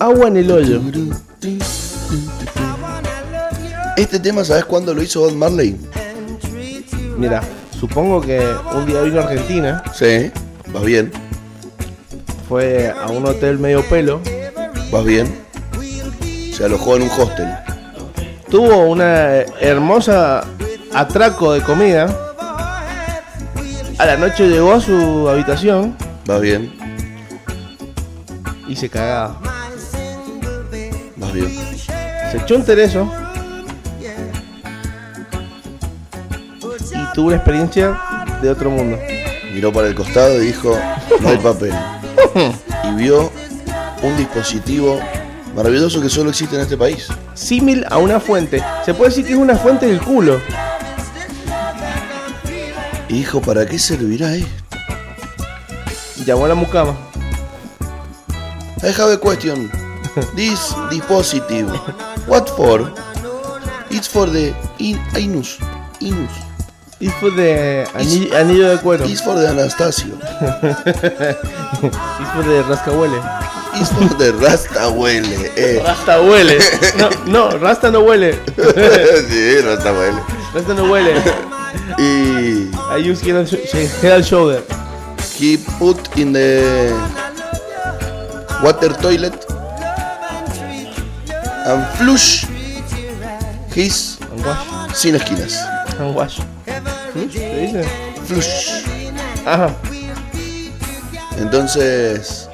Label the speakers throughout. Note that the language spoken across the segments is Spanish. Speaker 1: Agua en el hoyo.
Speaker 2: Este tema, ¿sabes cuándo lo hizo Bob Marley?
Speaker 1: Mira, supongo que un día vino a Argentina,
Speaker 2: Sí. ¿Vas bien?
Speaker 1: fue a un hotel medio pelo,
Speaker 2: ¿Vas bien? Se alojó en un hostel.
Speaker 1: tuvo una hermosa atraco de comida. A la noche llegó a su habitación
Speaker 2: ¿Vas bien?
Speaker 1: y se cagaba.
Speaker 2: ¿Vas bien?
Speaker 1: Se echó un tereso y tuvo una experiencia de otro mundo.
Speaker 2: Miró para el costado y dijo, no hay papel. Y vio un dispositivo maravilloso que solo existe en este país.
Speaker 1: Símil a una fuente. Se puede decir que es una fuente del culo.
Speaker 2: Y dijo, ¿para qué servirá esto?
Speaker 1: Llamó a la mucama.
Speaker 2: I have a question. This dispositive. What for? It's for the in Inus. Inus.
Speaker 1: Y fue de ani- anillo de cuero.
Speaker 2: It's for the Anastasio.
Speaker 1: Y fue de rascahuele.
Speaker 2: It's for the Rasta huele. Eh.
Speaker 1: Rasta huele. No, no, Rasta no huele.
Speaker 2: sí, Rasta huele.
Speaker 1: Rasta no huele.
Speaker 2: Y
Speaker 1: I use head and, sh- sh- head and shoulder.
Speaker 2: he put in the water toilet and flush his
Speaker 1: And wash.
Speaker 2: sin esquinas.
Speaker 1: And wash. ¿Sí? ¿Se dice?
Speaker 2: Flush.
Speaker 1: Ajá.
Speaker 2: Entonces,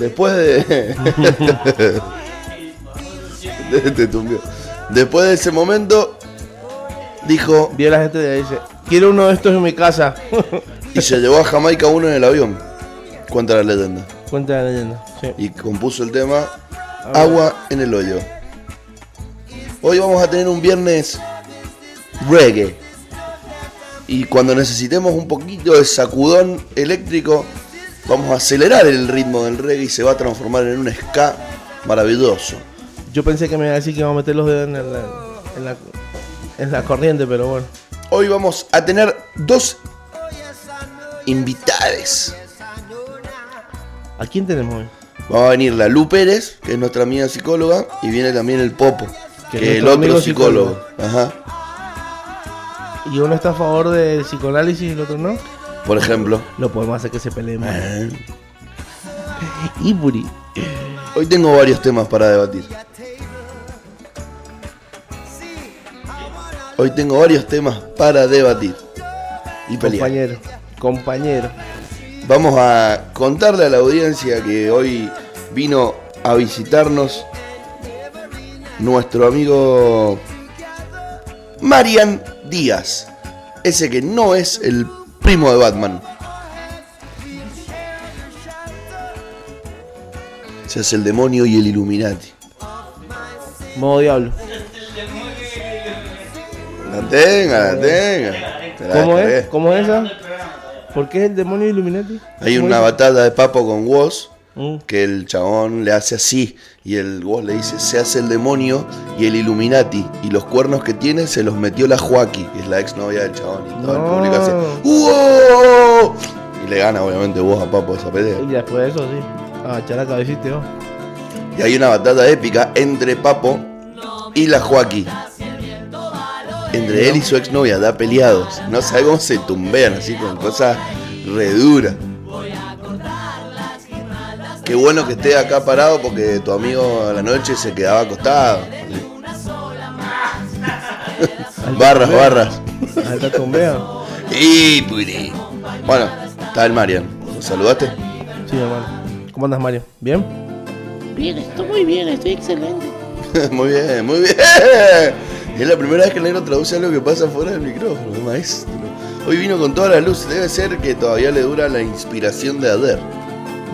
Speaker 2: después de... Te- te tumbió. Después de ese momento, dijo,
Speaker 1: Vio a la gente y dice, quiero uno de estos en mi casa.
Speaker 2: y se llevó a Jamaica uno en el avión, cuenta la leyenda,
Speaker 1: Cuenta la leyenda. Sí.
Speaker 2: y compuso el tema Agua en el hoyo. Hoy vamos a tener un viernes reggae. Y cuando necesitemos un poquito de sacudón eléctrico, vamos a acelerar el ritmo del reggae y se va a transformar en un ska maravilloso.
Speaker 1: Yo pensé que me iba a decir que vamos a meter los dedos en la, en la, en la corriente, pero bueno.
Speaker 2: Hoy vamos a tener dos invitades.
Speaker 1: ¿A quién tenemos hoy?
Speaker 2: Va a venir la Lu Pérez, que es nuestra amiga psicóloga, y viene también el Popo,
Speaker 1: Que
Speaker 2: que,
Speaker 1: es
Speaker 2: es el
Speaker 1: nuestro
Speaker 2: otro
Speaker 1: amigo
Speaker 2: psicólogo. Ajá.
Speaker 1: Y uno está a favor del psicoanálisis y el otro no.
Speaker 2: Por ejemplo.
Speaker 1: Lo podemos hacer que se peleen.
Speaker 2: ¿Eh?
Speaker 1: Ah. Iburi.
Speaker 2: Hoy tengo varios temas para debatir. Hoy tengo varios temas para debatir y pelear.
Speaker 1: Compañero. Compañero.
Speaker 2: Vamos a contarle a la audiencia que hoy vino a visitarnos nuestro amigo Marian Díaz, ese que no es el primo de Batman. Se hace el demonio y el Illuminati.
Speaker 1: Modo diablo.
Speaker 2: La tenga, la tenga. Te la
Speaker 1: ¿Cómo es?
Speaker 2: descargué.
Speaker 1: ¿Cómo es esa? ¿Por qué es el demonio Illuminati?
Speaker 2: Hay
Speaker 1: ¿Cómo
Speaker 2: una
Speaker 1: dice?
Speaker 2: batalla de papo con Woz
Speaker 1: Mm.
Speaker 2: que el chabón le hace así y el Woz le dice se hace el demonio y el Illuminati y los cuernos que tiene se los metió la Joaquí, que es la exnovia del chabón y todo el
Speaker 1: No.
Speaker 2: público hace "¡Wow!". y le gana obviamente Woz a papo esa pelea.
Speaker 1: Y después de eso, sí. Ah, echar la cabecita, yo.
Speaker 2: Y hay una batalla épica entre papo y la Joaquí. Entre él y su exnovia, da peleados. No sabe cómo se tumbean así con cosas reduras. Qué bueno que esté acá parado porque tu amigo a la noche se quedaba acostado. barras, barras.
Speaker 1: Alta tumbea.
Speaker 2: Y puri. Bueno, está el Marian. ¿Lo saludaste?
Speaker 1: Sí, hermano. ¿Cómo andas, Mario? ¿Bien?
Speaker 3: Bien, estoy muy bien, estoy excelente.
Speaker 2: muy bien, muy bien. Es la primera vez que el negro traduce algo que pasa fuera del micrófono, maestro. Hoy vino con toda la luz. Debe ser que todavía le dura la inspiración de Ader.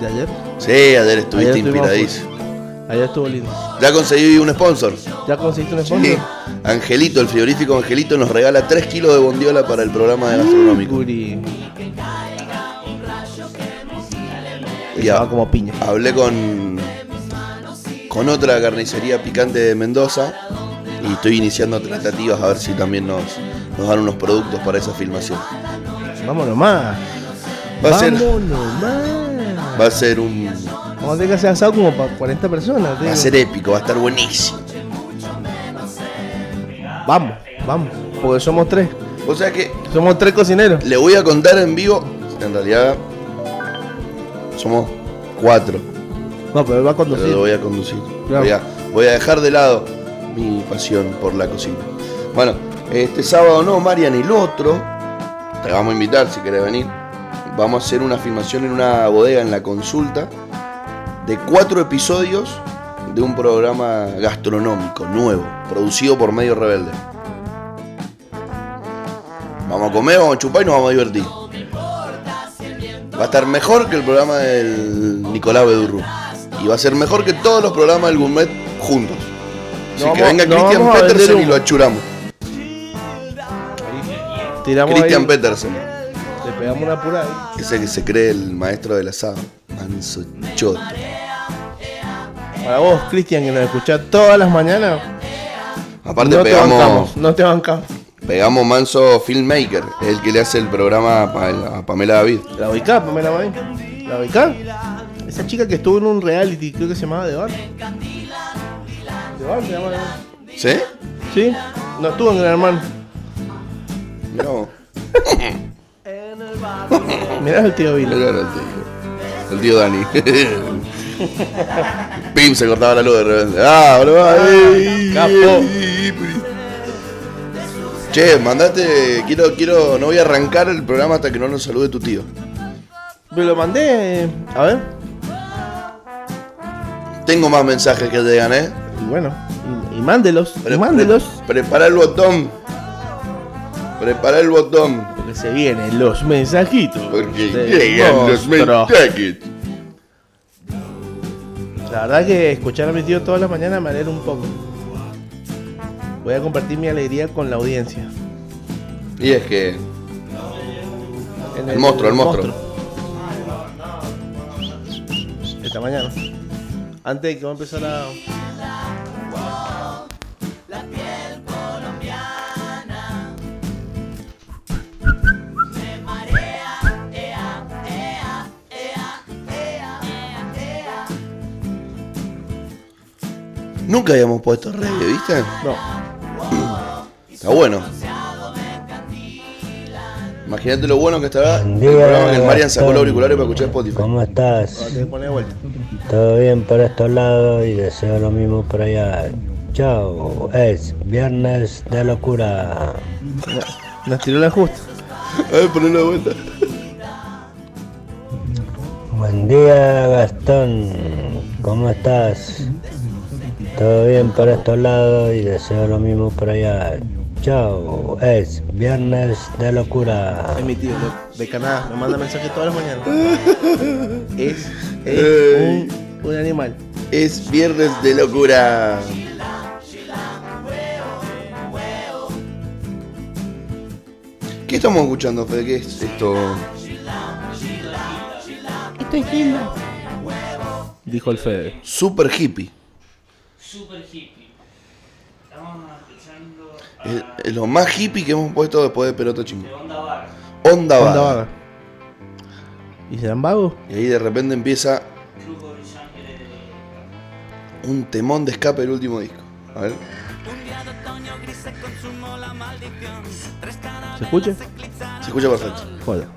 Speaker 1: ¿De ayer?
Speaker 2: Sí, Ader, estuviste
Speaker 1: Ayer estuvimos
Speaker 2: inspiradísimo.
Speaker 1: Ayer estuvo lindo.
Speaker 2: Ya conseguí un sponsor.
Speaker 1: ¿Ya conseguiste un
Speaker 2: Sí.
Speaker 1: sponsor?
Speaker 2: Angelito, el frigorífico Angelito, nos regala 3 kilos de bondiola para el programa de gastronómico.
Speaker 1: Iburi.
Speaker 2: Y
Speaker 1: Estaba
Speaker 2: ha-
Speaker 1: como piña.
Speaker 2: hablé con, con otra carnicería picante de Mendoza y estoy iniciando tratativas a ver si también nos, nos dan unos productos para esa filmación.
Speaker 1: Vámonos más.
Speaker 2: Va a ser,
Speaker 1: Vámonos, man.
Speaker 2: va a ser un. Va
Speaker 1: Vamos a tener que hacer asado como para 40 personas. te
Speaker 2: a
Speaker 1: digo.
Speaker 2: ser épico, va a estar buenísimo.
Speaker 1: Vamos, vamos. Porque somos tres.
Speaker 2: O sea que
Speaker 1: Somos tres cocineros.
Speaker 2: le voy a contar en vivo. En realidad, somos cuatro.
Speaker 1: No, pero él va a
Speaker 2: Pero lo
Speaker 1: conducir.
Speaker 2: voy a conducir.
Speaker 1: Claro.
Speaker 2: Voy, a, voy a dejar de lado mi pasión por la cocina. Bueno, este sábado no, Marian, el otro. Te vamos a invitar si querés venir. Vamos a hacer una filmación en una bodega en la consulta de cuatro episodios de un programa gastronómico nuevo, producido por Medio Rebelde. Vamos a comer, vamos a chupar y nos vamos a divertir. Va a estar mejor que el programa del Nicolás Bedurru. Y va a ser mejor que todos los programas del Gourmet juntos. Así
Speaker 1: No
Speaker 2: que
Speaker 1: vamos-
Speaker 2: venga
Speaker 1: no
Speaker 2: Christian
Speaker 1: vamos a vender
Speaker 2: Petersen y
Speaker 1: humo.
Speaker 2: lo achuramos.
Speaker 1: Tiramos
Speaker 2: Christian
Speaker 1: ahí,
Speaker 2: Petersen,
Speaker 1: le pegamos una pura ahí.
Speaker 2: ese que se cree el maestro del asado. Manso choto.
Speaker 1: Para vos, Cristian, que nos escuchás todas las mañanas.
Speaker 2: Aparte
Speaker 1: no te
Speaker 2: pegamos,
Speaker 1: bancamos, no te bancamos.
Speaker 2: pegamos Manso Filmmaker, el que le hace el programa a, Pa- a Pamela David.
Speaker 1: La ubicás, Pamela May. La ubicás. Esa chica que estuvo en un reality, creo que se llamaba The Bar. The Bar se llamaba.
Speaker 2: ¿Sí?
Speaker 1: Sí, no estuvo en Gran Hermano.
Speaker 2: Mirá vos.
Speaker 1: Mirá el tío Vila.
Speaker 2: Mirá el tío. El tío Dani. Pim se cortaba la luz de repente. Ah, boludo. Ey,
Speaker 1: capo.
Speaker 2: ey, pri- Che, mandate. Quiero, quiero. No voy a arrancar el programa hasta que no nos salude tu tío.
Speaker 1: Me lo mandé. eh, A ver.
Speaker 2: Tengo más mensajes que llegan, eh.
Speaker 1: Y bueno, y, y mándelos. y
Speaker 2: Pre-
Speaker 1: mándelos.
Speaker 2: pre- prepara el botón. Prepara el botón.
Speaker 1: Porque se vienen los mensajitos.
Speaker 2: Porque
Speaker 1: de
Speaker 2: llegan los
Speaker 1: monstruos.
Speaker 2: mensajes.
Speaker 1: La verdad que escuchar a mi tío todas las mañanas me alegra un poco. Voy a compartir mi alegría con la audiencia.
Speaker 2: Y es que.
Speaker 1: En
Speaker 2: El monstruo, el monstruo.
Speaker 1: Esta mañana. Antes de que va a empezar a.
Speaker 2: Nunca habíamos puesto reggae, ¿viste?
Speaker 1: No,
Speaker 2: Está bueno. Imagínate lo bueno que estará el programa que el Marian sacó los auriculares para escuchar Spotify.
Speaker 4: ¿Cómo
Speaker 1: lo
Speaker 4: estás?
Speaker 1: tengo que poner de vuelta.
Speaker 4: ¿Todo bien por estos lados? Y deseo lo mismo por allá. Chao, es viernes de locura.
Speaker 1: Nos tiró la justa.
Speaker 2: A ver, poné la vuelta.
Speaker 4: Buen día, Gastón. ¿Cómo estás? ¿Todo bien por estos lados? Y deseo lo mismo por allá. Chao, es viernes de locura.
Speaker 1: Es mi tío, loco, de Canadá. Me manda mensajes todas las mañanas. es es un, un animal.
Speaker 2: Es viernes de locura. ¿Qué estamos escuchando, Fede? ¿Qué es esto?
Speaker 3: Esto es lindo.
Speaker 1: Dijo el Fede.
Speaker 2: Super hippie.
Speaker 5: Super hippie. Estamos escuchando
Speaker 2: Es, es lo más hippie que hemos puesto después de Pelota Chingo.
Speaker 5: de onda bar.
Speaker 2: Onda
Speaker 1: Onda
Speaker 2: va.
Speaker 1: vaga. ¿Y serán vagos?
Speaker 2: Y ahí de repente empieza
Speaker 5: Club Brillante de
Speaker 2: un temón de escape del último disco. A ver.
Speaker 1: ¿Se escucha?
Speaker 2: Se escucha perfecto.
Speaker 1: Joder.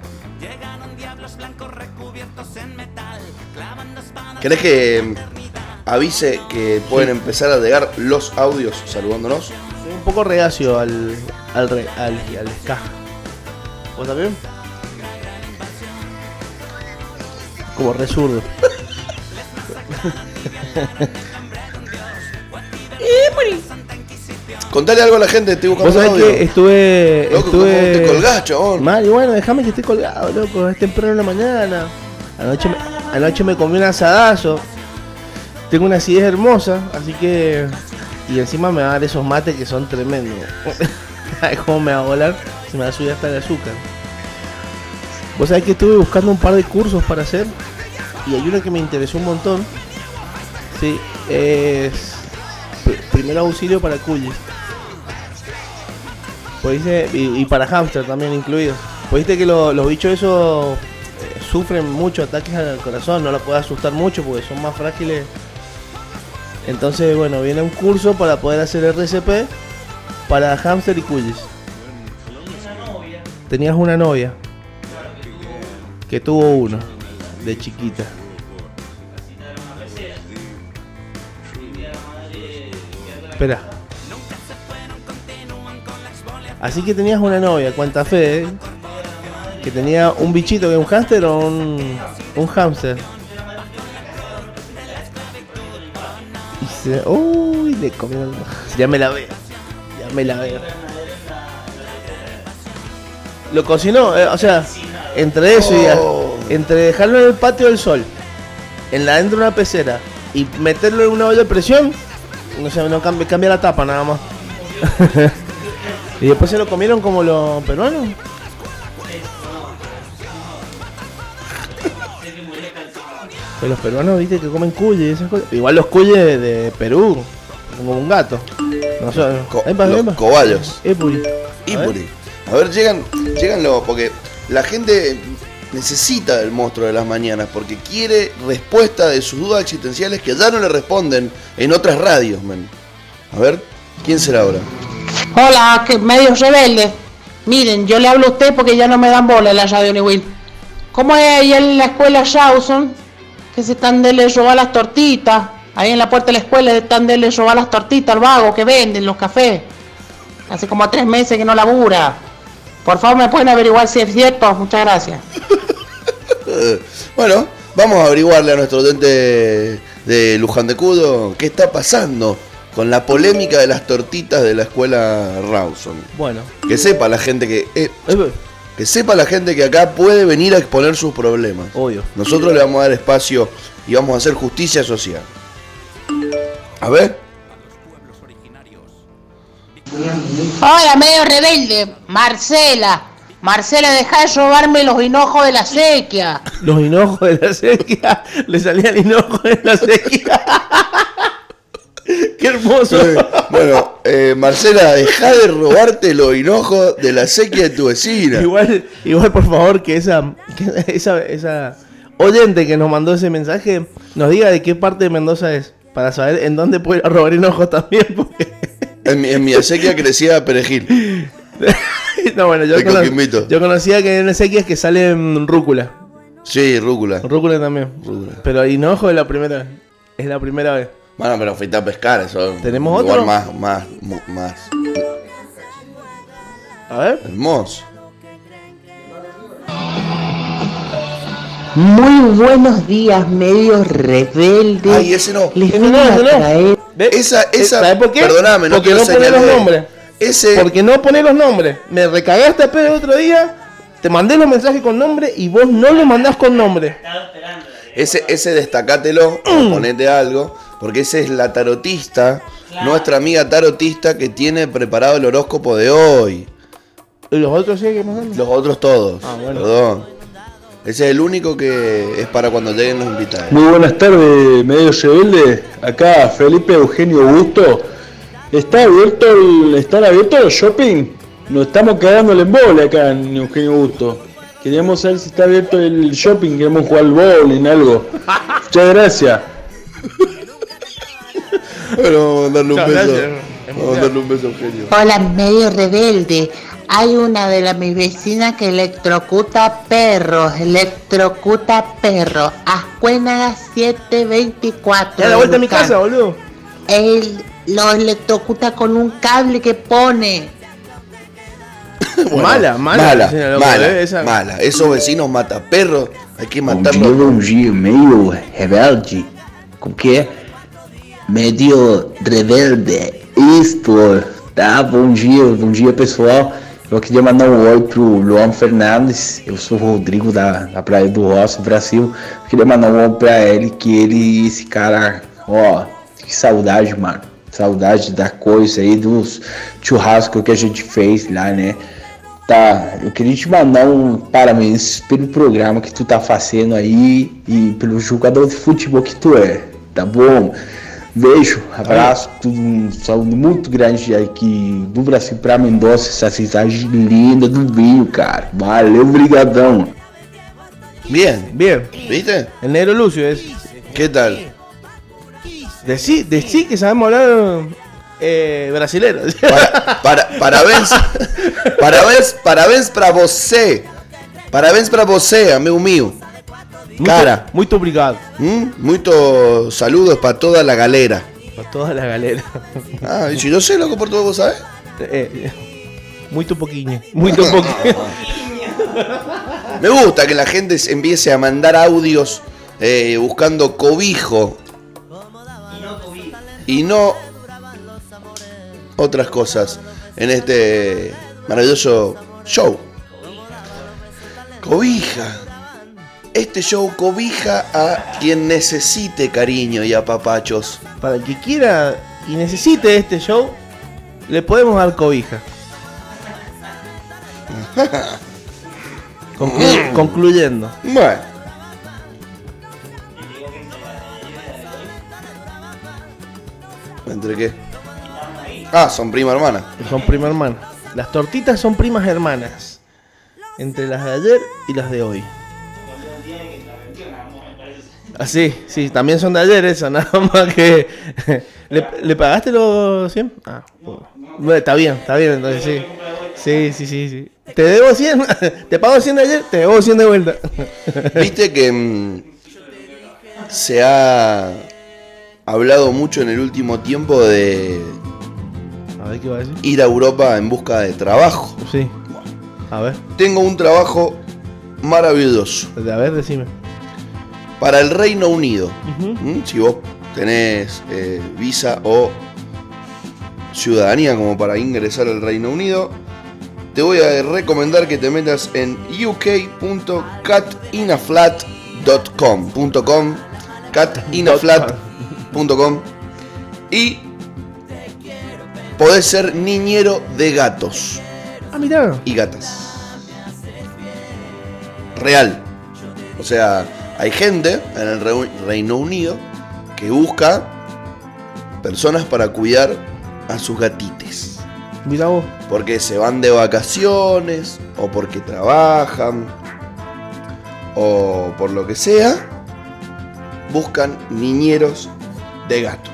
Speaker 2: ¿Querés que mm, avise que pueden empezar a llegar los audios saludándonos?
Speaker 1: Soy un poco reacio al, al, re- al, al ska. ¿Vos también? Como re zurdo.
Speaker 2: Contale algo a la gente, estoy buscando
Speaker 1: Vos sabés
Speaker 2: audio.
Speaker 1: que estuve.
Speaker 2: Loco, ¿cómo
Speaker 1: estuve...
Speaker 2: te colgás, chabón?
Speaker 1: Mal, y bueno, déjame que estoy colgado, loco. Es temprano en la mañana. Anoche me, anoche me comí un asadazo. Tengo una acidez hermosa, así que. Y encima me va a dar esos mates que son tremendos. Ay, ¿Cómo me va a volar? Se me va a subir hasta el azúcar. Vos sabés que estuve buscando un par de cursos para hacer. Y hay uno que me interesó un montón. Sí, es. pr- Primer auxilio para cuyes. Pues dice, y, y para hámster también incluido. Pues viste que lo- los bichos esos eh, sufren mucho ataques al corazón, no la puede asustar mucho porque son más frágiles. Entonces, bueno, viene un curso para poder hacer RCP para hamster y cuyes. Tenías una novia que tuvo uno de chiquita. Espera. Así que tenías una novia, cuánta fe, eh? que tenía un bichito que es un hámster o un, un hámster. Y se, uy, le comieron. Ya me la veo, ya me la veo. Lo cocinó, eh, o sea, entre eso y
Speaker 2: Oh.
Speaker 1: entre dejarlo en el patio del sol, en la dentro de una pecera y meterlo en una olla de presión, no sé, no cambia, cambia la tapa nada más. y después se lo comieron como los peruanos. Pues los peruanos, viste, que comen cuyes y esas cosas. Igual los cuyes de, de Perú, como un gato. No sé.
Speaker 2: Co-
Speaker 1: Epa,
Speaker 2: los
Speaker 1: epa.
Speaker 2: cobayos.
Speaker 1: Epuri.
Speaker 2: Y
Speaker 1: A ver.
Speaker 2: puri. A ver, llegan, llegan los. Porque la gente necesita del monstruo de las mañanas. Porque quiere respuesta de sus dudas existenciales que ya no le responden en otras radios, men. A ver, ¿quién será ahora?
Speaker 6: Hola, que medios rebeldes. Miren, yo le hablo a usted porque ya no me dan bola en la radio Newell. ¿Cómo es ahí en la escuela Shawson? Que se están de le robar las tortitas. Ahí en la puerta de la escuela están de le robar las tortitas al vago que venden los cafés. Hace como tres meses que no labura. Por favor, me pueden averiguar si es cierto. Muchas gracias.
Speaker 2: Eh, Bueno, vamos a averiguarle a nuestro oyente de Luján de Cudo qué está pasando con la polémica de las tortitas de la escuela Rawson.
Speaker 1: Bueno.
Speaker 2: Que sepa la gente que. eh,
Speaker 1: Epa.
Speaker 2: que sepa la gente que acá puede venir a exponer sus problemas.
Speaker 1: Obvio.
Speaker 2: Nosotros le vamos a dar espacio y vamos a hacer justicia social. A ver.
Speaker 6: Hola, medio rebelde. Marcela. Marcela, deja de robarme los hinojos de la sequía.
Speaker 1: Los hinojos de la sequía. Le salían hinojos de la sequía. Qué hermoso.
Speaker 2: Eh, bueno, eh, Marcela, deja de robarte los hinojos de la sequía de tu vecina.
Speaker 1: Igual, igual por favor que esa, que esa, esa oyente que nos mandó ese mensaje nos diga de qué parte de Mendoza es. Para saber en dónde puede ir a robar hinojos también. Porque...
Speaker 2: En mi, en mi acequia crecía perejil.
Speaker 1: No, bueno, yo,
Speaker 2: Te
Speaker 1: cono-
Speaker 2: coquimbito.
Speaker 1: yo conocía que en sequías que salen rúcula.
Speaker 2: Sí, rúcula.
Speaker 1: Rúcula también.
Speaker 2: Rúcula.
Speaker 1: Pero hinojo es la primera vez. Es la primera vez.
Speaker 2: Bueno, pero fuiste a pescar, eso. es
Speaker 1: ¿Tenemos
Speaker 2: un lugar
Speaker 1: otro?
Speaker 2: más, más, mu- más
Speaker 1: A ver.
Speaker 2: hermoso.
Speaker 7: Muy buenos días, medios rebeldes.
Speaker 2: Ay, ese no.
Speaker 7: Les
Speaker 1: Ese
Speaker 7: vengo
Speaker 1: no,
Speaker 7: a
Speaker 1: ese no.
Speaker 7: traer
Speaker 1: ¿Ves?
Speaker 2: Esa, esa.
Speaker 1: Eh, ¿Sabes por qué?
Speaker 2: Perdóname, no
Speaker 1: Porque
Speaker 2: quiero
Speaker 1: no pone los
Speaker 2: señalar-
Speaker 1: nombres.
Speaker 2: Ese.
Speaker 1: Porque no pone los nombres. Me recagaste a pedo el otro día. Te mandé los mensajes con nombre y vos no los mandás con nombre.
Speaker 5: Estaba esperando. la dirección.
Speaker 2: Ese, ese destacátelo, o ponete algo, porque ese es la tarotista, nuestra amiga tarotista que tiene preparado el horóscopo de hoy.
Speaker 1: Y los otros siguen mandando.
Speaker 2: Los otros todos,
Speaker 1: Ah, bueno.
Speaker 2: perdón. Ese es el único que es para cuando lleguen los invitados.
Speaker 8: Muy buenas tardes, medio rebelde. Acá Felipe Eugenio Busto. ¿Está abierto el, ¿Están abiertos los shopping? Nos estamos quedando en bola acá en Eugenio Busto. Queríamos saber si está abierto el shopping, queremos jugar al bowling, algo. Muchas gracias.
Speaker 2: Bueno, vamos a mandarle un
Speaker 1: Muchas gracias.
Speaker 2: beso. Vamos a mandarle un beso, Eugenio.
Speaker 7: Hola, medio rebelde. Hay una de las mis vecinas que electrocuta perros, electrocuta perros. Ascuénaga 724.
Speaker 1: Ya la vuelta a
Speaker 7: de
Speaker 1: mi
Speaker 7: Luján.
Speaker 1: casa, boludo.
Speaker 7: Él lo electrocuta con un cable que pone.
Speaker 2: Bueno,
Speaker 1: mala, mala.
Speaker 2: Mala,
Speaker 1: Sí, loco,
Speaker 2: mala,
Speaker 1: eh, esa-
Speaker 2: mala. Esos vecinos mataperros, hay que matarlos.
Speaker 9: Bom dia, meio rebelde. Como que é? Meio rebelde. Isto, tá? Bom dia, bom dia pessoal. Eu queria mandar um oi pro Luan Fernandes. Eu sou o Rodrigo da, da Praia do Rosso, Brasil. Eu queria mandar um oi pra ele, que ele, esse cara, ó, que saudade, mano. Saudade da coisa aí, dos churrasco que a gente fez lá, né? Tá, eu queria te mandar um parabéns pelo programa que tu tá fazendo aí e pelo jogador de futebol que tu é, tá bom? Beijo, abraço, tudo, um saúde muito grande aqui do Brasil pra Mendonça, essa cidade linda do Rio, cara. Valeu, brigadão.
Speaker 2: Bien,
Speaker 1: Bien.
Speaker 2: ¿viste?
Speaker 1: El negro Lucio es.
Speaker 2: ¿Qué tal?
Speaker 1: Decí, decí que sabemos hablar eh, brasilero.
Speaker 2: Para, para, parabéns, parabéns, parabéns para você. Parabéns para você, amigo mío.
Speaker 1: Muito-
Speaker 2: Cara.
Speaker 1: Muito obrigado.
Speaker 2: ¿Mm? Muchos saludos para toda la galera.
Speaker 1: Para toda la galera.
Speaker 2: Ah, y si yo sé, loco, por todo vos sabés.
Speaker 1: Eh, muito pouquinho. Muito pouquinho.
Speaker 2: Me gusta que la gente se empiece a mandar audios eh, buscando cobijo
Speaker 5: Y no COVID.
Speaker 2: y no otras cosas en este maravilloso show. Cobija. Este show cobija a quien necesite cariño y apapachos.
Speaker 1: Para el que quiera y necesite este show, le podemos dar cobija. Conclu- concluyendo.
Speaker 2: Bueno,
Speaker 5: Y digo que entre la idea de hoy
Speaker 2: ¿entre qué?
Speaker 5: estamos ahí.
Speaker 2: Ah, son prima hermana.
Speaker 1: Son prima hermana. Las tortitas son primas hermanas. Entre las de ayer y las de hoy.
Speaker 5: Cuando tiene que la mencionamos, me parece.
Speaker 1: Así, Ah, sí, también son de ayer esas, nada más que... ¿Le, le pagaste los 100? Ah, bueno. Bueno, está bien, está bien, entonces sí. Sí, sí, sí, sí. Te debo 100, te pago 100 de ayer, te debo 100 de vuelta.
Speaker 2: Viste que mm, se ha hablado mucho en el último tiempo de
Speaker 1: A ver qué va a decir.
Speaker 2: ir a Europa en busca de trabajo.
Speaker 1: Sí. A ver,
Speaker 2: Tengo un trabajo maravilloso
Speaker 1: a ver, decime.
Speaker 2: para el Reino Unido.
Speaker 1: Ujú.
Speaker 2: ¿Mm? Si vos tenés eh, visa o ciudadanía como para ingresar al Reino Unido, te voy a recomendar que te metas en uk.catinaflat.com punto com, catinaflat.com y podés ser niñero de gatos
Speaker 1: Ah, mirá.
Speaker 2: y gatas. Real. O sea, hay gente en el Reu- Reino Unido que busca personas para cuidar a sus gatites.
Speaker 1: Mira vos.
Speaker 2: Porque se van de vacaciones, o porque trabajan, o por lo que sea, buscan niñeros de gato.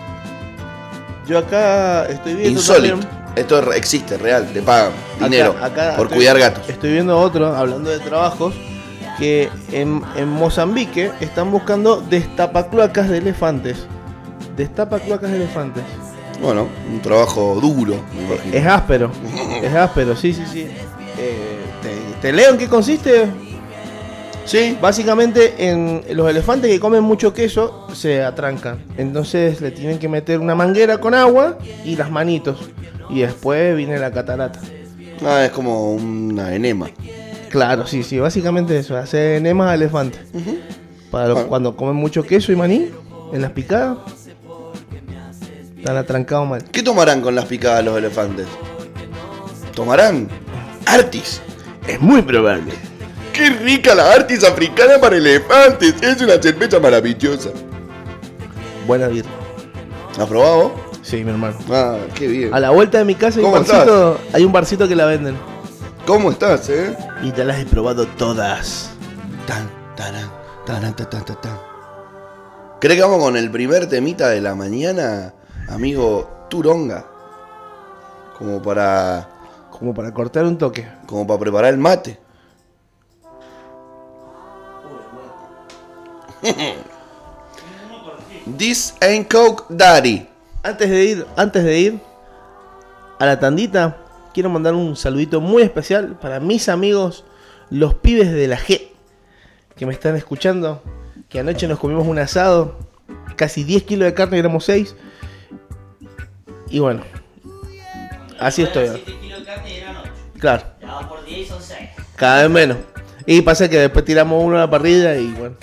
Speaker 1: Yo acá estoy viendo
Speaker 2: Insólito.
Speaker 1: también-
Speaker 2: Esto re- existe, real, te pagan
Speaker 1: acá-
Speaker 2: dinero
Speaker 1: acá
Speaker 2: por
Speaker 1: estoy-
Speaker 2: cuidar gatos.
Speaker 1: Estoy viendo otro, hablando de trabajos, que en, en Mozambique están buscando destapacloacas de elefantes. Destapacloacas de elefantes.
Speaker 2: Bueno, un trabajo duro, me imagino.
Speaker 1: Es áspero. es áspero, sí, sí, sí. Eh, te, te leo en qué consiste?
Speaker 2: Sí,
Speaker 1: Básicamente, en los elefantes que comen mucho queso se atrancan. Entonces le tienen que meter una manguera con agua y las manitos. Y después viene la catarata.
Speaker 2: Ah, es como una enema.
Speaker 1: Claro, sí, sí, básicamente eso. Hace enemas a elefantes. Para los-
Speaker 2: Bueno.
Speaker 1: cuando comen mucho queso y maní en las picadas, están atrancados mal.
Speaker 2: ¿Qué tomarán con las picadas los elefantes? ¿Tomarán? Artis.
Speaker 1: Es muy probable.
Speaker 2: ¡Qué rica la Artis africana para elefantes! Es una cerveza maravillosa.
Speaker 1: Buena birra.
Speaker 2: ¿La has probado?
Speaker 1: Sí, mi hermano.
Speaker 2: Ah, qué bien.
Speaker 1: A la vuelta de mi casa hay un
Speaker 2: ¿Cómo estás?
Speaker 1: barcito, hay un barcito que la venden.
Speaker 2: ¿Cómo estás, eh?
Speaker 1: Y te las he probado todas.
Speaker 2: Tan, taran, taran, tan, tan, tan, tan. ¿Crees que vamos con el primer temita de la mañana, amigo Turonga? Como para,
Speaker 1: Como para cortar un toque.
Speaker 2: como para preparar el mate. This ain't Coke Daddy.
Speaker 1: Antes de ir, antes de ir a la tandita, quiero mandar un saludito muy especial para mis amigos, los pibes de la G, que me están escuchando, que anoche nos comimos un asado, casi 10 kilos de carne, éramos 6. Y bueno, así estoy. ahora.
Speaker 5: 7 kilos de carne y eran 8.
Speaker 1: Claro,
Speaker 5: La dos por 10 son 6.
Speaker 1: cada vez menos. Y pasa que después tiramos uno a la parrilla y bueno.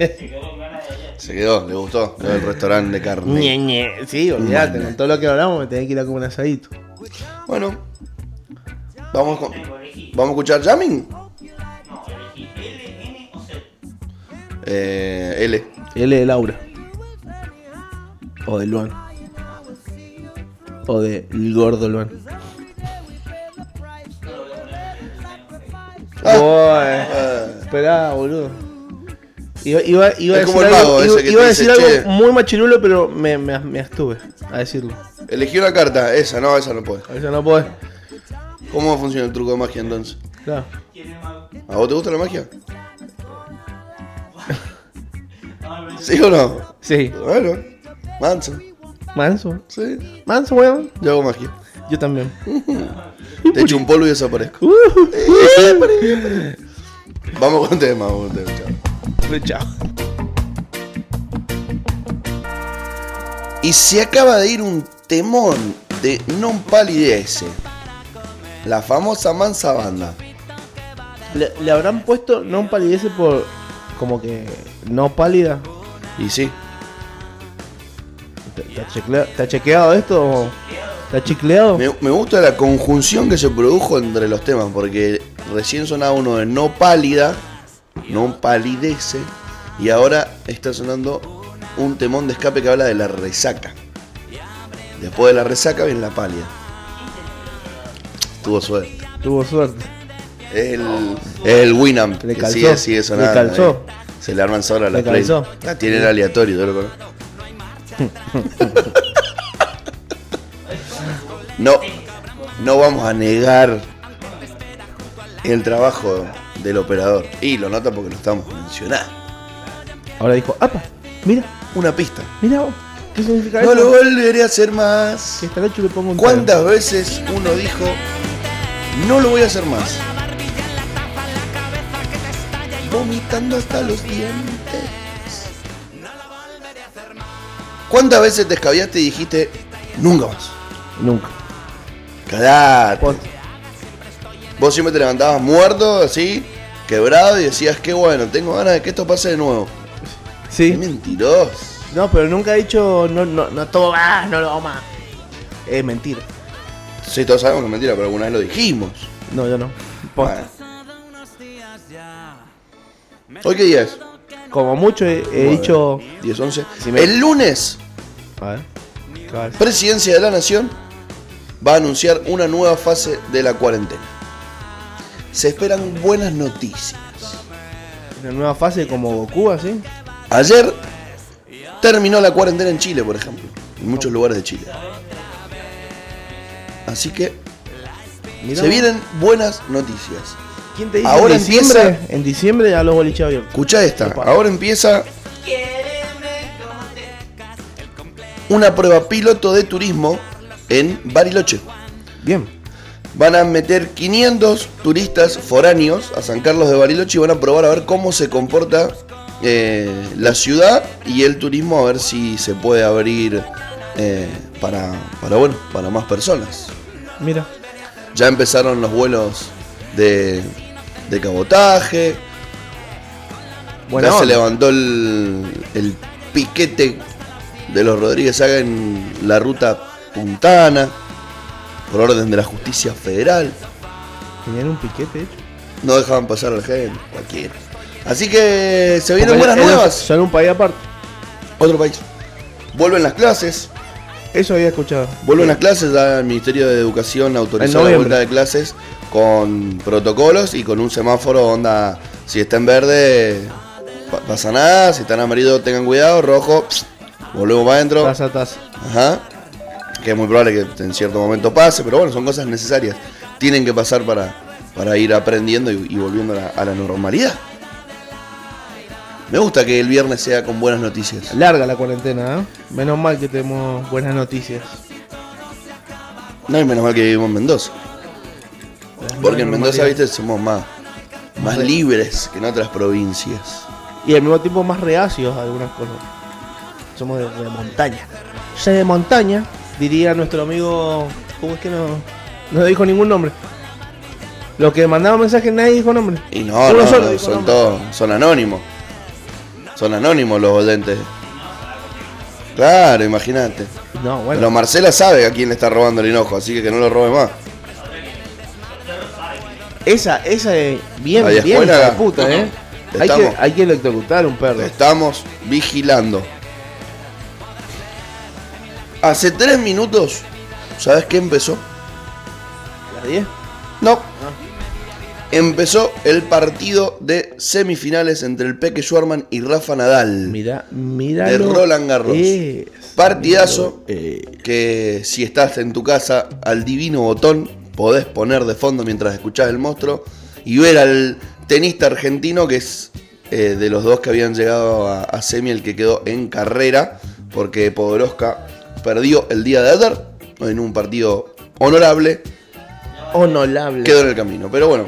Speaker 5: Se quedó con ganas de ayer.
Speaker 2: Se quedó, le gustó lo del restaurante de
Speaker 1: Ñe,
Speaker 2: carne.
Speaker 1: Ñe, Sí, olvídate, con todo lo que hablamos me tenía que ir a comer un asadito.
Speaker 2: Bueno, vamos, con-
Speaker 5: Tengo, elegí.
Speaker 2: vamos a escuchar Jamming.
Speaker 5: No, elegí L, N o Z.
Speaker 2: Eh, L.
Speaker 1: Él es de Laura. O de Luan. O de El Gordo Luan.
Speaker 2: Ah.
Speaker 1: Boy.
Speaker 2: Eh,
Speaker 1: Esperá, boludo. Iba, iba, iba a
Speaker 2: Es como
Speaker 1: decir,
Speaker 2: el
Speaker 1: algo,
Speaker 2: mago
Speaker 1: iba,
Speaker 2: ese que
Speaker 1: iba a
Speaker 2: te
Speaker 1: decir
Speaker 2: dice,
Speaker 1: algo
Speaker 2: "Che".
Speaker 1: muy machirulo, pero me, me, me abstuve a decirlo.
Speaker 2: Elegí una carta, esa no, esa no puede.
Speaker 1: A veces no podés.
Speaker 2: ¿Cómo funciona el truco de magia entonces?
Speaker 1: Claro.
Speaker 2: ¿A vos te gusta la magia? ¿Sí o no?
Speaker 1: Sí.
Speaker 2: Bueno, manso,
Speaker 1: Manso.
Speaker 2: sí.
Speaker 1: Manso, weón.
Speaker 2: Yo hago magia.
Speaker 1: Yo también.
Speaker 2: Te echo un polvo y desaparezco. Vamos con tema, vamos con tema. chao.
Speaker 1: Chao.
Speaker 2: Y se acaba de ir un temón de Non Palidece. La famosa mansa banda.
Speaker 1: ¿Le, le habrán puesto no palidece por. como que. no pálida?
Speaker 2: Y sí,
Speaker 1: ¿Está- ¿Está checlea- está chequeado esto? o- ¿Está chicleado?
Speaker 2: me, me gusta la conjunción que se produjo entre los temas, porque recién sonaba uno de No Pálida, Non Palidece, y ahora está sonando un temón de escape que habla de la resaca. Después de la resaca viene la pálida. Tuvo suerte.
Speaker 1: Tuvo suerte.
Speaker 2: Es el, es el Winamp
Speaker 1: Le
Speaker 2: que
Speaker 1: calzó,
Speaker 2: sigue, sigue
Speaker 1: le
Speaker 2: sonando.
Speaker 1: calzó.
Speaker 2: eh. Se le arman sola
Speaker 1: Le
Speaker 2: la play.
Speaker 1: calzó.
Speaker 2: La tiene el aleatorio, yo lo conozco. No, no vamos a negar el trabajo del operador. Y lo nota porque lo estamos mencionando.
Speaker 1: Ahora dijo, ¡apa! Mira,
Speaker 2: Una pista.
Speaker 1: mira vos. ¿Qué significa
Speaker 2: No
Speaker 1: eso?
Speaker 2: lo volveré a hacer más.
Speaker 1: Que esta noche le pongo un
Speaker 2: ¿Cuántas veces uno dijo, no lo voy a hacer más? Vomitando hasta los dientes. ¿Cuántas veces te escabiaste y dijiste, nunca más?
Speaker 1: pedo. Nunca.
Speaker 2: Calate.
Speaker 1: Pon-
Speaker 2: Vos siempre te levantabas muerto, así, quebrado, y decías, qué bueno, tengo ganas de que esto pase de nuevo. Qué
Speaker 1: Sí.
Speaker 2: mentiroso.
Speaker 1: No, pero nunca he dicho, no, no, no tomo más, no lo hago más. Es mentira.
Speaker 2: Sí, todos sabemos que es mentira, pero alguna vez lo dijimos.
Speaker 1: No, yo no. Pues, Posta.
Speaker 2: Bueno. ¿Hoy qué día es?
Speaker 1: Como mucho he, he
Speaker 2: Nueve.
Speaker 1: dicho.
Speaker 2: 10, 11.
Speaker 1: Si me-
Speaker 2: El lunes,
Speaker 1: A ver. A ver.
Speaker 2: Presidencia de la Nación va a anunciar una nueva fase de la cuarentena. Se esperan buenas noticias.
Speaker 1: Una nueva fase como Goku, así.
Speaker 2: Ayer terminó la cuarentena en Chile, por ejemplo. En muchos lugares de Chile. Así que
Speaker 1: Mirá
Speaker 2: se
Speaker 1: vos.
Speaker 2: vienen buenas noticias.
Speaker 1: ¿Quién te dice
Speaker 2: Ahora
Speaker 1: en diciembre?
Speaker 2: empieza-
Speaker 1: En diciembre ya los boliches abiertos.
Speaker 2: Escucha esta.
Speaker 1: Epa.
Speaker 2: Ahora empieza una prueba piloto de turismo en Bariloche.
Speaker 1: Bien.
Speaker 2: Van a meter 500 turistas foráneos a San Carlos de Bariloche y van a probar a ver cómo se comporta eh, la ciudad y el turismo, a ver si se puede abrir eh, para, para, bueno, para más personas.
Speaker 1: Mira.
Speaker 2: Ya empezaron los vuelos de, de cabotaje,
Speaker 1: Buena
Speaker 2: ya se
Speaker 1: onda.
Speaker 2: levantó el, el piquete de los Rodríguez Saga en la ruta puntana, por orden de la justicia federal.
Speaker 1: Tenían un piquete hecho.
Speaker 2: No dejaban pasar a la gente, cualquiera. Así que se vienen
Speaker 1: Porque
Speaker 2: buenas
Speaker 1: ellos
Speaker 2: nuevas.
Speaker 1: Son un país aparte.
Speaker 2: Otro país. Vuelven las clases.
Speaker 1: Eso había escuchado.
Speaker 2: Vuelven las clases. Ya el Ministerio de Educación autorizó
Speaker 1: En
Speaker 2: la
Speaker 1: noviembre.
Speaker 2: vuelta de clases con protocolos y con un semáforo onda. Si está en verde, pa- pasa nada. Si está en amarillo, tengan cuidado. Rojo, pss, volvemos para adentro.
Speaker 1: Taza a taza.
Speaker 2: Ajá. Que es muy probable que en cierto momento pase, pero bueno, son cosas necesarias. Tienen que pasar para, para ir aprendiendo y, y volviendo a la, a la normalidad. Me gusta que el viernes sea con buenas noticias.
Speaker 1: Larga la cuarentena, ¿eh? Menos mal que tenemos buenas noticias.
Speaker 2: No, y menos mal que vivimos en Mendoza. Porque en
Speaker 1: Menos
Speaker 2: Mendoza,
Speaker 1: mal.
Speaker 2: viste, somos más, más
Speaker 1: Sí.
Speaker 2: libres que en otras provincias.
Speaker 1: Y al mismo tiempo más reacios a algunas cosas. Somos de, de montaña. Soy de montaña, diría nuestro amigo. ¿Cómo es que no, no dijo ningún nombre? Los que mandaban mensajes nadie dijo nombre.
Speaker 2: Y no,
Speaker 1: Uno
Speaker 2: no,
Speaker 1: solo
Speaker 2: no,
Speaker 1: dijo
Speaker 2: son
Speaker 1: nombre.
Speaker 2: todos, son anónimos. Son anónimos los oyentes. Claro, imagínate.
Speaker 1: No, bueno.
Speaker 2: Pero Marcela sabe a quién le está robando el hinojo, así que que no lo robe más.
Speaker 1: Esa, esa es bien,
Speaker 2: Ahí es
Speaker 1: bien,
Speaker 2: buena.
Speaker 1: hija de puta, ¿eh? Hay que,
Speaker 2: Estamos.
Speaker 1: hay que electrocutar un perro.
Speaker 2: Lo estamos vigilando. Hace tres minutos, ¿sabes qué empezó?
Speaker 1: ¿Las 10?
Speaker 2: No. Empezó el partido de semifinales entre el Peque Schwarman y Rafa Nadal.
Speaker 1: Mira, mira.
Speaker 2: De
Speaker 1: lo
Speaker 2: Roland Garros.
Speaker 1: es.
Speaker 2: Partidazo
Speaker 1: Eh,
Speaker 2: que si estás en tu casa al divino botón, podés poner de fondo mientras escuchás el monstruo y ver al tenista argentino que es eh, de los dos que habían llegado a, a semi el que quedó en carrera porque Podoroska perdió el día de ayer en un partido honorable,
Speaker 1: honorable.
Speaker 2: quedó en el camino. Pero bueno,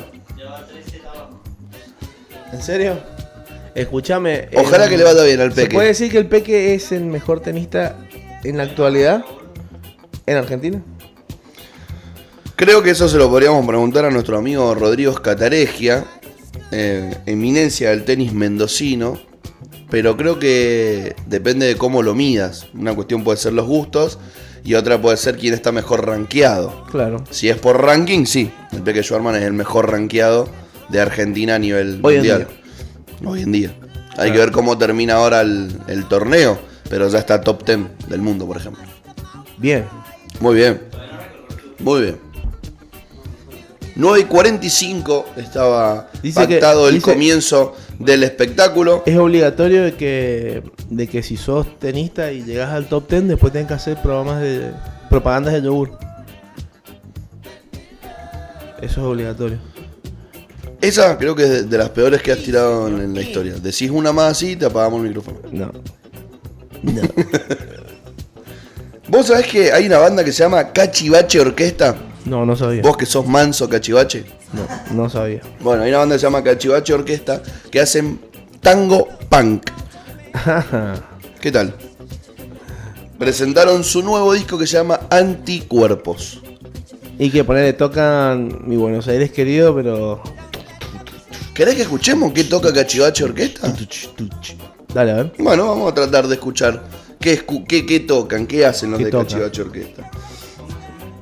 Speaker 1: ¿En serio? Escúchame.
Speaker 2: ojalá
Speaker 1: eh,
Speaker 2: que le vaya bien al
Speaker 1: ¿Se puede
Speaker 2: Peque.
Speaker 1: decir que el Peque es el mejor tenista en la actualidad? ¿En Argentina?
Speaker 2: Creo que eso se lo podríamos preguntar a nuestro amigo Rodrigo Cataregia, eh, eminencia del tenis mendocino, pero creo que depende de cómo lo midas. Una cuestión puede ser los gustos y otra puede ser quién está mejor rankeado.
Speaker 1: Claro.
Speaker 2: Si es por ranking, sí. El Peque Schwarman es el mejor rankeado de Argentina a nivel
Speaker 1: Hoy en Ah.
Speaker 2: mundial. Hoy en día. Hay que ver cómo termina ahora el, el torneo, pero ya está top 10 del mundo, por ejemplo.
Speaker 1: Bien.
Speaker 2: Muy bien. Muy bien. 9 y 45 estaba
Speaker 1: Dice que-
Speaker 2: pactado el
Speaker 1: dice-
Speaker 2: comienzo del espectáculo.
Speaker 1: Es obligatorio de que, de que si sos tenista y llegas al top 10, después tenés que hacer programas de propagandas de yogur. Eso es obligatorio.
Speaker 2: Esa creo que es de, de las peores que has tirado en, en la historia. Decís una más así y te apagamos el micrófono.
Speaker 1: No.
Speaker 2: Vos sabés que hay una banda que se llama Cachivache Orquesta.
Speaker 1: No, no sabía.
Speaker 2: Vos que sos manso Cachivache.
Speaker 1: No, no sabía.
Speaker 2: Bueno, hay una banda que se llama Cachivache Orquesta que hacen tango punk. ¿Qué tal? Presentaron su nuevo disco que se llama Anticuerpos.
Speaker 1: y que ponerle tocan mi Buenos Aires querido, pero.
Speaker 2: ¿Querés que escuchemos qué toca Cachivache Orquesta?
Speaker 1: Dale, a ver.
Speaker 2: Bueno, vamos a tratar de escuchar qué, escu- qué- qué tocan, qué hacen los
Speaker 1: ¿Qué
Speaker 2: de
Speaker 1: tocan?
Speaker 2: Cachivache Orquesta.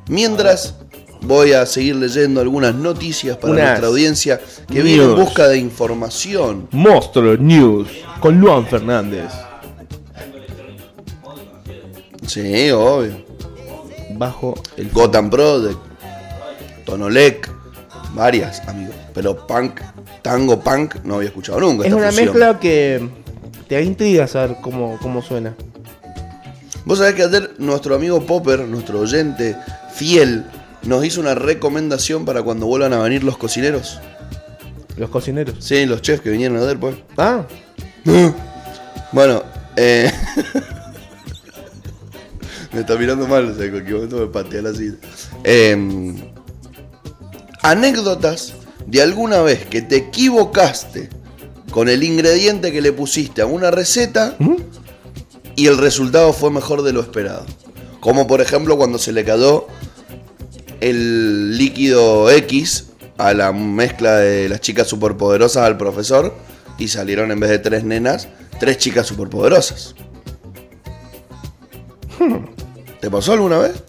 Speaker 2: Mientras, voy a seguir leyendo algunas noticias para
Speaker 1: Unas
Speaker 2: nuestra audiencia que viene en
Speaker 1: news.
Speaker 2: busca de información.
Speaker 1: Monstruo News con Luan Fernández.
Speaker 2: Sí, obvio.
Speaker 1: Bajo el.
Speaker 2: Gotham Project, Tonolec, varias, amigos. Pero punk, tango punk, no había escuchado nunca.
Speaker 1: Es
Speaker 2: esta
Speaker 1: una
Speaker 2: fusión.
Speaker 1: mezcla que te da intriga saber cómo, cómo suena.
Speaker 2: Vos sabés que ayer nuestro amigo Popper, nuestro oyente fiel, nos hizo una recomendación para cuando vuelvan a venir los cocineros.
Speaker 1: Los cocineros.
Speaker 2: Sí, los chefs que vinieron ayer, pues.
Speaker 1: Ah,
Speaker 2: Bueno, eh... me está mirando mal, o sea, en cualquier momento me patea la silla. Eh, Anécdotas de alguna vez que te equivocaste con el ingrediente que le pusiste a una receta y el resultado fue mejor de lo esperado. Como por ejemplo cuando se le quedó el líquido X a la mezcla de las chicas superpoderosas al profesor y salieron en vez de tres nenas, tres chicas superpoderosas. ¿Te pasó alguna vez?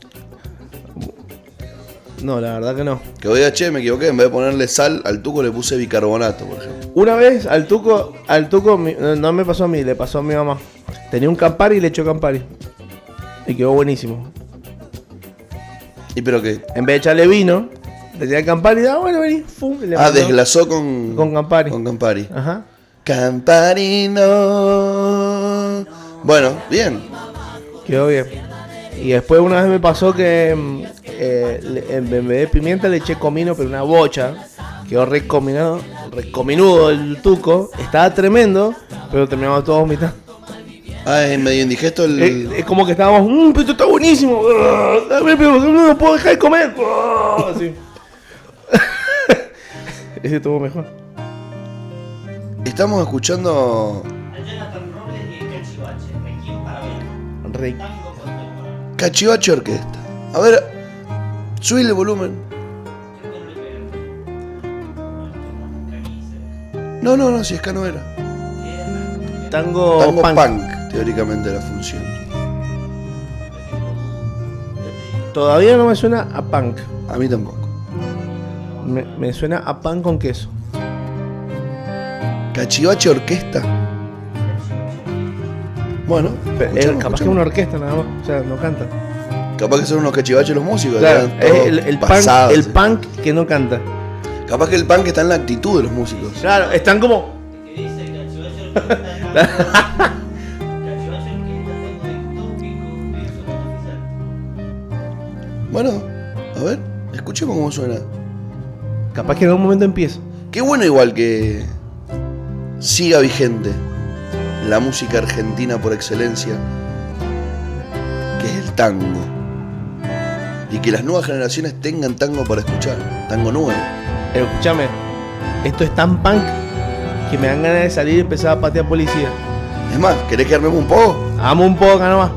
Speaker 1: no, la verdad que no.
Speaker 2: Que voy a che, me equivoqué, en vez de ponerle sal al tuco le puse bicarbonato, por ejemplo.
Speaker 1: Una vez al tuco, al tuco mi- no no me pasó a mí, le pasó a mi mamá. Tenía un campari y le echó campari. Y quedó buenísimo.
Speaker 2: ¿Y pero qué?
Speaker 1: En vez de echarle vino, tenía campari y ah, bueno, vení, fum, y le
Speaker 2: Ah,
Speaker 1: mandó.
Speaker 2: desglasó con...
Speaker 1: Con Campari.
Speaker 2: Con Campari.
Speaker 1: Ajá.
Speaker 2: Camparino. Bueno, bien.
Speaker 1: Quedó bien. Y después una vez me pasó que mm, eh, le- en en vez de pimienta le eché comino, pero una bocha. Quedó recominado, recominudo el tuco. Estaba tremendo, pero terminamos todos vomitando.
Speaker 2: Ah, es medio indigesto el...
Speaker 1: Eh, Es, como que estábamos, mmm, pero esto está buenísimo. Grrr, dame, pero no lo puedo dejar de comer. Grrr, Así. Ese estuvo mejor.
Speaker 2: Estamos escuchando
Speaker 5: A Jonathan Robles y el Cachivache. Aquí en Paraguay.
Speaker 1: Re-
Speaker 5: Tango contemporáneo.
Speaker 2: Cachivache Orquesta. A ver, subile el volumen. No, no, no, si es que no era.
Speaker 1: Tango,
Speaker 2: Tango
Speaker 1: Oh, punk.
Speaker 2: punk, teóricamente la función.
Speaker 1: Todavía no me suena a punk.
Speaker 2: A mí tampoco.
Speaker 1: Me, me suena a pan con queso.
Speaker 2: Cachivache Orquesta. Bueno,
Speaker 1: Pero, eh,
Speaker 2: escuchamos,
Speaker 1: capaz que es
Speaker 2: escuchamos.
Speaker 1: una orquesta nada más. O sea, no canta.
Speaker 2: Capaz que son unos cachivaches los músicos.
Speaker 1: Claro,
Speaker 2: eran
Speaker 1: es
Speaker 2: todos
Speaker 1: el, el punk,
Speaker 2: pasados,
Speaker 1: el
Speaker 2: sí.
Speaker 1: punk que no canta.
Speaker 2: Capaz que el punk está en la actitud de los músicos.
Speaker 1: Claro, están como.
Speaker 2: Bueno, a ver, escuchemos cómo suena.
Speaker 1: Capaz que en algún momento empieza.
Speaker 2: Qué bueno igual que siga vigente la música argentina por excelencia, que es el tango. Y que las nuevas generaciones tengan tango para escuchar, tango nuevo.
Speaker 1: Pero escúchame, esto es tan punk que me dan ganas de salir y empezar a patear policía.
Speaker 2: Es más, ¿querés que armemos un poco?
Speaker 1: Vamos un poco acá nomás.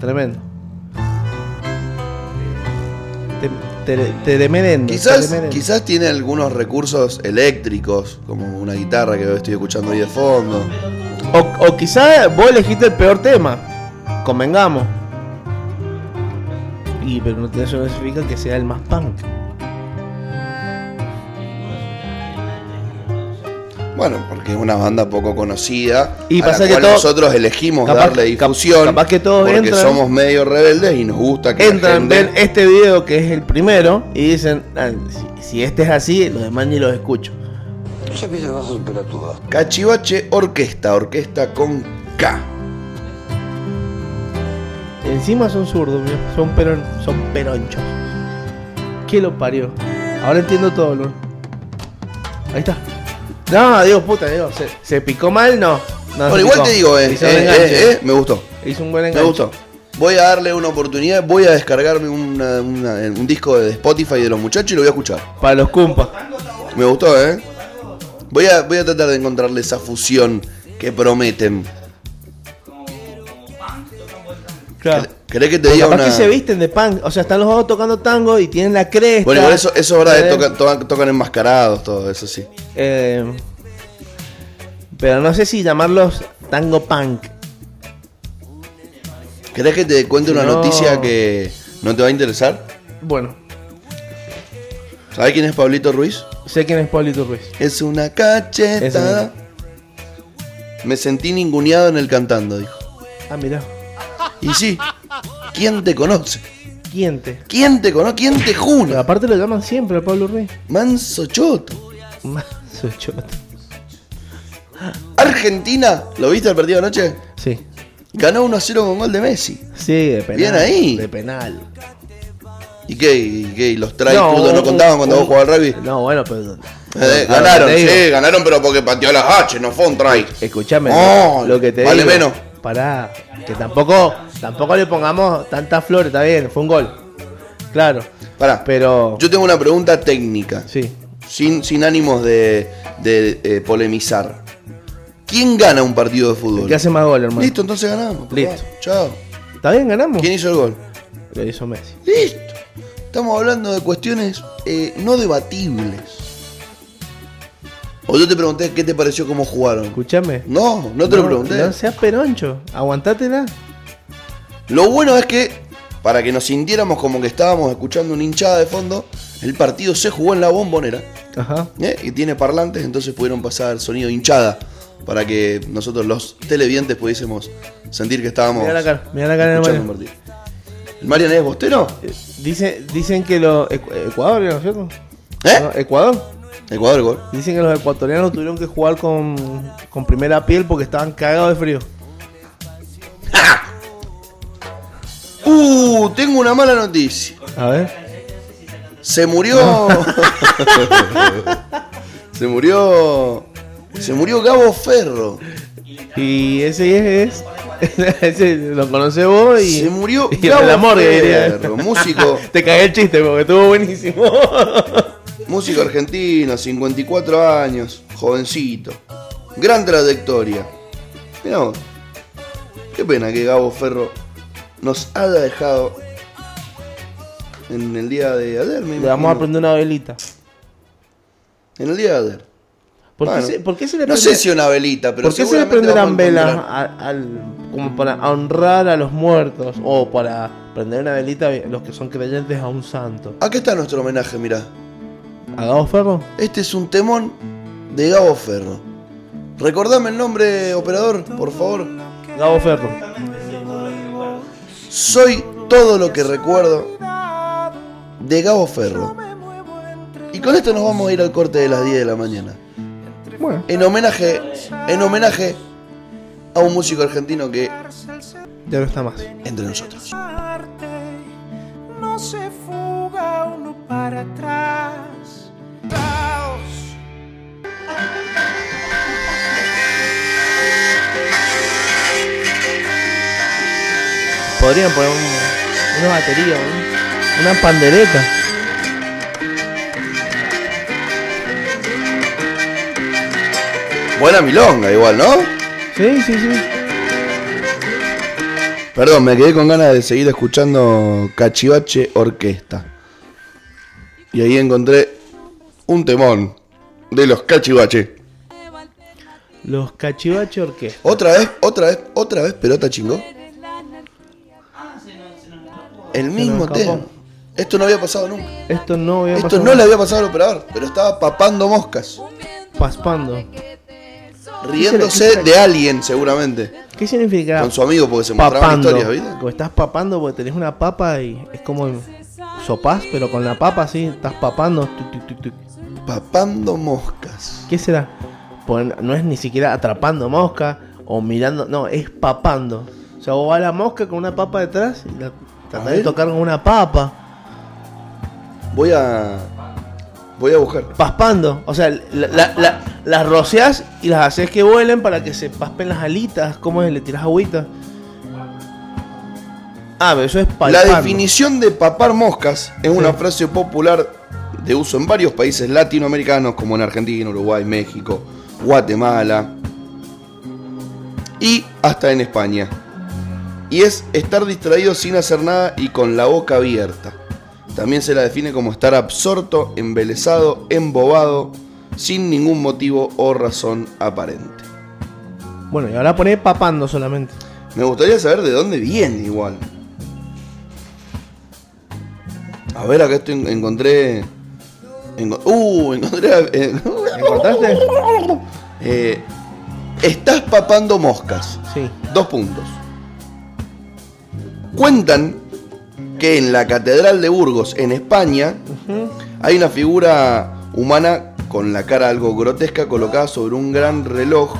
Speaker 1: Tremendo. Te, te, te demerendo,
Speaker 2: Quizás,
Speaker 1: te demerendo.
Speaker 2: quizás tiene algunos recursos eléctricos, como una guitarra que estoy escuchando ahí de fondo.
Speaker 1: O, o quizá vos elegiste el peor tema. Convengamos. Y pero no te- eso no significa que sea el más punk.
Speaker 2: Bueno, porque es una banda poco conocida.
Speaker 1: Y
Speaker 2: a
Speaker 1: pasa
Speaker 2: la
Speaker 1: que
Speaker 2: cual
Speaker 1: todo-
Speaker 2: nosotros elegimos
Speaker 1: capaz-
Speaker 2: darle
Speaker 1: cap-
Speaker 2: difusión.
Speaker 1: capaz que todos
Speaker 2: Porque
Speaker 1: entran.
Speaker 2: somos medio rebeldes y nos gusta que la
Speaker 1: Entran,
Speaker 2: gente-
Speaker 1: ven este video que es el primero y dicen, "Ah, si, si este es así, los demás ni los escucho.
Speaker 2: Cachivache Orquesta, orquesta con K.
Speaker 1: Encima son zurdos, mira, son, peron, son peronchos. ¿Qué lo parió? Ahora entiendo todo, Lord. Ahí está. No, Dios puta, Dios. Se, se picó mal, no. Ah, no
Speaker 2: Bueno,
Speaker 1: se
Speaker 2: igual
Speaker 1: picó.
Speaker 2: te digo, eh,
Speaker 1: Hizo un
Speaker 2: eh,
Speaker 1: enganche.
Speaker 2: eh, eh, me gustó,
Speaker 1: Hizo un buen
Speaker 2: me
Speaker 1: enganche.
Speaker 2: gustó. Voy a darle una oportunidad, voy a descargarme una- una- un disco de Spotify de los muchachos y lo voy a escuchar.
Speaker 1: Para los cumpas.
Speaker 2: Me gustó, ¿eh? Voy a, voy a tratar de encontrarle esa fusión que prometen.
Speaker 1: Claro.
Speaker 2: ¿Querés que te
Speaker 1: Pero
Speaker 2: diga
Speaker 1: capaz
Speaker 2: una...?
Speaker 1: que se visten de punk. O sea, están los dos tocando tango y tienen la cresta.
Speaker 2: Bueno, igual eso, eso es verdad,
Speaker 1: ¿sabes?
Speaker 2: eh, tocan, tocan- tocan enmascarados, todo eso, sí.
Speaker 1: Eh, pero no sé si llamarlos tango punk.
Speaker 2: ¿Querés que te cuente una
Speaker 1: No.
Speaker 2: noticia que no te va a interesar?
Speaker 1: Bueno,
Speaker 2: ¿Sabés quién es Pablito Ruiz?
Speaker 1: sé quién es Pablito Ruiz.
Speaker 2: Es una
Speaker 1: Ese
Speaker 2: cacheta.
Speaker 1: mismo.
Speaker 2: Me sentí ninguneado en el cantando, dijo.
Speaker 1: Ah, mirá.
Speaker 2: Y sí, ¿quién te conoce?
Speaker 1: ¿Quién te?
Speaker 2: ¿Quién te conoce? ¿Quién te
Speaker 1: Pero
Speaker 2: jura?
Speaker 1: aparte lo llaman siempre a Pablo Ruiz.
Speaker 2: Manso choto.
Speaker 1: Mazo choto.
Speaker 2: Argentina, ¿lo viste el partido anoche?
Speaker 1: Sí.
Speaker 2: Ganó 1-0 con gol de Messi.
Speaker 1: Sí, de penal.
Speaker 2: Bien ahí.
Speaker 1: De penal.
Speaker 2: ¿Y qué? ¿Y qué? ¿Y los try crudos no contaban cuando vos jugabas al rugby?
Speaker 1: No, bueno, pero.
Speaker 2: Eh,
Speaker 1: Claro,
Speaker 2: ganaron,
Speaker 1: te digo.
Speaker 2: sí, ganaron, pero porque pateó las H, no fue un try.
Speaker 1: Escúchame,
Speaker 2: Oh,
Speaker 1: lo que te
Speaker 2: vale
Speaker 1: digo.
Speaker 2: menos.
Speaker 1: Pará, que tampoco, tampoco le pongamos tantas flores, está bien, fue un gol. Claro,
Speaker 2: Pará,
Speaker 1: pero.
Speaker 2: yo tengo una pregunta técnica,
Speaker 1: Sí.
Speaker 2: sin, sin ánimos de, de, eh, polemizar. ¿Quién gana un partido de fútbol?
Speaker 1: ¿Qué hace más gol, hermano?
Speaker 2: Listo, entonces ganamos. papá.
Speaker 1: Listo. Uh.
Speaker 2: Chao.
Speaker 1: ¿Está bien, ganamos?
Speaker 2: ¿Quién hizo el gol?
Speaker 1: Lo hizo Messi.
Speaker 2: Listo. Estamos hablando de cuestiones eh, no debatibles. O yo te pregunté qué te pareció cómo jugaron.
Speaker 1: Escúchame.
Speaker 2: No, no te lo pregunté.
Speaker 1: No seas peroncho, aguantátela.
Speaker 2: Lo bueno es que, para que nos sintiéramos como que estábamos escuchando una hinchada de fondo, el partido se jugó en la bombonera.
Speaker 1: Ajá.
Speaker 2: ¿eh? Y tiene parlantes, entonces pudieron pasar sonido hinchada. Para que nosotros los televidentes pudiésemos sentir que estábamos
Speaker 1: Mira la cara, mira la cara de
Speaker 2: escuchando
Speaker 1: Marian.
Speaker 2: un partido. ¿El Marian es bostero?
Speaker 1: Eh, Dice, dicen que los. Ecu- Ecuador, ¿no es cierto?
Speaker 2: ¿Eh?
Speaker 1: No, Ecuador.
Speaker 2: Ecuador, gol.
Speaker 1: Dicen que los ecuatorianos tuvieron que jugar con, con primera piel porque estaban cagados de frío.
Speaker 2: Uh, tengo una mala noticia.
Speaker 1: A ver.
Speaker 2: Se murió. se murió. Se murió Gabo Ferro.
Speaker 1: Y ese es. ese lo conoce vos y.
Speaker 2: Se murió
Speaker 1: y el de la
Speaker 2: Gabo
Speaker 1: morgue, diría.
Speaker 2: Ferro, músico.
Speaker 1: Te cagué el chiste porque estuvo buenísimo.
Speaker 2: Músico argentino, 54 años, jovencito. Gran trayectoria. Mirá vos. Qué pena que Gabo Ferro nos haya dejado en el día de ayer. me
Speaker 1: Le vamos a
Speaker 2: imagino.
Speaker 1: prender una velita.
Speaker 2: En el día de ayer.
Speaker 1: ¿Por,
Speaker 2: Bueno,
Speaker 1: qué, se, por qué se le
Speaker 2: No sé si una velita, pero
Speaker 1: ¿Por qué se le
Speaker 2: seguramente
Speaker 1: prenderán
Speaker 2: vamos a encontrar-
Speaker 1: velas a- al- como para honrar a los muertos o para prender una velita a los que son creyentes a un santo?
Speaker 2: Acá está nuestro homenaje, mirá.
Speaker 1: ¿A Gabo Ferro?
Speaker 2: Este es un temón de Gabo Ferro. Recordame el nombre, operador, por favor.
Speaker 1: Gabo Ferro.
Speaker 2: Soy todo lo que recuerdo de Gabo Ferro. Y con esto nos vamos a ir al corte de las 10 de la mañana.
Speaker 1: Bueno,
Speaker 2: En homenaje, en homenaje a un músico argentino que
Speaker 1: ya no está más.
Speaker 2: entre nosotros.
Speaker 10: No se fuga uno para atrás. Caos.
Speaker 1: Podrían poner un- una batería, ¿no? una pandereta.
Speaker 2: Buena milonga igual, ¿no?
Speaker 1: Sí, sí, sí.
Speaker 2: Perdón, me quedé con ganas de seguir escuchando Cachivache Orquesta. Y ahí encontré un temón de los Cachivache.
Speaker 1: Los cachivache orquesta.
Speaker 2: Otra vez, otra vez, otra vez, pelota chingó. El mismo
Speaker 1: escapó.
Speaker 2: tema. Esto no había pasado nunca.
Speaker 1: Esto no había
Speaker 2: Esto
Speaker 1: pasado
Speaker 2: no le había pasado al operador, pero estaba papando moscas.
Speaker 1: paspando.
Speaker 2: Riéndose de alguien, seguramente.
Speaker 1: ¿Qué significa
Speaker 2: Con su amigo, porque se mostraban
Speaker 1: papando?
Speaker 2: historias, ¿viste?
Speaker 1: Como estás papando porque tenés una papa y es como sopás, pero con la papa así, estás papando. tuc, tuc, tuc, tuc.
Speaker 2: Papando moscas.
Speaker 1: ¿Qué será? Pues no es ni siquiera atrapando mosca o mirando, no, es papando. O sea, vos vas a la mosca con una papa detrás y la tratás de
Speaker 2: ver.
Speaker 1: tocar con una papa,
Speaker 2: Voy a. Voy a buscar.
Speaker 1: paspando. O sea, la- la- la- las roceás y las haces que vuelen para que se paspen las alitas. ¿Cómo es? Le tirás agüita. Ah, pero eso es
Speaker 2: La
Speaker 1: palpando.
Speaker 2: definición de papar moscas es una frase popular de uso en varios países latinoamericanos, como en Argentina, Uruguay, México, Guatemala y hasta en España. Y es estar distraído sin hacer nada y con la boca abierta. También se la define como estar absorto, embelesado, embobado, sin ningún motivo o razón aparente.
Speaker 1: Bueno, y ahora poné papando solamente.
Speaker 2: Me gustaría saber de dónde viene igual. A ver, acá estoy, encontré... enco- uh, encontré... eh,
Speaker 1: ¿Encontraste?
Speaker 2: eh, estás papando moscas.
Speaker 1: Sí.
Speaker 2: Dos puntos. Cuentan que en la Catedral de Burgos, en España, hay una figura humana con la cara algo grotesca colocada sobre un gran reloj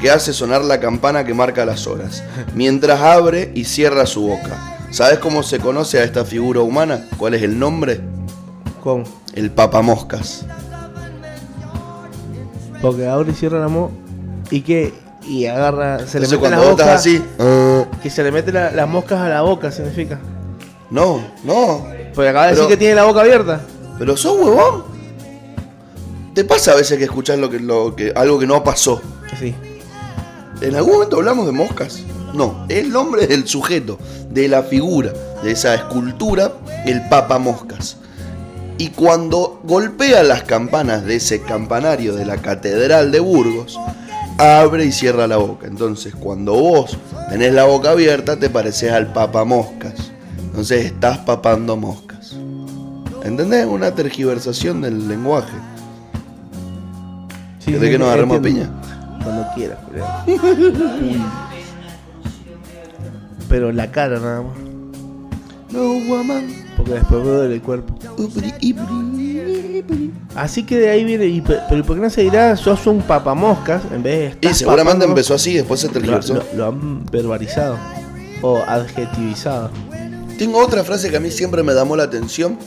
Speaker 2: que hace sonar la campana que marca las horas, mientras abre y cierra su boca. ¿Sabes cómo se conoce a esta figura humana? ¿Cuál es el nombre?
Speaker 1: Con.
Speaker 2: El papamoscas.
Speaker 1: Porque abre y cierra la mo. Y que. Y agarra. Se le
Speaker 2: Entonces
Speaker 1: mete la
Speaker 2: cuando vos estás
Speaker 1: boca.
Speaker 2: así... "Ah".
Speaker 1: Que se le mete la- las moscas a la boca, significa.
Speaker 2: no, no.
Speaker 1: Porque acaba de
Speaker 2: Pero-
Speaker 1: decir que tiene la boca abierta.
Speaker 2: Pero sos huevón. ¿Te pasa a veces que escuchás lo que, lo que, algo que no pasó?
Speaker 1: Sí.
Speaker 2: ¿En algún momento hablamos de moscas? No, es el nombre del sujeto, de la figura, de esa escultura, el Papa Moscas. Y cuando golpea las campanas de ese campanario de la Catedral de Burgos, abre y cierra la boca. Entonces, cuando vos tenés la boca abierta, te pareces al Papa Moscas. Entonces, estás papando moscas. ¿Entendés? Una tergiversación del lenguaje.
Speaker 1: sí
Speaker 2: ¿Querés que nos agarremos a
Speaker 1: entiendo.
Speaker 2: piña?
Speaker 1: Cuando quieras, Julián. Pero la cara nada más.
Speaker 2: No, woman.
Speaker 1: Porque después me duele el cuerpo.
Speaker 2: Ubri, ibri, ibri.
Speaker 1: Así que de ahí viene. Y, pe- pero ¿por qué no se dirá sos un papamoscas en vez de.
Speaker 2: Y
Speaker 1: estás
Speaker 2: seguramente
Speaker 1: papando?
Speaker 2: empezó así, después se
Speaker 1: Lo,
Speaker 2: tergiversó.
Speaker 1: lo- lo han verbalizado. O adjetivizado.
Speaker 2: Tengo otra frase que a mí siempre me llamó la atención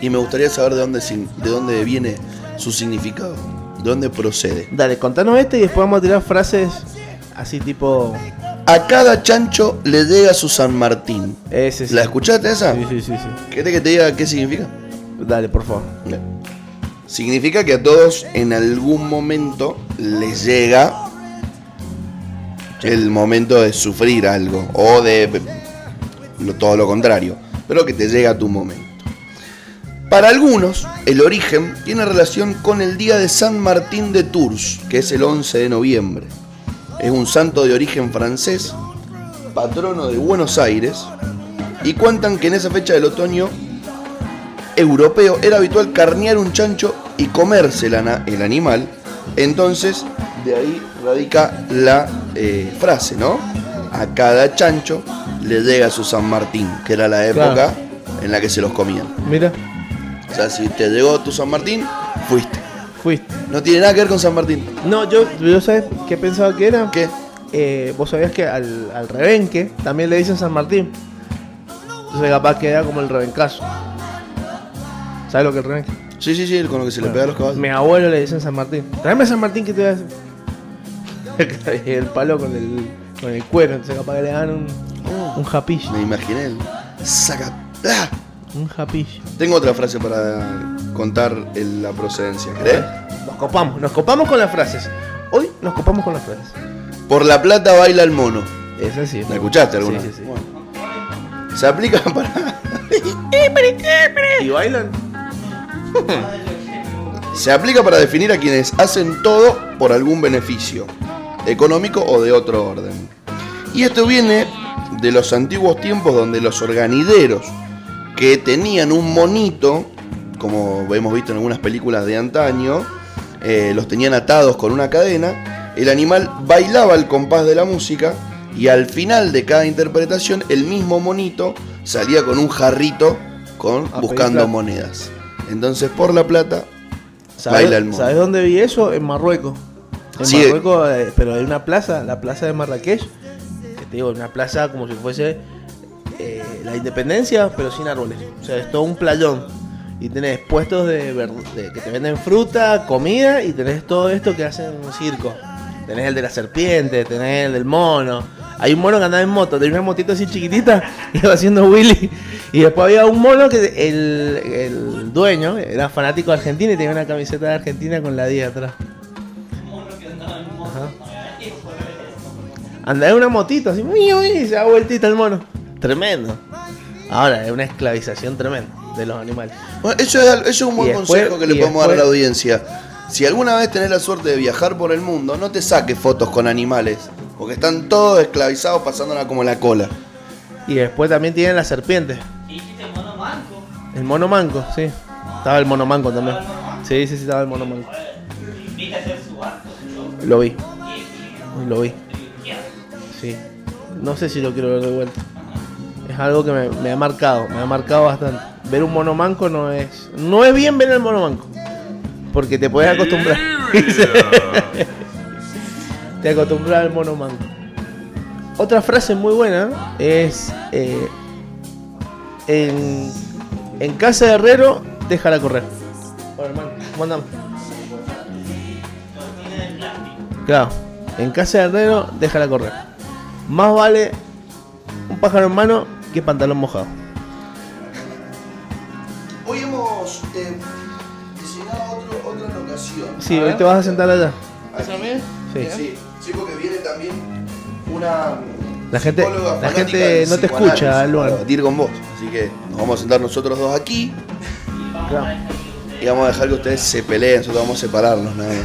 Speaker 2: y me gustaría saber de dónde, sin- de dónde viene su significado, de dónde procede.
Speaker 1: Dale, contanos este y después vamos a tirar frases así tipo.
Speaker 2: A cada chancho le llega su San Martín.
Speaker 1: Ese eh, sí.
Speaker 2: ¿La escuchaste esa?
Speaker 1: Sí, sí, sí, sí.
Speaker 2: ¿Querés que te diga qué significa?
Speaker 1: Dale, por favor.
Speaker 2: Significa que a todos en algún momento les llega el momento de sufrir algo o de lo- todo lo contrario, pero que te llega tu momento. Para algunos, el origen tiene relación con el día de San Martín de Tours, que es el 11 de noviembre. Es un santo de origen francés, patrono de Buenos Aires, y cuentan que en esa fecha del otoño europeo era habitual carnear un chancho y comerse el, ana- el animal. Entonces, de ahí radica la eh, frase, ¿no? A cada chancho le llega su San Martín, que era la época
Speaker 1: Claro.
Speaker 2: en la que se los comían.
Speaker 1: Mira,
Speaker 2: O sea, si te llegó tu San Martín, fuiste.
Speaker 1: fuiste.
Speaker 2: No tiene nada que ver con San Martín.
Speaker 1: No, yo, yo sabes qué pensaba que era. Eh,
Speaker 2: ¿Qué?
Speaker 1: Vos sabías que al, al rebenque también le dicen San Martín. Entonces capaz que era como el rebencazo. ¿Sabes lo que es el rebenque?
Speaker 2: Sí, sí, sí, con lo que se le pega a los caballos.
Speaker 1: Mi abuelo le dicen San Martín. Tráeme a San Martín que te voy a hacer. el palo con el, con el cuero, entonces capaz que le dan un, un japillo.
Speaker 2: Me imaginé. Saca. ¡Ah!
Speaker 1: Un japillo.
Speaker 2: Tengo otra frase para contar el- la procedencia, ¿crees?
Speaker 1: Nos copamos, nos copamos con las frases. Hoy nos copamos con las frases.
Speaker 2: Por la plata baila el mono.
Speaker 1: Es así.
Speaker 2: ¿La escuchaste alguna?
Speaker 1: Sí, sí, sí.
Speaker 2: Bueno. Se aplica para.
Speaker 1: ¿Y bailan?
Speaker 2: Se aplica para definir a quienes hacen todo por algún beneficio, económico o de otro orden. Y esto viene de los antiguos tiempos donde los organideros que tenían un monito, como hemos visto en algunas películas de antaño, eh, los tenían atados con una cadena, el animal bailaba al compás de la música y al final de cada interpretación el mismo monito salía con un jarrito con,
Speaker 1: pedir
Speaker 2: buscando
Speaker 1: plata.
Speaker 2: monedas. Entonces por la plata
Speaker 1: ¿Sabes,
Speaker 2: Baila el mono.
Speaker 1: ¿sabes dónde vi eso? En Marruecos. En
Speaker 2: Sí, eh.
Speaker 1: Marruecos, eh, pero hay una plaza, la plaza de Marrakech, que te digo, una plaza como si fuese eh, la independencia, pero sin árboles. O sea, es todo un playón. Y tenés puestos de, verd- de- que te venden fruta, comida, y tenés todo esto que hacen en un circo. Tenés el de la serpiente, tenés el del mono. Hay un mono que andaba en moto, tenía una motito así chiquitita, y iba haciendo Willy. Y después había un mono que el, el dueño era fanático de Argentina y tenía una camiseta de Argentina con la 10 atrás. Andaba en una motito así, mío, y se da vueltita el mono. Tremendo. Ahora, es una esclavización tremenda de los animales.
Speaker 2: Bueno, eso, es, al- eso es un buen
Speaker 1: Y después-
Speaker 2: consejo que le
Speaker 1: y
Speaker 2: podemos dar a la
Speaker 1: después-
Speaker 2: audiencia. Si alguna vez tenés la suerte de viajar por el mundo, no te saques fotos con animales, porque están todos esclavizados pasándola como la cola.
Speaker 1: Y después también tienen las serpientes. El mono manco, sí. Estaba el mono manco también. Sí, sí, sí, estaba el mono manco. Lo vi. Lo vi. Sí. No sé si lo quiero ver de vuelta. Es algo que me, me ha marcado, me ha marcado bastante. Ver un mono manco no es. No es bien ver el mono manco. Porque te puedes acostumbrar. te acostumbras al mono manco. Otra frase muy buena es. eh, en, en casa de Herrero, déjala correr. Hola, hermano. ¿Cómo andamos? Claro. En casa de Herrero, déjala correr. Más vale un pájaro en mano que pantalón mojado.
Speaker 2: Hoy hemos eh, diseñado otra locación.
Speaker 1: Sí, hoy te vas a sentar allá. Sí.
Speaker 2: Sí, sí, porque viene también una
Speaker 1: La gente-
Speaker 2: psicóloga
Speaker 1: la
Speaker 2: fanática
Speaker 1: gente
Speaker 2: del
Speaker 1: no te
Speaker 2: psicoanálisis
Speaker 1: escucha, Luan.
Speaker 2: para debatir con vos. Así que nos vamos a sentar nosotros dos aquí
Speaker 1: Claro.
Speaker 2: y vamos a dejar que ustedes se peleen, nosotros vamos a separarnos, nada más.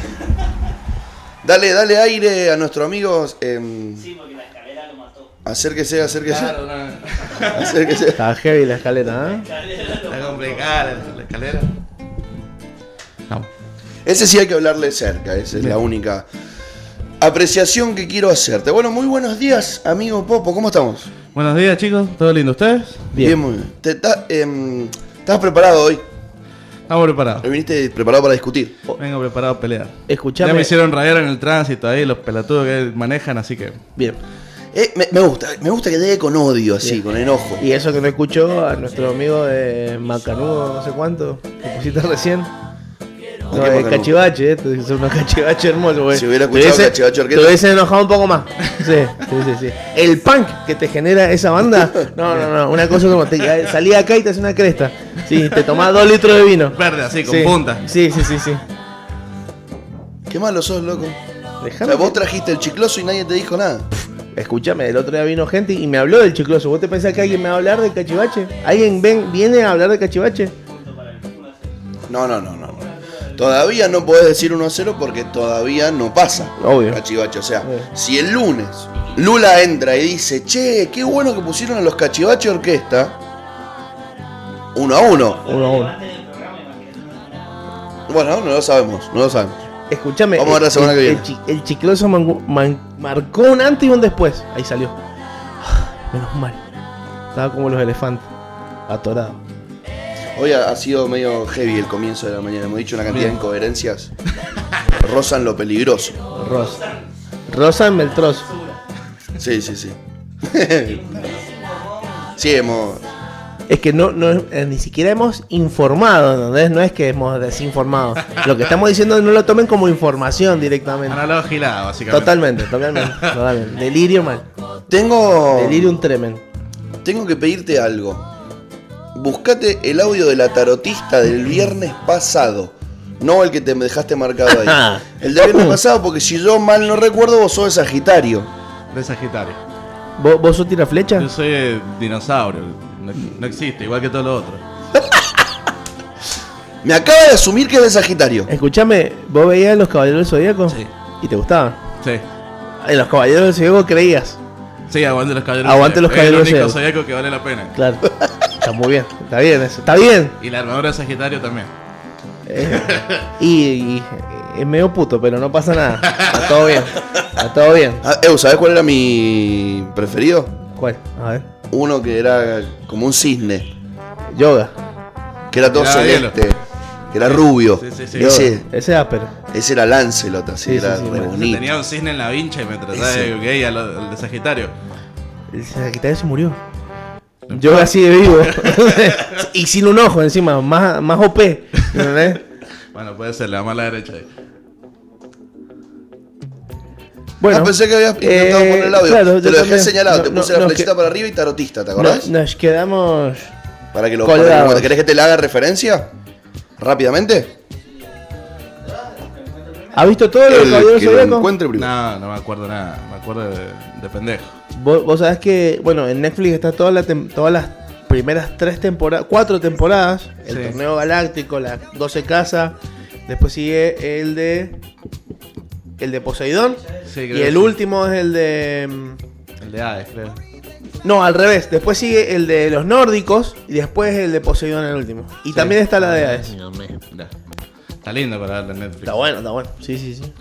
Speaker 2: Dale, dale aire a nuestros amigos. em, Acérquese, acérquese. Acérquese.
Speaker 1: Está heavy la escalera, ¿eh?
Speaker 11: Está complicada la, la escalera.
Speaker 2: Ese sí hay que hablarle cerca, esa es la única apreciación que quiero hacerte. Bueno, muy buenos días, amigo Popo, ¿cómo estamos?
Speaker 11: Buenos días, chicos. ¿Todo lindo? ¿Ustedes?
Speaker 2: Bien, muy bien. Te- ta- em, ¿Estás preparado hoy?
Speaker 11: Estamos preparados.
Speaker 2: Hoy viniste preparado para discutir.
Speaker 11: Vengo preparado a pelear. Ya me
Speaker 1: Escuchame.
Speaker 11: hicieron rayar en el tránsito ahí, los pelatudos que manejan, así que.
Speaker 1: Bien.
Speaker 2: Eh, me, me gusta, me gusta que llegue con odio, así,
Speaker 1: Bien.
Speaker 2: con enojo.
Speaker 1: Y eso que no escuchó a nuestro amigo de Macanudo, no sé cuánto, que pusiste recién. No,
Speaker 2: qué
Speaker 1: de
Speaker 2: Macanudo?
Speaker 1: cachivache, eh. Te dice unos cachivache hermosos, güey.
Speaker 2: Si hubiera
Speaker 1: Te
Speaker 2: escuchado
Speaker 1: hubiese-
Speaker 2: Cachivache Orquesta.
Speaker 1: Te hubiese enojado un poco más. Sí, sí, sí, sí. El punk que te genera esa banda. No, no, no. Una cosa como te salí acá y te hace una cresta. Sí, te tomás dos litros de vino.
Speaker 11: Verde, así, con
Speaker 1: Sí.
Speaker 11: punta.
Speaker 1: Sí, sí, sí, sí.
Speaker 2: Qué malo sos, loco. O
Speaker 1: Dejame
Speaker 2: sea, vos trajiste el chicloso y nadie te dijo nada.
Speaker 1: Escúchame, el otro día vino gente y me habló del chicloso. ¿Vos te pensás que alguien me va a hablar del cachivache? ¿Alguien ven, viene a hablar del cachivache?
Speaker 2: No, no, no, no. no. Todavía no podés decir 1-0 porque todavía no pasa.
Speaker 1: Obvio.
Speaker 2: Cachivache. O sea,
Speaker 1: Obvio.
Speaker 2: si el lunes Lula entra y dice, che, qué bueno que pusieron a los cachivache orquesta. Uno a uno.
Speaker 1: Uno a uno.
Speaker 2: Bueno, no lo sabemos, no lo sabemos.
Speaker 1: Escúchame.
Speaker 2: Vamos a ver la
Speaker 1: el-
Speaker 2: semana
Speaker 1: el,
Speaker 2: que
Speaker 1: el
Speaker 2: viene.
Speaker 1: chi- el chicloso mangu- man- marcó un antes y un después. Ahí salió. Menos mal. Estaba como los elefantes, atorado.
Speaker 2: Hoy ha, ha sido medio heavy el comienzo de la mañana. Hemos dicho una cantidad de incoherencias. Rozan lo peligroso.
Speaker 1: Rosa. Rosa en el trozo.
Speaker 2: Sí, sí, sí. sí, hemos.
Speaker 1: Es que no, no es- eh, ni siquiera hemos informado, ¿entendés? No es que hemos desinformado. Lo que estamos diciendo no lo tomen como información directamente.
Speaker 11: Analogía, básicamente.
Speaker 1: Totalmente, totalmente, totalmente. Delirio mal.
Speaker 2: Tengo.
Speaker 1: Delirium tremens.
Speaker 2: Tengo que pedirte algo. Buscate el audio de la tarotista del viernes pasado. No el que te dejaste marcado ahí. El del viernes pasado, porque si yo mal no recuerdo, vos sos de Sagitario.
Speaker 11: De Sagitario.
Speaker 1: ¿Vos, vos sos tira flecha?
Speaker 11: Yo soy eh, dinosaurio. No, no existe, igual que todo lo otro.
Speaker 2: Me acaba de asumir que es de Sagitario.
Speaker 1: Eh. Escúchame, ¿vos veías los caballeros del zodíaco? Sí. ¿Y te gustaban?
Speaker 11: Sí.
Speaker 1: En los caballeros del zodíaco creías.
Speaker 11: Sí, aguante los caballeros.
Speaker 1: Aguante
Speaker 11: del
Speaker 1: los
Speaker 11: Zodíaco.
Speaker 1: caballeros
Speaker 11: Es el
Speaker 1: del
Speaker 11: único zodiaco que vale la pena.
Speaker 1: Claro. Está muy bien, está bien eso. Está bien.
Speaker 11: Y la armadura de Sagitario también.
Speaker 1: Eh, y, y es medio puto, pero no pasa nada. Está todo bien. Está todo bien.
Speaker 2: Ah, Eu, ¿sabés cuál era mi preferido?
Speaker 1: ¿Cuál? A ver.
Speaker 2: Uno que era como un cisne.
Speaker 1: Yoga.
Speaker 2: Que era todo
Speaker 1: Era
Speaker 2: celeste.
Speaker 1: hielo.
Speaker 2: Que era rubio.
Speaker 1: Sí, sí, sí.
Speaker 2: Ese,
Speaker 1: Ese es áspero.
Speaker 2: ese era Lancelot, así
Speaker 1: Sí, sí,
Speaker 2: era
Speaker 1: sí,
Speaker 2: re
Speaker 1: bueno.
Speaker 2: bonito. Ah,
Speaker 11: Tenía un cisne en la vincha y me trataba
Speaker 1: Ese.
Speaker 11: de gay al, al de Sagitario.
Speaker 1: El Sagitario se murió. Yoga sigue vivo. y sin un ojo encima, más, más OP. ¿entendés?
Speaker 11: Bueno, puede ser, le damos a la derecha. ahí.
Speaker 1: Bueno,
Speaker 2: ah, pensé que habías intentado
Speaker 1: eh,
Speaker 2: poner el audio.
Speaker 1: claro,
Speaker 2: te
Speaker 1: yo
Speaker 2: lo dejé
Speaker 1: también.
Speaker 2: señalado,
Speaker 1: No,
Speaker 2: te
Speaker 1: no,
Speaker 2: puse la
Speaker 1: no,
Speaker 2: flechita
Speaker 1: que-
Speaker 2: para arriba y tarotista, ¿te acordás?
Speaker 1: Nos, nos quedamos.
Speaker 2: Para que lo
Speaker 1: Colgados.
Speaker 2: para que- como te ¿Querés que te la haga referencia? Rápidamente.
Speaker 1: ¿Has visto todo lo
Speaker 2: El
Speaker 1: de Caballero
Speaker 2: que lo
Speaker 1: Zodíaco?
Speaker 2: encuentre primero.
Speaker 11: No, no me acuerdo nada. Me acuerdo de, de pendejo.
Speaker 1: Vos, vos sabés que, bueno, en Netflix está toda la tem- todas las primeras tres temporadas, cuatro temporadas, el
Speaker 11: Sí.
Speaker 1: torneo galáctico, las 12 casas, después sigue el de el de Poseidón
Speaker 11: Sí, creo
Speaker 1: y
Speaker 11: que
Speaker 1: el
Speaker 11: sí.
Speaker 1: último es el de mm,
Speaker 11: El de Hades, creo.
Speaker 1: no, al revés, después sigue el de los nórdicos y después el de Poseidón el último. Y también está
Speaker 11: Ah,
Speaker 1: la de Hades.
Speaker 11: Mirá. Está lindo para darle en Netflix.
Speaker 1: Está bueno, está bueno. Sí, sí, sí.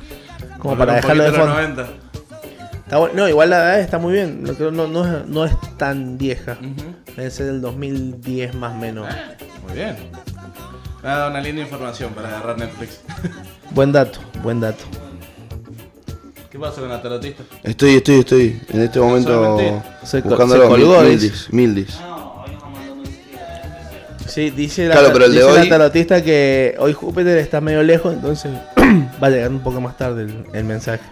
Speaker 1: Como
Speaker 11: Volver
Speaker 1: para
Speaker 11: un
Speaker 1: dejarlo de
Speaker 11: poquito a
Speaker 1: fondo.
Speaker 11: los 90.
Speaker 1: Está bueno. No, igual la edad está muy bien. No, creo- no, no, es, no es tan vieja. Debe ser del 2010 más o menos.
Speaker 12: Ah.
Speaker 11: Muy bien. Me ha dado una linda información para agarrar Netflix.
Speaker 1: Buen dato, buen dato.
Speaker 11: ¿Qué pasa con la tarotista?
Speaker 2: Estoy, estoy, estoy. En este momento
Speaker 1: Se co-
Speaker 2: buscando
Speaker 1: se
Speaker 2: los
Speaker 1: colgó,
Speaker 2: mil-
Speaker 1: dice.
Speaker 2: mildis, mildis.
Speaker 1: Sí, dice la,
Speaker 2: Claro, pero el de
Speaker 1: dice la
Speaker 2: hoy-
Speaker 1: tarotista que hoy Júpiter está medio lejos, entonces va a llegar un poco más tarde el, el mensaje.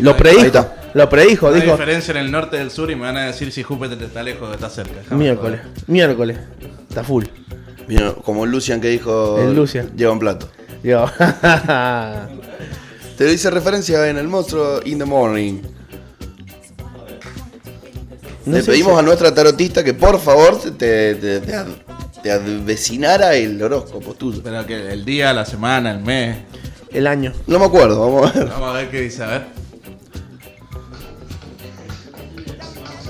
Speaker 1: Lo
Speaker 2: Ahí
Speaker 1: predijo.
Speaker 2: está.
Speaker 1: Lo predijo,
Speaker 11: Hay
Speaker 1: Pues dijo.
Speaker 11: diferencia en el norte del sur y me van a decir si Júpiter está lejos o está cerca. Jamás,
Speaker 1: Miércoles, miércoles. Está full.
Speaker 2: Mira, como Lucian que dijo.
Speaker 1: El Lucian.
Speaker 2: Lleva un plato.
Speaker 1: Digo,
Speaker 2: Te lo hice referencia en el monstruo In the Morning.
Speaker 1: No
Speaker 2: Le
Speaker 1: sé
Speaker 2: pedimos
Speaker 1: si-
Speaker 2: a nuestra tarotista que por favor te, te, te ad- te advecinara el horóscopo tuyo.
Speaker 11: Pero que el día, la semana, el mes.
Speaker 1: el año.
Speaker 2: No me acuerdo, vamos a ver.
Speaker 11: Vamos a ver qué dice, a ver.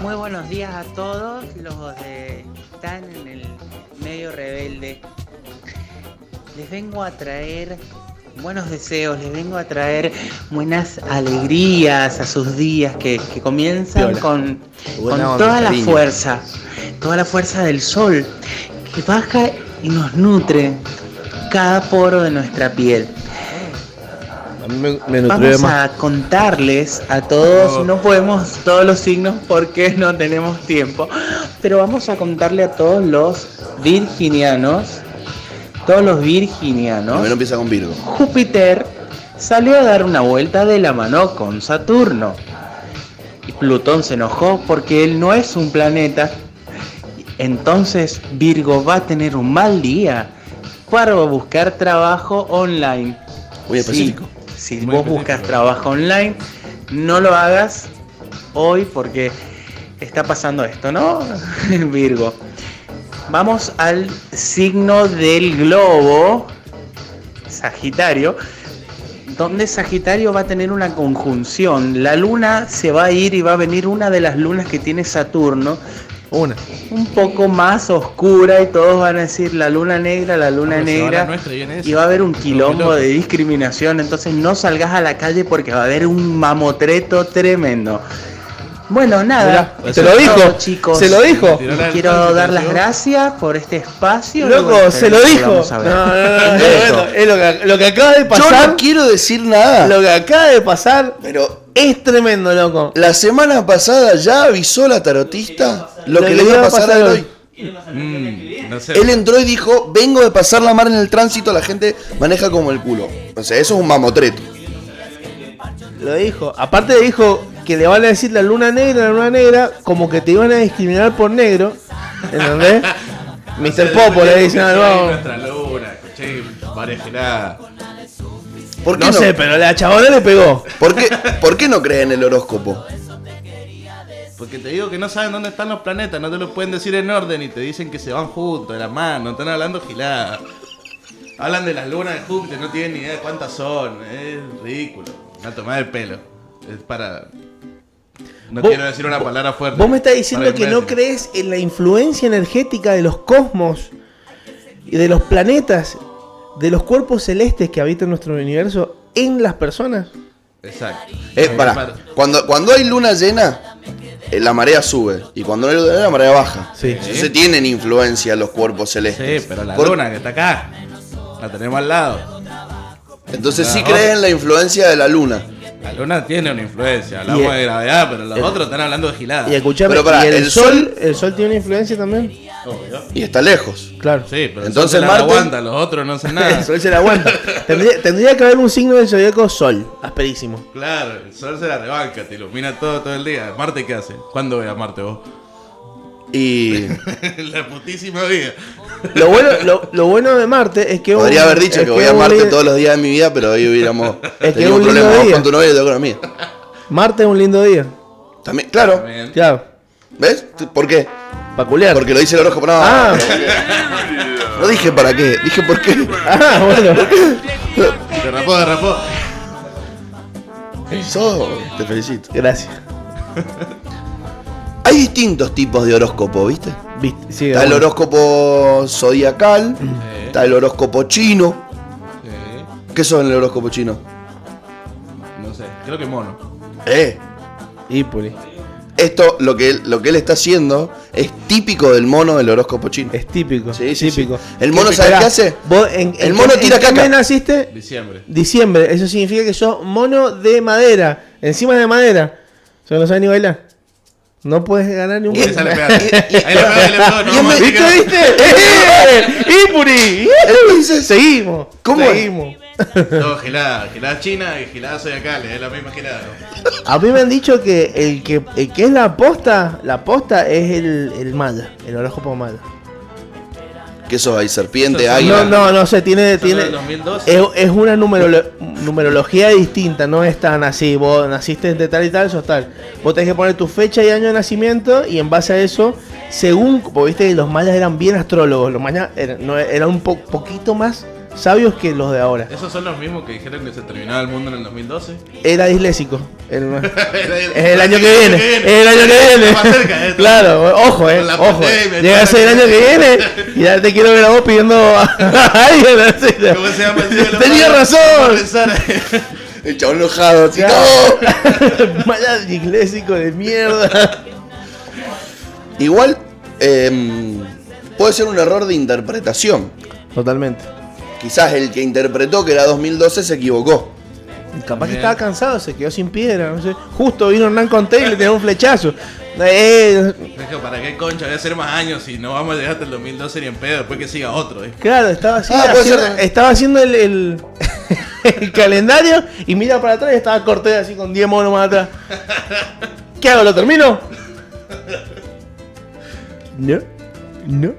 Speaker 7: Muy buenos días a todos los de están en el medio rebelde. Les vengo a traer buenos deseos, les vengo a traer buenas alegrías a sus días que, que comienzan
Speaker 13: Viola.
Speaker 7: con, con
Speaker 13: Buena onda,
Speaker 7: toda la
Speaker 13: cariño.
Speaker 7: fuerza, toda la fuerza del sol que baja y nos nutre cada poro de nuestra piel. Vamos a contarles a todos, no podemos todos los signos porque no tenemos tiempo, pero vamos a contarle a todos los virginianos, todos los virginianos.
Speaker 2: Primero empieza con Virgo.
Speaker 7: Júpiter salió a dar una vuelta de la mano con Saturno. Y Plutón se enojó porque él no es un planeta. Entonces Virgo va a tener un mal día para buscar trabajo online.
Speaker 2: Muy específico.
Speaker 7: Sí, si vos buscas trabajo online, no lo hagas hoy porque está pasando esto, ¿no? Virgo. Vamos al signo del globo, Sagitario, donde Sagitario va a tener una conjunción. La luna se va a ir y va a venir una de las lunas que tiene Saturno.
Speaker 1: Una.
Speaker 7: Un poco más oscura y todos van a decir la luna negra, la luna
Speaker 11: Bueno, se va la
Speaker 7: negra.
Speaker 11: nuestra y viene esa.
Speaker 7: Y va a haber un
Speaker 11: loco.
Speaker 7: quilombo de discriminación, entonces no salgas a la calle porque va a haber un mamotreto tremendo.
Speaker 12: Bueno, nada.
Speaker 1: Mirá,
Speaker 12: eso
Speaker 1: se lo
Speaker 12: es
Speaker 1: dijo,
Speaker 12: todo, chicos.
Speaker 1: se lo dijo.
Speaker 12: Les Quiero dar las gracias por este espacio.
Speaker 1: Loco,
Speaker 12: y bueno,
Speaker 1: se lo
Speaker 12: esperemos que
Speaker 1: dijo.
Speaker 12: vamos a ver.
Speaker 1: No, no, no, no,
Speaker 12: Eso.
Speaker 1: bueno, es lo que, lo que acaba de pasar.
Speaker 2: Yo no quiero decir nada.
Speaker 1: Lo que acaba de pasar
Speaker 2: pero
Speaker 1: es tremendo, loco.
Speaker 2: La semana pasada ya avisó la tarotista lo que le iba a pasar a Eloy.
Speaker 11: Mm, No sé.
Speaker 2: Él entró y dijo, vengo de pasar la mar en el tránsito, la gente maneja como el culo. O sea, eso es un mamotreto.
Speaker 1: Lo dijo. Aparte dijo que le van a decir la luna negra, la luna negra, como que te iban a discriminar por negro. ¿Entendés? Mr. Popo le "Ah, dicen
Speaker 11: algo.
Speaker 1: algo.
Speaker 11: Nuestra luna, che, marejera.
Speaker 2: ¿Por
Speaker 1: No sé, pero la chabona le pegó.
Speaker 2: ¿Por qué, ¿Por qué no cree en el horóscopo?
Speaker 11: Porque te digo que no saben dónde están los planetas, no te los pueden decir en orden y te dicen que se van juntos, de la mano, están hablando giladas. Hablan de las lunas de Júpiter, no tienen ni idea de cuántas son, es ridículo. Una tomada de pelo. Es para. No
Speaker 1: Vos-
Speaker 11: quiero decir una palabra fuerte.
Speaker 1: Vos me estás diciendo
Speaker 11: Para
Speaker 1: que no
Speaker 11: imbécil.
Speaker 1: crees en la influencia energética de los cosmos y de los planetas, de los cuerpos celestes que habitan nuestro universo en las personas.
Speaker 11: Exacto.
Speaker 2: Eh, pará. Cuando, cuando hay luna llena, eh, la marea sube. Y cuando no hay luna llena, la marea baja. Entonces tienen influencia los cuerpos celestes.
Speaker 11: Sí, pero la
Speaker 2: Por-
Speaker 11: luna que está acá, la tenemos al lado.
Speaker 2: Entonces sí
Speaker 11: Ah.
Speaker 2: creen en la influencia de la luna.
Speaker 11: La luna tiene una influencia,
Speaker 1: Y
Speaker 11: hablamos
Speaker 1: el-
Speaker 11: de gravedad, pero los
Speaker 1: el-
Speaker 11: otros están hablando de giladas.
Speaker 1: Y escuchame,
Speaker 2: Ah, Pero pará,
Speaker 1: ¿y el,
Speaker 2: el
Speaker 1: sol,
Speaker 2: sol-
Speaker 1: el sol tiene una influencia también.
Speaker 11: Obvio.
Speaker 2: Y está lejos.
Speaker 1: Claro.
Speaker 11: Sí, pero
Speaker 2: Entonces,
Speaker 11: entonces
Speaker 2: Marte-
Speaker 11: aguanta, los otros no hacen nada.
Speaker 1: El sol se la aguanta. tendría, tendría que haber un signo del zodiaco sol, asperísimo.
Speaker 11: Claro, el sol se la rebanca, te ilumina todo todo el día. ¿Marte qué hace? ¿Cuándo ve a Marte vos?
Speaker 2: Y
Speaker 11: la putísima vida.
Speaker 1: Lo bueno, lo, lo bueno de Marte es que
Speaker 2: podría
Speaker 1: un-
Speaker 2: haber dicho
Speaker 1: es
Speaker 2: que voy a
Speaker 1: un
Speaker 2: Marte
Speaker 1: lindo-
Speaker 2: todos los días de mi vida, pero hoy hubiéramos
Speaker 1: que es
Speaker 2: tenido un
Speaker 1: un lindo
Speaker 2: problema vos
Speaker 1: día.
Speaker 2: con tu novia y yo con la mía.
Speaker 1: Marte es un lindo día.
Speaker 2: También, claro.
Speaker 11: También.
Speaker 1: Claro.
Speaker 2: ¿Ves? ¿Por qué?
Speaker 1: Peculiar.
Speaker 2: Porque lo dice el horóscopo. No,
Speaker 1: Ah.
Speaker 2: no dije para qué, dije por qué.
Speaker 1: Ah, bueno.
Speaker 11: Derrapó, derrapó.
Speaker 2: Sos- te felicito.
Speaker 1: Gracias.
Speaker 2: Hay distintos tipos de horóscopo, ¿viste?
Speaker 1: Viste, sí,
Speaker 2: Está el
Speaker 1: bueno.
Speaker 2: horóscopo zodiacal, está el horóscopo chino.
Speaker 11: Sí,
Speaker 2: ¿Qué son el horóscopo chino?
Speaker 11: no sé, creo que mono.
Speaker 2: Eh,
Speaker 1: Hípoli.
Speaker 2: esto, lo que, él- lo que él está haciendo, es típico del mono del horóscopo chino.
Speaker 1: Es típico.
Speaker 2: Sí, sí,
Speaker 1: típico.
Speaker 2: sí. El mono,
Speaker 1: Típico.
Speaker 2: ¿sabes
Speaker 1: Pará,
Speaker 2: qué hace?
Speaker 1: vos en-
Speaker 2: El
Speaker 1: en
Speaker 2: mono
Speaker 1: qué-
Speaker 2: tira
Speaker 1: en qué
Speaker 2: caca.
Speaker 1: mes naciste?
Speaker 11: Diciembre.
Speaker 1: Diciembre. Eso significa que sos mono de madera. Encima de madera. O sea, no sabes ni bailar. No puedes ganar ni un
Speaker 11: Esa le
Speaker 1: premio.
Speaker 11: pega. Ahí le pega, ahí le pega,
Speaker 2: Y
Speaker 11: no,
Speaker 2: en
Speaker 11: más.
Speaker 2: vez-
Speaker 1: Ah, ¿Viste, viste? ¡Eh! ¡Hípoli!
Speaker 2: Entonces,
Speaker 1: Seguimos.
Speaker 2: ¿Cómo?
Speaker 1: Seguimos.
Speaker 11: No, gelada, gelada china y gelada zodiacal, es la misma gelada.
Speaker 1: A mí me han dicho que el que, el que es la posta, la posta es el, el maya, el horóscopo maya.
Speaker 2: ¿Qué sos ahí? Serpiente,
Speaker 11: Eso es-
Speaker 2: águila.
Speaker 1: No, no, no sé, tiene,
Speaker 11: Eso es
Speaker 1: tiene
Speaker 11: del 2012.
Speaker 1: es, es una numerolo- numerología distinta, no es tan así, vos naciste de tal y tal, sos tal. Vos tenés que poner tu fecha y año de nacimiento y en base a eso, según, porque viste que los mayas eran bien astrólogos, los mayas eran, no, eran un po- poquito más sabios que los de ahora.
Speaker 11: Esos son los mismos que dijeron que se terminaba el mundo en el 2012.
Speaker 1: Era disléxico. el-
Speaker 11: Es
Speaker 1: Es el año que viene. Es el año que viene.
Speaker 11: Más cerca, eh.
Speaker 1: Claro, ojo, eh.
Speaker 11: Con la
Speaker 1: Ojo.
Speaker 11: pandemia,
Speaker 1: Llega a
Speaker 11: todo
Speaker 1: ser el
Speaker 11: lo
Speaker 1: año
Speaker 11: que-
Speaker 1: que viene. Y ya te quiero ver a vos pidiendo a a alguien. así.
Speaker 11: ¿Cómo se llama el cielo?
Speaker 1: Tenía
Speaker 11: Vamos a
Speaker 1: razón.
Speaker 11: rezar.
Speaker 2: El chabón enojado. así,
Speaker 1: Claro.
Speaker 2: ¡No!
Speaker 1: Mala disléxico de mierda.
Speaker 2: Igual, em, puede ser un error de interpretación.
Speaker 1: Totalmente.
Speaker 2: Quizás el que interpretó que era 2012 se equivocó.
Speaker 1: Capaz que
Speaker 11: Bien.
Speaker 1: estaba cansado, se quedó sin piedra. No sé. Justo vino Hernán Conté y le tiró un flechazo. Eh,
Speaker 11: Deja, ¿para qué concha? Voy a hacer más años si no vamos a llegar hasta el 2012 ni en pedo, después que siga otro, eh.
Speaker 1: claro, estaba así,
Speaker 2: Ah, puede
Speaker 1: haciendo,
Speaker 2: ser.
Speaker 1: estaba haciendo el, el- el calendario y mira para atrás y estaba Cortés así con 10 monos más atrás. ¿Qué hago? ¿Lo termino? No, no.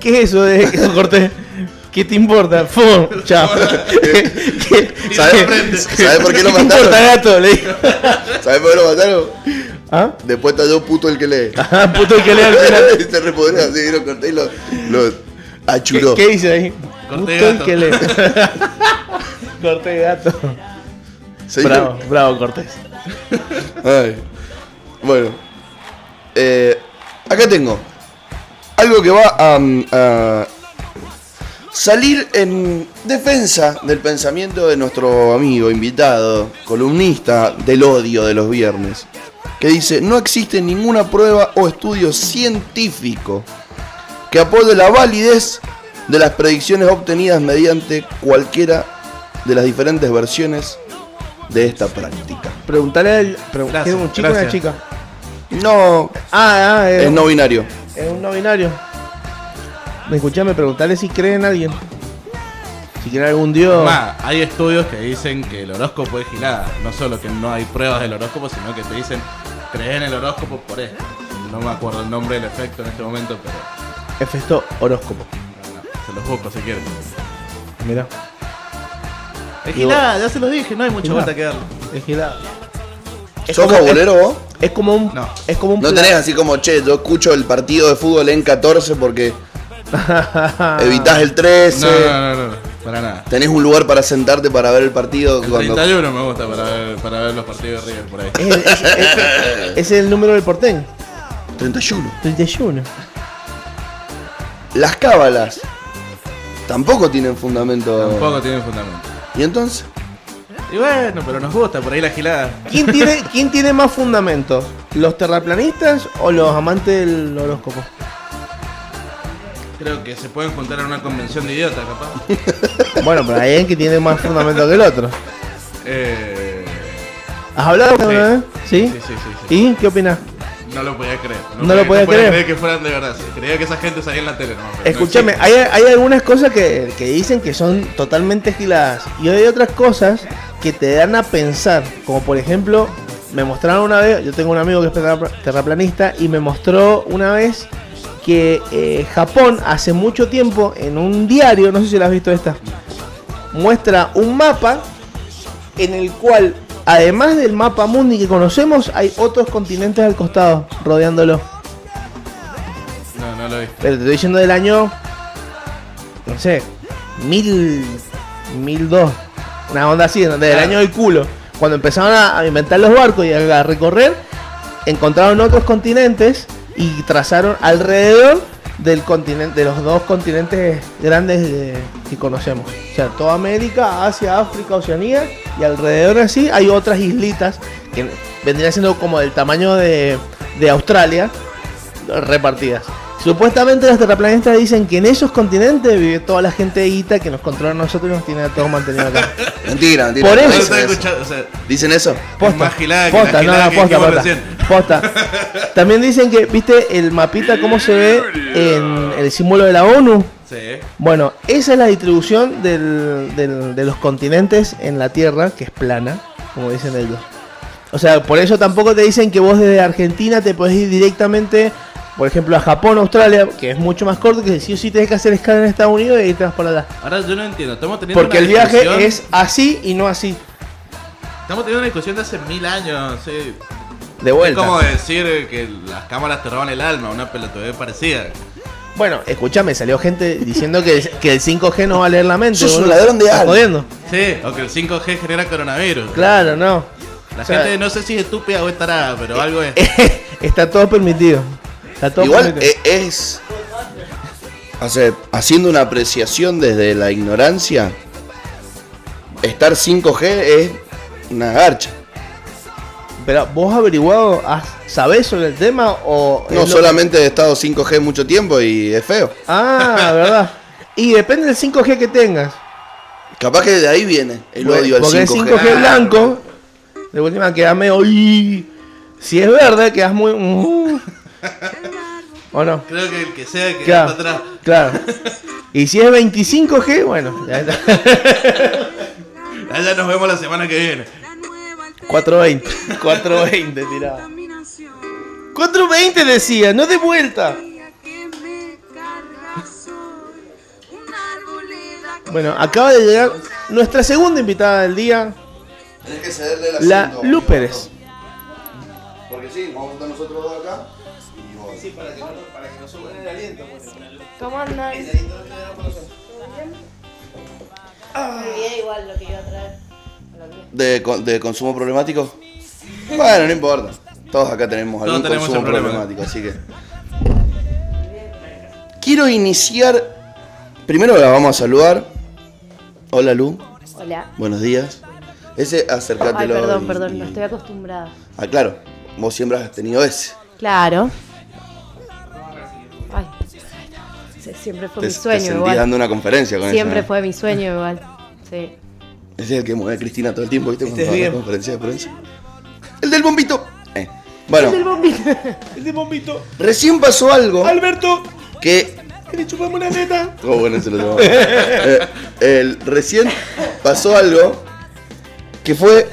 Speaker 1: ¿Qué es eso de eso, Cortés? ¿Qué te importa? Fum, chao.
Speaker 2: ¿Sabe- sabe por qué lo
Speaker 1: ¿Qué
Speaker 2: mataron?
Speaker 1: te importa, gato? Le digo.
Speaker 2: ¿Sabes por qué lo mataron?
Speaker 1: ¿Ah?
Speaker 2: Después talló puto el que lee.
Speaker 1: Ah, puto que lea al final.
Speaker 2: se repodrió así, vieron, corté y lo, lo
Speaker 1: ¿Qué,
Speaker 2: achuró.
Speaker 1: qué dice ahí?
Speaker 11: Corté
Speaker 1: Puto
Speaker 11: gato.
Speaker 1: que lea. Corté gato.
Speaker 2: Señor.
Speaker 1: Bravo, bravo Cortés.
Speaker 2: Ay. Bueno. Eh, acá tengo. Algo que va a, mm, a salir en defensa del pensamiento de nuestro amigo, invitado, columnista del odio de los viernes. que dice, no existe ninguna prueba o estudio científico que apoye la validez de las predicciones obtenidas mediante cualquiera de las diferentes versiones de esta práctica.
Speaker 1: Preguntarle al. pregu-
Speaker 2: Gracias,
Speaker 1: ¿qué es un chico o una
Speaker 2: gracias.
Speaker 1: chica? No. Ah, ah,
Speaker 11: eh,
Speaker 2: Es Eh, no binario.
Speaker 1: Es un no binario. Me escuchame preguntarle si creen en alguien. Si creen algún dios.
Speaker 11: Más, hay estudios que dicen que el horóscopo es gilada. No solo que no hay pruebas del horóscopo, sino que te dicen, crees en el horóscopo por esto. No me acuerdo el nombre del efecto en este momento, pero
Speaker 1: Efecto horóscopo.
Speaker 11: se los busco si quieren.
Speaker 1: Mirá.
Speaker 11: Es gilada, ya se los dije, no hay mucha vuelta que darle.
Speaker 1: Es gilada.
Speaker 2: ¿Sos cabulero vos?
Speaker 1: Es como un.
Speaker 11: No.
Speaker 1: Es como un
Speaker 2: No
Speaker 1: pla-
Speaker 2: tenés así como, che, yo escucho el partido de fútbol en 14 porque
Speaker 1: Ah.
Speaker 2: evitás el 13.
Speaker 11: No, no, no, no, para nada.
Speaker 2: Tenés un lugar para sentarte para ver el partido cuando.
Speaker 11: 31 me gusta para ver, para ver los partidos de River por ahí.
Speaker 1: Es, es- es- es el número del portén.
Speaker 2: 31.
Speaker 1: 31.
Speaker 2: Las cábalas tampoco tienen fundamento.
Speaker 11: Tampoco tienen fundamento.
Speaker 2: ¿Y entonces?
Speaker 11: Y bueno, pero nos gusta por ahí la gilada.
Speaker 1: ¿Quién tiene, ¿Quién tiene más fundamento? ¿Los terraplanistas o los amantes del horóscopo?
Speaker 11: Creo que se pueden juntar en una convención de idiotas, capaz.
Speaker 1: Bueno, pero hay alguien que tiene más fundamento que el otro.
Speaker 11: Eh,
Speaker 1: ¿Has hablado
Speaker 11: Sí.
Speaker 1: con él? ¿eh? ¿Sí?
Speaker 11: Sí, sí, sí,
Speaker 1: ¿Y qué opinas?
Speaker 11: no lo podía creer.
Speaker 1: No lo podía
Speaker 11: podía
Speaker 1: creer.
Speaker 11: que fueran de verdad. sí. Creía que esa gente salía en la tele. nomás, pero no
Speaker 1: Escúchame, hay, hay algunas cosas que, que dicen que son totalmente giladas y hay otras cosas que te dan a pensar, como por ejemplo, me mostraron una vez, yo tengo un amigo que es terrapla- terraplanista y me mostró una vez que eh, Japón hace mucho tiempo en un diario, no sé si lo has visto esta, muestra un mapa en el cual además del mapa mundi que conocemos hay otros continentes al costado rodeándolo.
Speaker 11: existe. No, no lo vi.
Speaker 1: Pero te estoy diciendo del año. No sé. Mil. Mil dos. Una onda así, donde del
Speaker 11: Claro.
Speaker 1: año del culo. Cuando empezaron a, a inventar los barcos y a, a recorrer, encontraron otros continentes y trazaron alrededor del continente, de los dos continentes grandes de- que conocemos. O sea, toda América, Asia, África, Oceanía y alrededor así hay otras islitas que vendrían siendo como del tamaño de, de Australia repartidas. Supuestamente los terraplanistas dicen que en esos continentes vive toda la gente de Ita que nos controla a nosotros y nos tiene a todos mantenidos acá.
Speaker 2: Mentira, mentira.
Speaker 1: Por
Speaker 2: no
Speaker 1: eso-
Speaker 2: dicen, eso.
Speaker 11: Escucha, o sea,
Speaker 2: ¿Dicen eso?
Speaker 11: es más gilada que
Speaker 1: Posta, no,
Speaker 11: la gilada
Speaker 1: no,
Speaker 11: que
Speaker 1: posta,
Speaker 11: dijimos
Speaker 1: posta,
Speaker 11: recién.
Speaker 1: posta. También dicen que, viste, el mapita cómo se ve en el símbolo de la ONU.
Speaker 11: Sí.
Speaker 1: Bueno, esa es la distribución del- del- de los continentes en la Tierra, que es plana, como dicen ellos. O sea, por eso tampoco te dicen que vos desde Argentina te podés ir directamente, por ejemplo, a Japón, Australia, que es mucho más corto, que si o sí tenés que hacer escala en Estados Unidos y ahí te vas para allá.
Speaker 11: Ahora yo no entiendo. Estamos teniendo
Speaker 1: Porque
Speaker 11: una
Speaker 1: el viaje
Speaker 11: discusión-
Speaker 1: es así y no así.
Speaker 11: Estamos teniendo una discusión de hace mil años. Sí.
Speaker 1: De vuelta.
Speaker 11: Es como decir eh, que las cámaras te roban el alma. Una pelotudez parecida.
Speaker 1: Bueno, escúchame, salió gente diciendo que, que el 5G no va a leer la mente.
Speaker 11: Sos un
Speaker 1: boludo.
Speaker 11: ladrón de
Speaker 1: Estás
Speaker 11: alma.
Speaker 1: jodiendo.
Speaker 11: Sí, o que el 5G genera coronavirus.
Speaker 1: Claro, no.
Speaker 11: La
Speaker 1: O sea,
Speaker 11: gente no sé si es estúpida o es tarada, pero algo es.
Speaker 1: Está todo permitido. Está todo
Speaker 2: Igual
Speaker 1: permitido.
Speaker 2: eh, es. o sea, haciendo una apreciación desde la ignorancia, estar 5G es una garcha.
Speaker 1: Pero vos has averiguado, has- ¿sabés sobre el tema o.? es
Speaker 2: No
Speaker 1: lo-
Speaker 2: solamente he estado 5G mucho tiempo y es feo.
Speaker 1: Ah, verdad. Y depende del 5G que tengas.
Speaker 2: Capaz que de ahí viene el
Speaker 1: Porque-
Speaker 2: odio al Ah, 5G.
Speaker 1: Porque el 5G blanco, de última queda medio. "Uy". Si es verde, quedas muy. "Uh". ¿O no?
Speaker 11: Creo que el que sea que
Speaker 1: Claro,
Speaker 11: va para atrás.
Speaker 1: claro. Y si es 25G, bueno, ya está.
Speaker 11: Allá nos vemos la semana que viene.
Speaker 1: 420. 420 tiraba. 420 decía, no de vuelta. Bueno, acaba de llegar nuestra segunda invitada del día,
Speaker 2: Tenés que cederle el
Speaker 1: la
Speaker 2: asiento,
Speaker 1: Lu Pérez.
Speaker 2: Porque sí, vamos a estar nosotros dos acá.
Speaker 1: Sí, para que no, para que no suban el aliento.
Speaker 14: ¿Cómo andas? Me olvidé igual lo que iba a traer.
Speaker 2: ¿De, con- de consumo problemático? Bueno, no importa. Todos acá tenemos algún
Speaker 11: tenemos
Speaker 2: consumo
Speaker 11: ese problema.
Speaker 2: problemático, así que. Quiero iniciar. Primero la vamos a saludar. Hola Lu,
Speaker 14: Hola.
Speaker 2: buenos días. Ese,
Speaker 14: Ay,
Speaker 2: acércatelo.
Speaker 14: perdón,
Speaker 2: y-
Speaker 14: perdón,
Speaker 2: y-
Speaker 14: no estoy acostumbrada.
Speaker 2: Ah, claro. Vos siempre has tenido ese.
Speaker 15: Claro. Ay, se- siempre fue
Speaker 2: Te,
Speaker 15: mi
Speaker 2: te
Speaker 15: sueño
Speaker 2: sentís
Speaker 15: igual.
Speaker 2: dando una conferencia con
Speaker 15: siempre
Speaker 2: eso.
Speaker 15: fue mi sueño igual. Sí.
Speaker 2: ¿no? Ese es el que mueve a Cristina todo el tiempo, ¿viste? Cuando
Speaker 15: es
Speaker 2: va a la
Speaker 15: bien.
Speaker 2: conferencia de prensa. ¡El del bombito! Eh, Bueno,
Speaker 10: El del bombito. El del bombito.
Speaker 2: recién pasó
Speaker 11: Oh.
Speaker 2: algo
Speaker 10: Alberto,
Speaker 2: que.
Speaker 10: que le
Speaker 1: pues,
Speaker 10: chupamos la neta.
Speaker 2: Oh, bueno, se lo tomaba. Eh, el- recién pasó algo que fue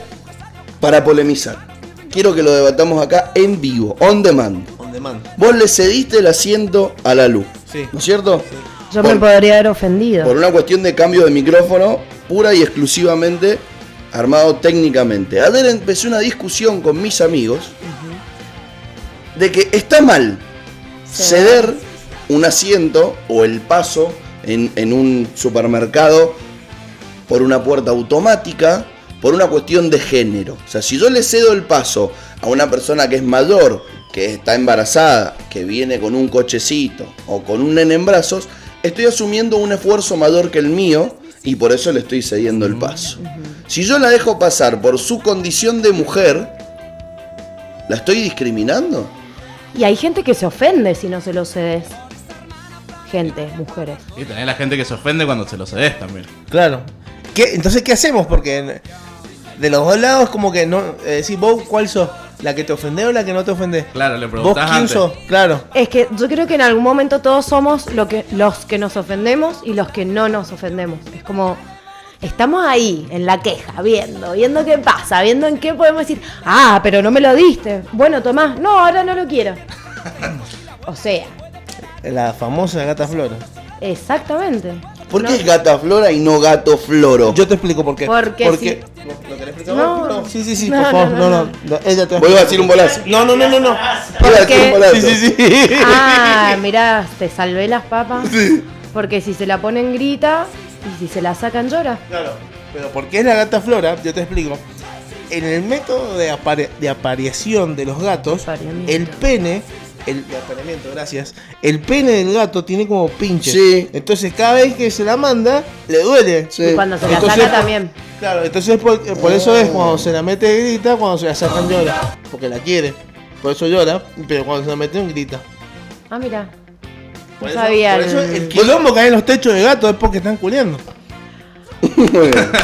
Speaker 2: para polemizar. Quiero que lo debatamos acá en vivo, on demand.
Speaker 1: On demand.
Speaker 2: Vos le cediste el asiento a la luz.
Speaker 1: Sí.
Speaker 2: ¿No es cierto?
Speaker 15: Yo
Speaker 2: Por-
Speaker 15: me podría haber ofendido.
Speaker 2: Por una cuestión de cambio de micrófono, pura y exclusivamente armado técnicamente. Ayer empecé una discusión con mis amigos de que está mal ceder un asiento o el paso en, en un supermercado por una puerta automática por una cuestión de género. O sea, si yo le cedo el paso a una persona que es mayor, que está embarazada, que viene con un cochecito o con un nene en brazos, estoy asumiendo un esfuerzo mayor que el mío y por eso le estoy cediendo el paso. Si yo la dejo pasar por su condición de mujer, ¿la estoy discriminando?
Speaker 15: Y hay gente que se ofende si no se lo cedes. Gente, mujeres.
Speaker 11: Y tenés la gente que se ofende cuando se lo cedes también.
Speaker 1: Claro. ¿Qué- entonces, ¿qué hacemos? Porque en- de los dos lados, como que no. Eh, decís, vos, ¿cuál sos? ¿La que te ofende o la que no te ofende?
Speaker 11: Claro, le
Speaker 1: ¿Vos
Speaker 11: preguntás
Speaker 1: quién
Speaker 11: antes.
Speaker 1: sos? Claro.
Speaker 15: Es que yo creo que en algún momento todos somos lo que, los que nos ofendemos y los que no nos ofendemos. Es como, estamos ahí, en la queja, viendo, viendo qué pasa, viendo en qué podemos decir, ah, pero no me lo diste. Bueno, Tomás, no, ahora no lo quiero. O sea,
Speaker 1: La famosa gata flora.
Speaker 15: exactamente.
Speaker 2: ¿Por qué es gata flora y no gato floro?
Speaker 1: Yo te explico por qué.
Speaker 15: Porque
Speaker 1: Porque-
Speaker 15: No,
Speaker 1: Sí, sí, sí, por favor. No, no. no, ella te
Speaker 2: Vuelvo a decir un bolazo.
Speaker 1: No, no, no, no. no.
Speaker 2: Iba a decir un bolazo.
Speaker 1: Sí, sí, sí.
Speaker 15: Ah, mirá, te salvé las papas. Porque si se la ponen grita y si se la sacan llora.
Speaker 1: Claro, pero ¿por qué es la gata flora? Yo te explico. En el método de, apare- de apareación de los gatos, el pene, el de apareamiento, gracias, el pene del gato tiene como pinche.
Speaker 2: Sí.
Speaker 1: Entonces cada vez que se la manda, le duele.
Speaker 15: Y cuando se la
Speaker 1: Entonces,
Speaker 15: saca
Speaker 1: por-
Speaker 15: también.
Speaker 1: Claro, entonces por, eh, por eso es cuando se la mete grita, cuando se la sacan llora. Porque la quiere. Por eso llora, pero cuando se la meten grita.
Speaker 15: Ah, mira. No
Speaker 1: eso-
Speaker 15: sabía.
Speaker 1: por eso
Speaker 15: el-
Speaker 1: el quilombo que hay en los techos de gatos es porque están culeando.
Speaker 2: Muy bien.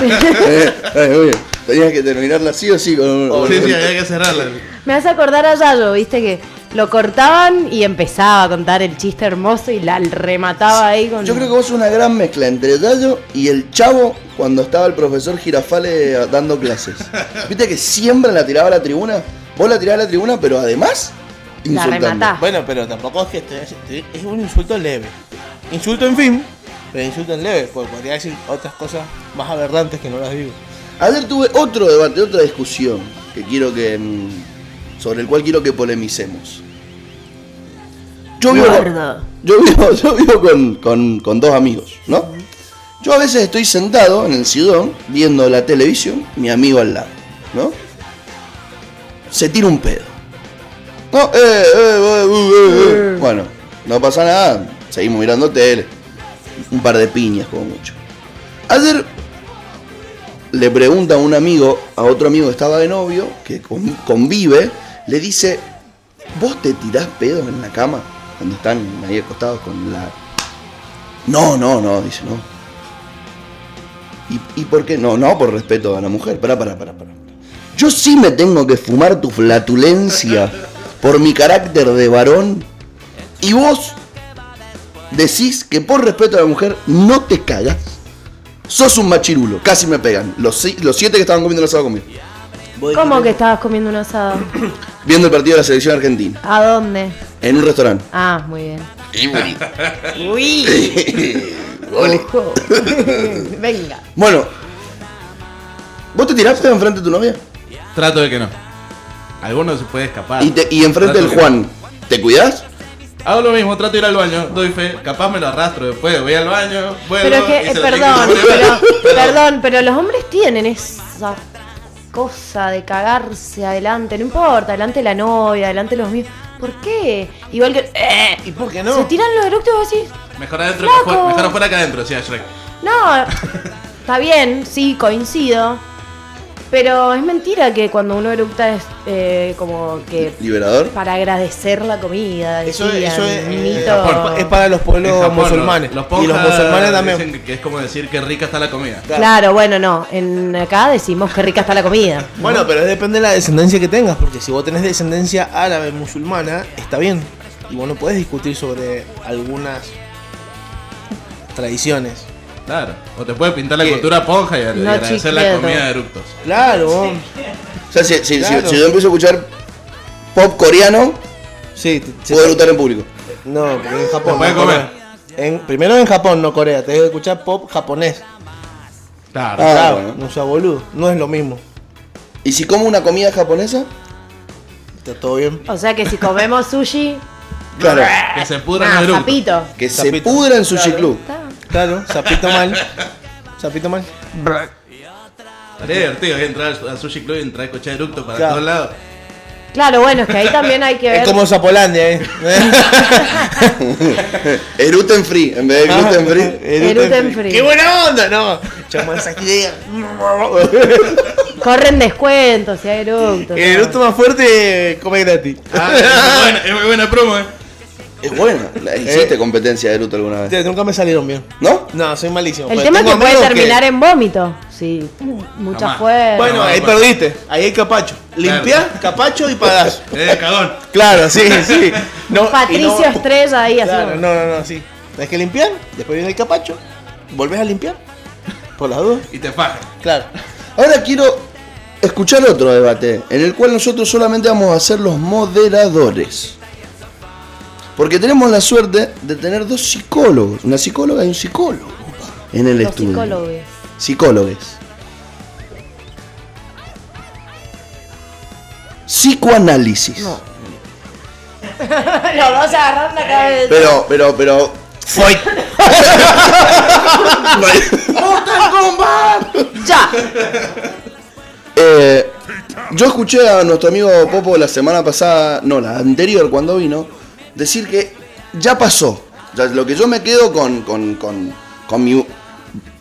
Speaker 2: Eh, eh, muy bien. Tenías que terminarla sí o sí con un.
Speaker 11: Oh, Sí, sí, había que cerrarla.
Speaker 15: Me hace acordar a Yayo, viste que lo cortaban y empezaba a contar el chiste hermoso y la remataba ahí con.
Speaker 2: Yo creo que vos sos una gran mezcla entre Dayo y el Chavo cuando estaba el profesor Girafale eh, dando clases. Viste que siempre la tiraba a la tribuna. Vos la tirabas a la tribuna, pero además. Insultando.
Speaker 15: Ah.
Speaker 1: Bueno, pero tampoco es que te- te- es un insulto leve. Insulto en fin, pero insulto en leve, porque podría decir otras cosas más aberrantes que no las digo.
Speaker 2: Ayer tuve otro debate, otra discusión que quiero que. mm, sobre el cual quiero que polemicemos. Yo vivo, yo vivo, yo vivo con, con- con dos amigos, ¿no? Yo a veces estoy sentado en el sillón viendo la televisión, mi amigo al lado, ¿no? Se tira un pedo. No, eh, eh, eh, uh, eh, eh. Bueno, no pasa nada, seguimos mirando tele. Un par de piñas como mucho. Ayer le pregunta a un amigo, a otro amigo que estaba de novio, que con- convive, le dice, ¿vos te tirás pedos en la cama? Cuando están ahí acostados con la... No, no, no, dice, no. ¿Y, y por qué? No, no, por respeto a la mujer. Pará, pará, pará, pará. Yo sí me tengo que fumar tu flatulencia por mi carácter de varón. Y vos decís que por respeto a la mujer no te cagas. Sos un machirulo. Casi me pegan. Los, si- los siete que estaban comiendo el asado conmigo.
Speaker 15: ¿Cómo que estabas comiendo un asado?
Speaker 2: Viendo el partido de la selección argentina.
Speaker 15: ¿A dónde?
Speaker 2: En un restaurante.
Speaker 15: Ah, muy bien.
Speaker 2: Y bueno. Goles.
Speaker 15: Ojo. Venga.
Speaker 2: Oh. Bueno. ¿Vos te tiraste enfrente de tu novia?
Speaker 11: Trato de que no. Alguno se puede escapar.
Speaker 2: Y, te- y enfrente del
Speaker 11: Trato de Ah. que no.
Speaker 2: Juan. ¿Te cuidás?
Speaker 11: Hago lo mismo, trato de ir al baño, doy fe, capaz me lo arrastro después, voy al baño, vuelvo
Speaker 15: Pero es que,
Speaker 11: y
Speaker 15: eh,
Speaker 11: se lo
Speaker 15: perdón,
Speaker 11: tengo que poner.
Speaker 15: pero, perdón, pero los hombres tienen esa cosa de cagarse adelante, no importa, adelante la novia, adelante los míos. ¿Por qué? Igual que. eh,
Speaker 1: ¿Y por qué no?
Speaker 15: Se tiran los eructos y vos decís,
Speaker 11: Mejor adentro que afuera,
Speaker 15: Flaco.
Speaker 11: mejor afuera que adentro, decía Shrek.
Speaker 15: no, está bien, sí, coincido. Pero es mentira que cuando uno eructa es eh, como que.
Speaker 2: ¿Liberador?
Speaker 15: Para agradecer la comida.
Speaker 1: Eso es-
Speaker 15: decían,
Speaker 1: eso es,
Speaker 15: un
Speaker 1: eh,
Speaker 15: mito.
Speaker 1: por- es para los pueblos
Speaker 11: En Japón,
Speaker 1: musulmanes. y los
Speaker 11: ponjas
Speaker 1: musulmanes también.
Speaker 11: dicen que es como decir que rica está la comida.
Speaker 15: Claro, bueno, no. En acá decimos que rica está la comida. ¿no?
Speaker 1: Bueno, pero depende de la descendencia que tengas, porque si vos tenés descendencia árabe musulmana, está bien. Y vos no podés discutir sobre algunas tradiciones.
Speaker 11: Claro. O te puede pintar la
Speaker 1: ¿Qué?
Speaker 11: cultura ponja y
Speaker 1: No,
Speaker 11: agradecer la
Speaker 1: chicleto.
Speaker 11: comida de eructos.
Speaker 1: Claro, vos.
Speaker 2: O sea, si, si- si-
Speaker 1: Claro.
Speaker 2: si yo empiezo a escuchar pop coreano,
Speaker 1: sí,
Speaker 2: puedo lutar en público.
Speaker 1: No, porque en Japón.
Speaker 2: pueden
Speaker 1: no
Speaker 2: comer.
Speaker 1: Corea. En- primero en Japón, no Corea. Tenés que escuchar pop japonés.
Speaker 11: Claro,
Speaker 2: Ah,
Speaker 1: claro.
Speaker 2: bueno.
Speaker 1: No sea boludo. No es lo mismo.
Speaker 2: ¿Y si como una comida japonesa?
Speaker 1: Está todo bien.
Speaker 15: O sea que si comemos sushi.
Speaker 2: Claro.
Speaker 11: Que se pudra
Speaker 15: Ah, sapito.
Speaker 2: Que se pudra en sushi club.
Speaker 1: Claro, sapito mal. Sapito mal.
Speaker 11: Estaría divertido que entrar al sushi club y entrar a escuchar eructos para
Speaker 1: Claro.
Speaker 11: todos lados.
Speaker 15: Claro, bueno, es que ahí también hay que ver.
Speaker 1: Es como Zapolandia, eh.
Speaker 2: Eruten free, en vez de
Speaker 1: Ah,
Speaker 2: gluten free.
Speaker 15: Gluten free.
Speaker 1: ¡Qué buena onda! No. Chamo esa idea.
Speaker 15: Corren descuentos y hay eructos.
Speaker 1: El eructo más fuerte come gratis.
Speaker 11: es muy buena promo, eh.
Speaker 2: Es buena. La- Hiciste competencia de eruto alguna vez.
Speaker 1: Ustedes nunca me salieron bien.
Speaker 2: ¿No?
Speaker 1: No, soy malísimo.
Speaker 15: El
Speaker 1: Pero
Speaker 15: tema es
Speaker 1: tengo
Speaker 15: que puede
Speaker 1: amigos
Speaker 15: terminar en vómito. Sí, mucha
Speaker 1: Jamás.
Speaker 15: fuerza.
Speaker 1: Bueno, ahí perdiste. Ahí hay capacho. Limpiás, capacho y pagás.
Speaker 11: Eh, cagón.
Speaker 1: Claro, sí, sí. No, y no-
Speaker 15: Patricio Estrella ahí
Speaker 1: Claro,
Speaker 15: así.
Speaker 1: no, no, no, sí. Tenés que limpiar, después viene el capacho, volvés a limpiar, por las dudas.
Speaker 11: Y te fajan.
Speaker 1: Claro.
Speaker 2: Ahora quiero escuchar otro debate, en el cual nosotros solamente vamos a ser los moderadores. Porque tenemos la suerte de tener dos psicólogos, una psicóloga y un psicólogo en el
Speaker 15: Los
Speaker 2: estudio.
Speaker 15: psicólogos.
Speaker 2: Psicólogos. Psicoanálisis.
Speaker 15: No. Los dos se agarraron la
Speaker 1: Eh,
Speaker 15: cabeza.
Speaker 2: Pero, pero, pero. Freud.
Speaker 15: ¡Mortal ¡Ya!
Speaker 2: Eh, yo escuché a nuestro amigo Popo la semana pasada, no, la anterior cuando vino, decir que ya pasó. Ya, lo que yo me quedo con, con, con- con mi hu-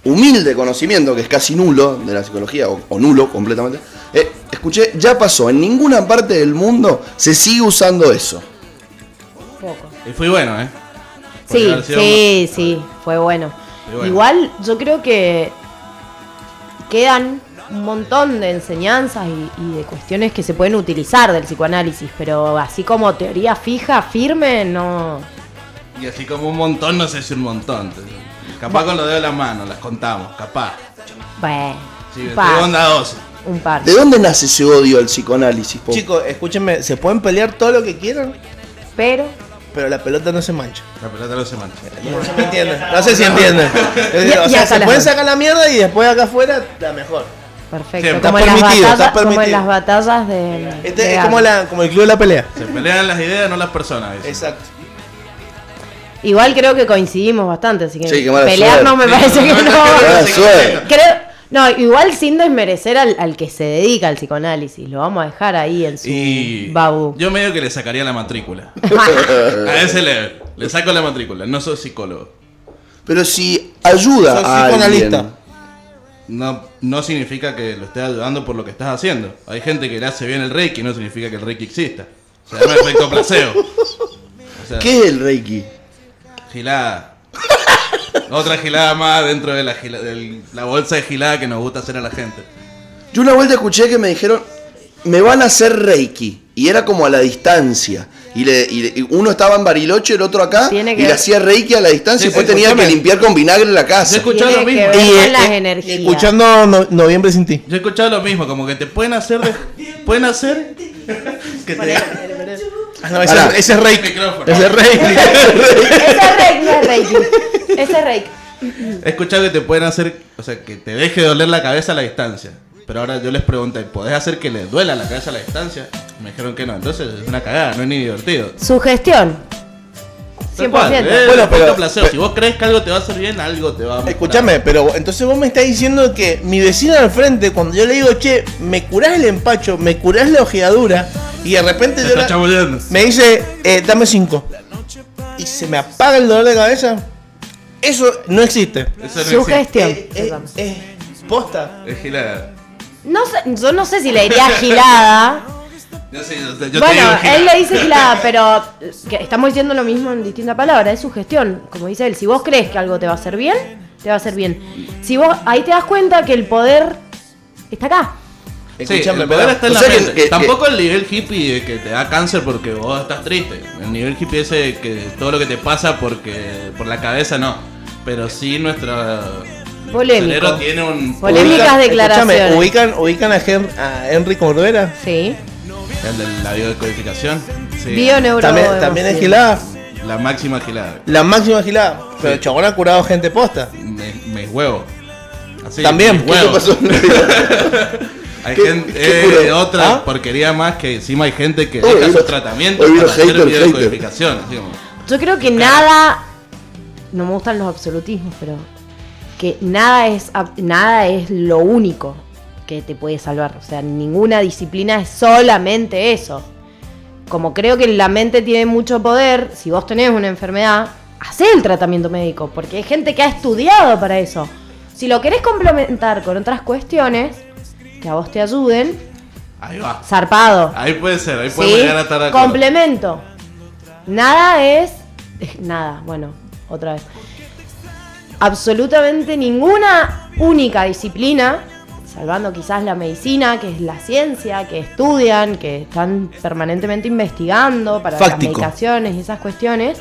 Speaker 2: humilde conocimiento, que es casi nulo de la psicología, o, o nulo completamente, eh, escuché, ya pasó. En ninguna parte del mundo se sigue usando eso.
Speaker 15: Poco.
Speaker 11: Y fui bueno, eh.
Speaker 15: Sí,
Speaker 11: haber sido
Speaker 15: sí, sí, fue bueno.
Speaker 11: Fue bueno.
Speaker 15: Igual yo creo que quedan un montón de enseñanzas y, y de cuestiones que se pueden utilizar del psicoanálisis, pero así como teoría fija, firme, no.
Speaker 11: Y así como un montón, no sé si un montón. Capaz con los dedos de la mano, las contamos, capaz.
Speaker 15: Bueno,
Speaker 11: Sí,
Speaker 15: un
Speaker 11: estoy
Speaker 15: par.
Speaker 11: onda 12.
Speaker 15: Un par.
Speaker 2: ¿De dónde nace ese odio al psicoanálisis, Popo?
Speaker 1: Chicos, escúchenme, se pueden pelear todo lo que quieran,
Speaker 15: Pero.
Speaker 1: pero la pelota no se mancha.
Speaker 11: La pelota no se mancha.
Speaker 1: No sé si me entienden. No sé si entienden.
Speaker 15: Y-
Speaker 1: o
Speaker 15: y
Speaker 1: sea,
Speaker 15: acá
Speaker 1: se
Speaker 15: las
Speaker 1: pueden
Speaker 15: dos.
Speaker 1: sacar la mierda y después acá afuera, la mejor.
Speaker 15: Perfecto.
Speaker 1: Siempre.
Speaker 15: como,
Speaker 1: Está
Speaker 15: en las
Speaker 1: permitido, está
Speaker 15: batallas, como en
Speaker 1: permitido.
Speaker 15: las batallas de.
Speaker 1: Este
Speaker 15: de
Speaker 1: es como,
Speaker 15: armas.
Speaker 1: la, como el club de la pelea.
Speaker 11: Se pelean las ideas, no las personas.
Speaker 1: Exacto.
Speaker 15: Igual creo que coincidimos bastante, así que
Speaker 11: Sí, qué mala
Speaker 15: pelear no me
Speaker 11: suerte.
Speaker 15: parece
Speaker 11: Sí,
Speaker 15: que
Speaker 11: no,
Speaker 15: no.
Speaker 11: no, no, no, sí,
Speaker 2: suerte.
Speaker 15: Creo, no, igual sin desmerecer al, al que se dedica al psicoanálisis, lo vamos a dejar ahí en su
Speaker 11: Y
Speaker 15: babu.
Speaker 11: yo medio que le sacaría la matrícula. A ese le, le saco la matrícula, no soy psicólogo.
Speaker 2: Pero si ayuda
Speaker 11: Soy
Speaker 2: a alguien.
Speaker 11: psicoanalista. No, no significa que lo estés ayudando por lo que estás haciendo. Hay gente que le hace bien el reiki, no significa que el reiki exista. O sea, es un efecto placebo. O sea,
Speaker 2: ¿Qué es el Reiki?
Speaker 11: Gilada. Otra gilada más dentro de la, gila- del- la bolsa de gilada que nos gusta hacer a la gente.
Speaker 2: Yo una vuelta escuché que me dijeron, me van a hacer Reiki. Y era como a la distancia. Y, le- y le- y uno estaba en Bariloche, el otro acá.
Speaker 15: Tiene
Speaker 2: Y
Speaker 15: que
Speaker 2: le
Speaker 15: ver-
Speaker 2: hacía Reiki a la distancia y después tenía que limpiar con vinagre la casa.
Speaker 15: Tiene que
Speaker 2: Y,
Speaker 15: ver con
Speaker 2: eh,
Speaker 15: las
Speaker 2: eh,
Speaker 15: energías.
Speaker 1: Escuchando no- Noviembre sin ti.
Speaker 11: Yo he escuchado lo mismo, como que te pueden hacer. de- pueden hacer. Que te.
Speaker 1: Ah, no, ese- ese es Reiki.
Speaker 11: Micrófono.
Speaker 1: Ese es Reiki.
Speaker 15: Ese es Reiki, no es Reiki. Ese es Reiki.
Speaker 11: He escuchado que te pueden hacer, o sea, que te deje doler la cabeza a la distancia. Pero ahora yo les pregunté, ¿podés hacer que les duela la cabeza a la distancia? Me dijeron que no, entonces es una cagada, no es ni divertido. eh,
Speaker 15: Sugestión. 100%.
Speaker 11: bueno,
Speaker 1: pero-
Speaker 11: placebo. Si vos crees que algo te va a hacer bien, algo te va a
Speaker 1: Escúchame, pero entonces vos me estás diciendo que mi vecina al frente, cuando yo le digo, che, me curás el empacho, me curás la ojeadura, y de repente yo la- me dice, eh, dame cinco. Y se me apaga el dolor de cabeza. Eso no existe.
Speaker 11: Eso no existe.
Speaker 15: Sugestión.
Speaker 1: Eh, eh, eh, posta.
Speaker 11: Es gilada.
Speaker 15: No sé, yo no sé si le diría gilada.
Speaker 11: Yo sí, yo te- yo te
Speaker 15: bueno,
Speaker 11: digo gilada.
Speaker 15: él le dice gilada, pero que estamos diciendo lo mismo en distintas palabras, es sugestión. Como dice él, si vos crees que algo te va a hacer bien, te va a hacer bien. Si vos ahí te das cuenta que el poder está acá.
Speaker 11: Sí,
Speaker 2: Escuchame,
Speaker 11: el poder
Speaker 2: pará.
Speaker 11: está en
Speaker 2: O
Speaker 11: la
Speaker 2: sea que-
Speaker 11: mente.
Speaker 2: que- que-
Speaker 11: Tampoco el nivel hippie de que te da cáncer porque vos estás triste. El nivel hippie ese de que todo lo que te pasa porque por la cabeza no. Pero sí nuestra
Speaker 15: Polémico.
Speaker 11: cerebro tiene un
Speaker 15: Polémicas
Speaker 11: ubica-
Speaker 15: declaraciones.
Speaker 1: Escúchame, ¿ubican, ubican a, Hen- a Henry Corbera?
Speaker 15: Sí.
Speaker 11: El de la biodecodificación. Sí.
Speaker 15: Bioneuro-
Speaker 1: También, también es gilada.
Speaker 11: La máxima gilada.
Speaker 1: La máxima gilada. Pero el chabón ha curado gente posta.
Speaker 11: Me, me huevo. Así,
Speaker 1: También,
Speaker 11: me
Speaker 1: ¿qué te pasó?
Speaker 11: hay
Speaker 1: ¿Qué-
Speaker 11: gente,
Speaker 1: qué
Speaker 11: eh,
Speaker 1: curó?
Speaker 11: otra
Speaker 1: ¿Ah?
Speaker 11: porquería más que encima hay gente que
Speaker 1: Hoy
Speaker 11: deja
Speaker 1: vino-
Speaker 11: su tratamiento
Speaker 1: hoy vino
Speaker 11: para hacer
Speaker 1: hater, hater.
Speaker 11: biodecodificación. así como-
Speaker 15: Yo creo que nada. No me gustan los absolutismos, pero. Que nada es, ab- nada es lo único que te puede salvar. O sea, ninguna disciplina es solamente eso. Como creo que la mente tiene mucho poder, si vos tenés una enfermedad, hacé el tratamiento médico, porque hay gente que ha estudiado para eso. Si lo querés complementar con otras cuestiones que a vos te ayuden,
Speaker 11: Ahí va.
Speaker 15: zarpado.
Speaker 11: Ahí puede ser, ahí puede
Speaker 15: ¿Sí?
Speaker 11: llegar a estar de acuerdo.
Speaker 15: Complemento. Nada es. es Nada, bueno, otra vez. Absolutamente ninguna única disciplina, salvando quizás la medicina, que es la ciencia, que estudian, que están permanentemente investigando para
Speaker 1: Fáctico.
Speaker 15: las medicaciones y esas cuestiones,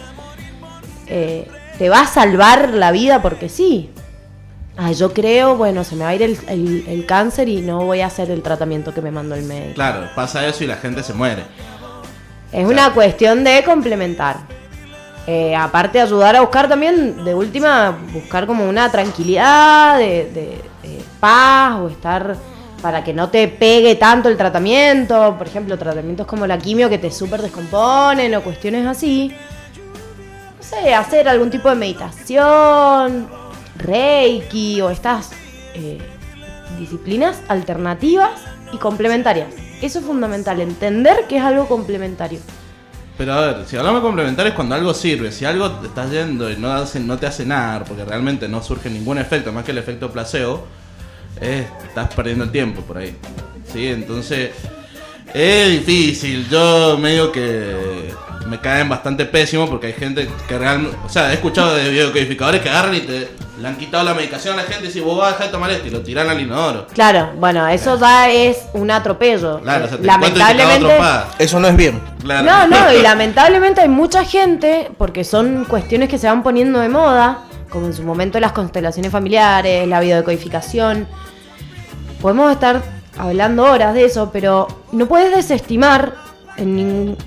Speaker 15: eh, te va a salvar la vida porque sí. Ah, yo creo, bueno, se me va a ir el, el- el cáncer y no voy a hacer el tratamiento que me mandó el médico.
Speaker 11: Claro, pasa eso y la gente se muere.
Speaker 15: Es una cuestión de complementar. Eh, aparte ayudar a buscar también, de última, buscar como una tranquilidad, de, de- de paz o estar para que no te pegue tanto el tratamiento. Por ejemplo, tratamientos como la quimio que te súper descomponen o cuestiones así. No sé, hacer algún tipo de meditación, reiki o estas eh, disciplinas alternativas y complementarias. Eso es fundamental, entender que es algo complementario.
Speaker 11: Pero a ver, si hablamos de complementar es cuando algo sirve. Si algo te estás yendo y no, hace- no te hace nada, porque realmente no surge ningún efecto, más que el efecto placebo, eh, estás perdiendo el tiempo por ahí. Sí, entonces es difícil. Yo medio que me caen bastante pésimo porque hay gente que realmente... O sea, he escuchado de biodecodificadores que agarran y te le han quitado la medicación a la gente y si vos vas a dejar de tomar esto y lo tiran al inodoro.
Speaker 15: Claro, bueno, eso ya es un atropello. Eh,
Speaker 11: Claro, o sea, te encuentro y te
Speaker 15: lamentablemente.
Speaker 11: cago a trompadas.
Speaker 1: Eso no es bien.
Speaker 11: Claro.
Speaker 15: No, no, y lamentablemente hay mucha gente, porque son cuestiones que se van poniendo de moda, como en su momento las constelaciones familiares, la biodecodificación. Podemos estar hablando horas de eso, pero no puedes desestimar en ningún-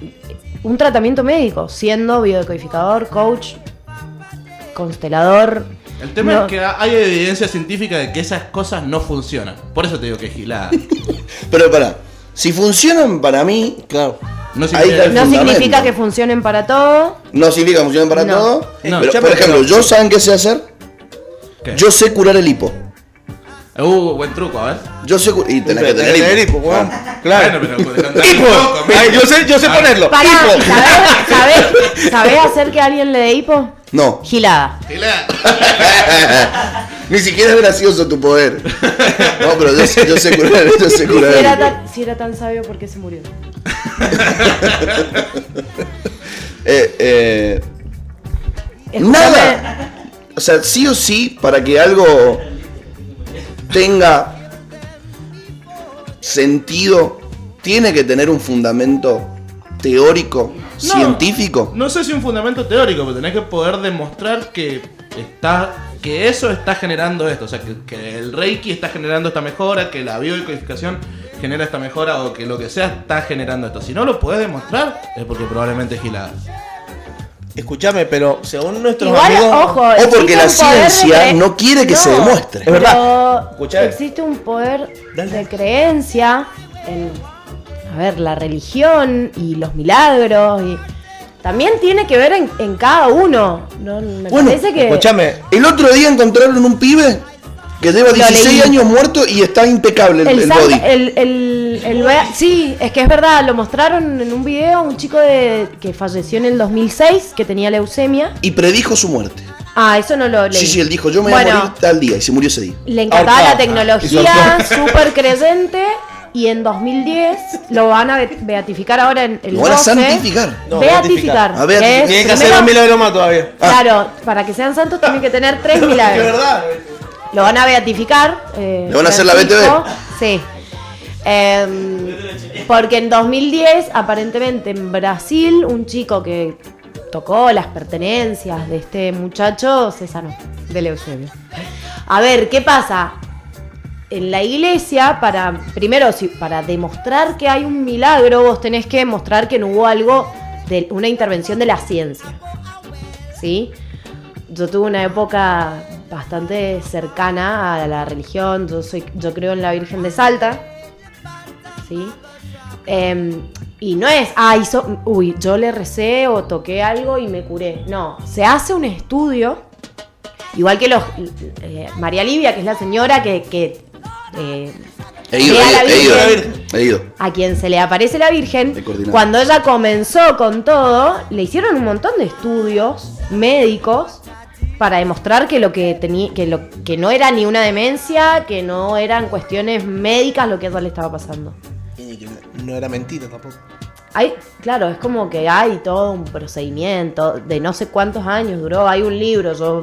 Speaker 15: un tratamiento médico, siendo biodecodificador, coach, constelador.
Speaker 11: El tema
Speaker 15: No.
Speaker 11: es que hay evidencia científica de que esas cosas no funcionan. Por eso te digo que es Eh, gilada.
Speaker 2: Pero pará, si funcionan para mí, claro.
Speaker 11: No
Speaker 2: ahí está el
Speaker 15: No
Speaker 2: fundamento.
Speaker 15: significa que funcionen para todo.
Speaker 2: No significa que funcionen para
Speaker 15: No.
Speaker 2: todo.
Speaker 11: No,
Speaker 2: pero,
Speaker 11: ya,
Speaker 2: por
Speaker 11: pero
Speaker 2: ejemplo,
Speaker 11: no.
Speaker 2: yo saben qué sé hacer. Yo sé curar el hipo.
Speaker 11: Uh, buen truco, a ver.
Speaker 2: Yo sé curar. Y tenés que tener hipo.
Speaker 11: Claro. Bueno, pero pues, con- con-
Speaker 2: ¡Hipo! Ay, yo sé,
Speaker 11: Ah.
Speaker 2: yo sé ponerlo.
Speaker 15: Pará, ¿y ¿sabés, sabés- sabés hacer que alguien le dé hipo?
Speaker 2: No.
Speaker 15: Gilada.
Speaker 2: Ni siquiera es gracioso tu poder. No, pero yo sé, yo sé curar, yo sé curar
Speaker 15: Si
Speaker 2: el
Speaker 15: era,
Speaker 2: hipo.
Speaker 15: tan, si era tan sabio, ¿por qué se murió?
Speaker 2: Eh, eh,
Speaker 15: Escúchame.
Speaker 2: nada. O sea, sí o sí, para que algo tenga sentido, tiene que tener un fundamento teórico,
Speaker 11: No.
Speaker 2: científico.
Speaker 11: No sé si un fundamento teórico, pero tenés que poder demostrar que está que eso está generando esto, o sea, que, que el Reiki está generando esta mejora, que la biodecodificación genera esta mejora o que lo que sea está generando esto. Si no lo podés demostrar es porque probablemente es gilada.
Speaker 1: Escúchame, pero según nuestros
Speaker 15: Igual,
Speaker 1: amigos.
Speaker 15: ojo, existe un poder de cre- No,
Speaker 1: Es verdad.
Speaker 15: pero
Speaker 1: Escuchá.
Speaker 15: Existe un poder de creencia en, a ver, la religión y los milagros y también tiene que ver en, en cada uno. No, me
Speaker 2: Bueno,
Speaker 15: parece que
Speaker 1: Escúchame.
Speaker 2: El otro día encontraron un pibe que lleva
Speaker 15: Lo
Speaker 2: 16
Speaker 15: leí.
Speaker 2: años muerto y está impecable el,
Speaker 15: el,
Speaker 2: el
Speaker 15: sal-
Speaker 2: body.
Speaker 15: el- el- el ba- sí, es que es verdad, lo mostraron en un video un chico de que falleció en el 2006 que tenía leucemia.
Speaker 2: Y predijo su muerte.
Speaker 15: Ah, eso no lo leí.
Speaker 2: Sí, sí, él dijo, yo me voy a
Speaker 15: Bueno.
Speaker 2: morir tal día y se murió ese día.
Speaker 15: Le encantaba
Speaker 2: Ahorcado.
Speaker 15: la tecnología,
Speaker 2: Ah, y soltó.
Speaker 15: súper creyente. Y en 2010 lo van a be- beatificar ahora en el
Speaker 2: Lo van a
Speaker 15: 12.
Speaker 2: santificar. No,
Speaker 15: beatificar.
Speaker 2: beatificar. A ver,
Speaker 15: Es
Speaker 10: Tiene que hacer
Speaker 15: primero-
Speaker 10: un milagro más todavía.
Speaker 2: Ah.
Speaker 15: Claro, para que sean santos tienen que tener tres milagros. Lo van a beatificar. eh,
Speaker 2: Le van a hacer la
Speaker 15: Francisco. Sí. Eh, porque en 2010, aparentemente en Brasil, un chico que tocó las pertenencias de este muchacho se sanó de leucemia. A ver, ¿qué pasa? En la iglesia, para primero, si- para demostrar que hay un milagro, vos tenés que mostrar que no hubo algo, de, una intervención de la ciencia. ¿sí? Yo tuve una época bastante cercana a la religión, yo, soy, yo creo en la Virgen de Salta, ¿sí? Em, y no es, ah, hizo, uy, yo le recé o toqué algo y me curé. No, se hace un estudio, igual que los eh, María Livia, que es la señora que, que, eh,
Speaker 2: He ido,
Speaker 15: ve a la
Speaker 2: he ido, he
Speaker 15: Virgen,
Speaker 2: ido. He ido.
Speaker 15: a quien se le aparece la Virgen,
Speaker 2: He coordinado.
Speaker 15: cuando ella comenzó con todo, le hicieron un montón de estudios médicos para demostrar que lo que tenía, que lo que no era ni una demencia, que no eran cuestiones médicas lo que a ella le estaba pasando.
Speaker 10: No era mentira tampoco.
Speaker 15: Hay, claro, es como que hay todo un procedimiento de no sé cuántos años duró. Hay un libro, yo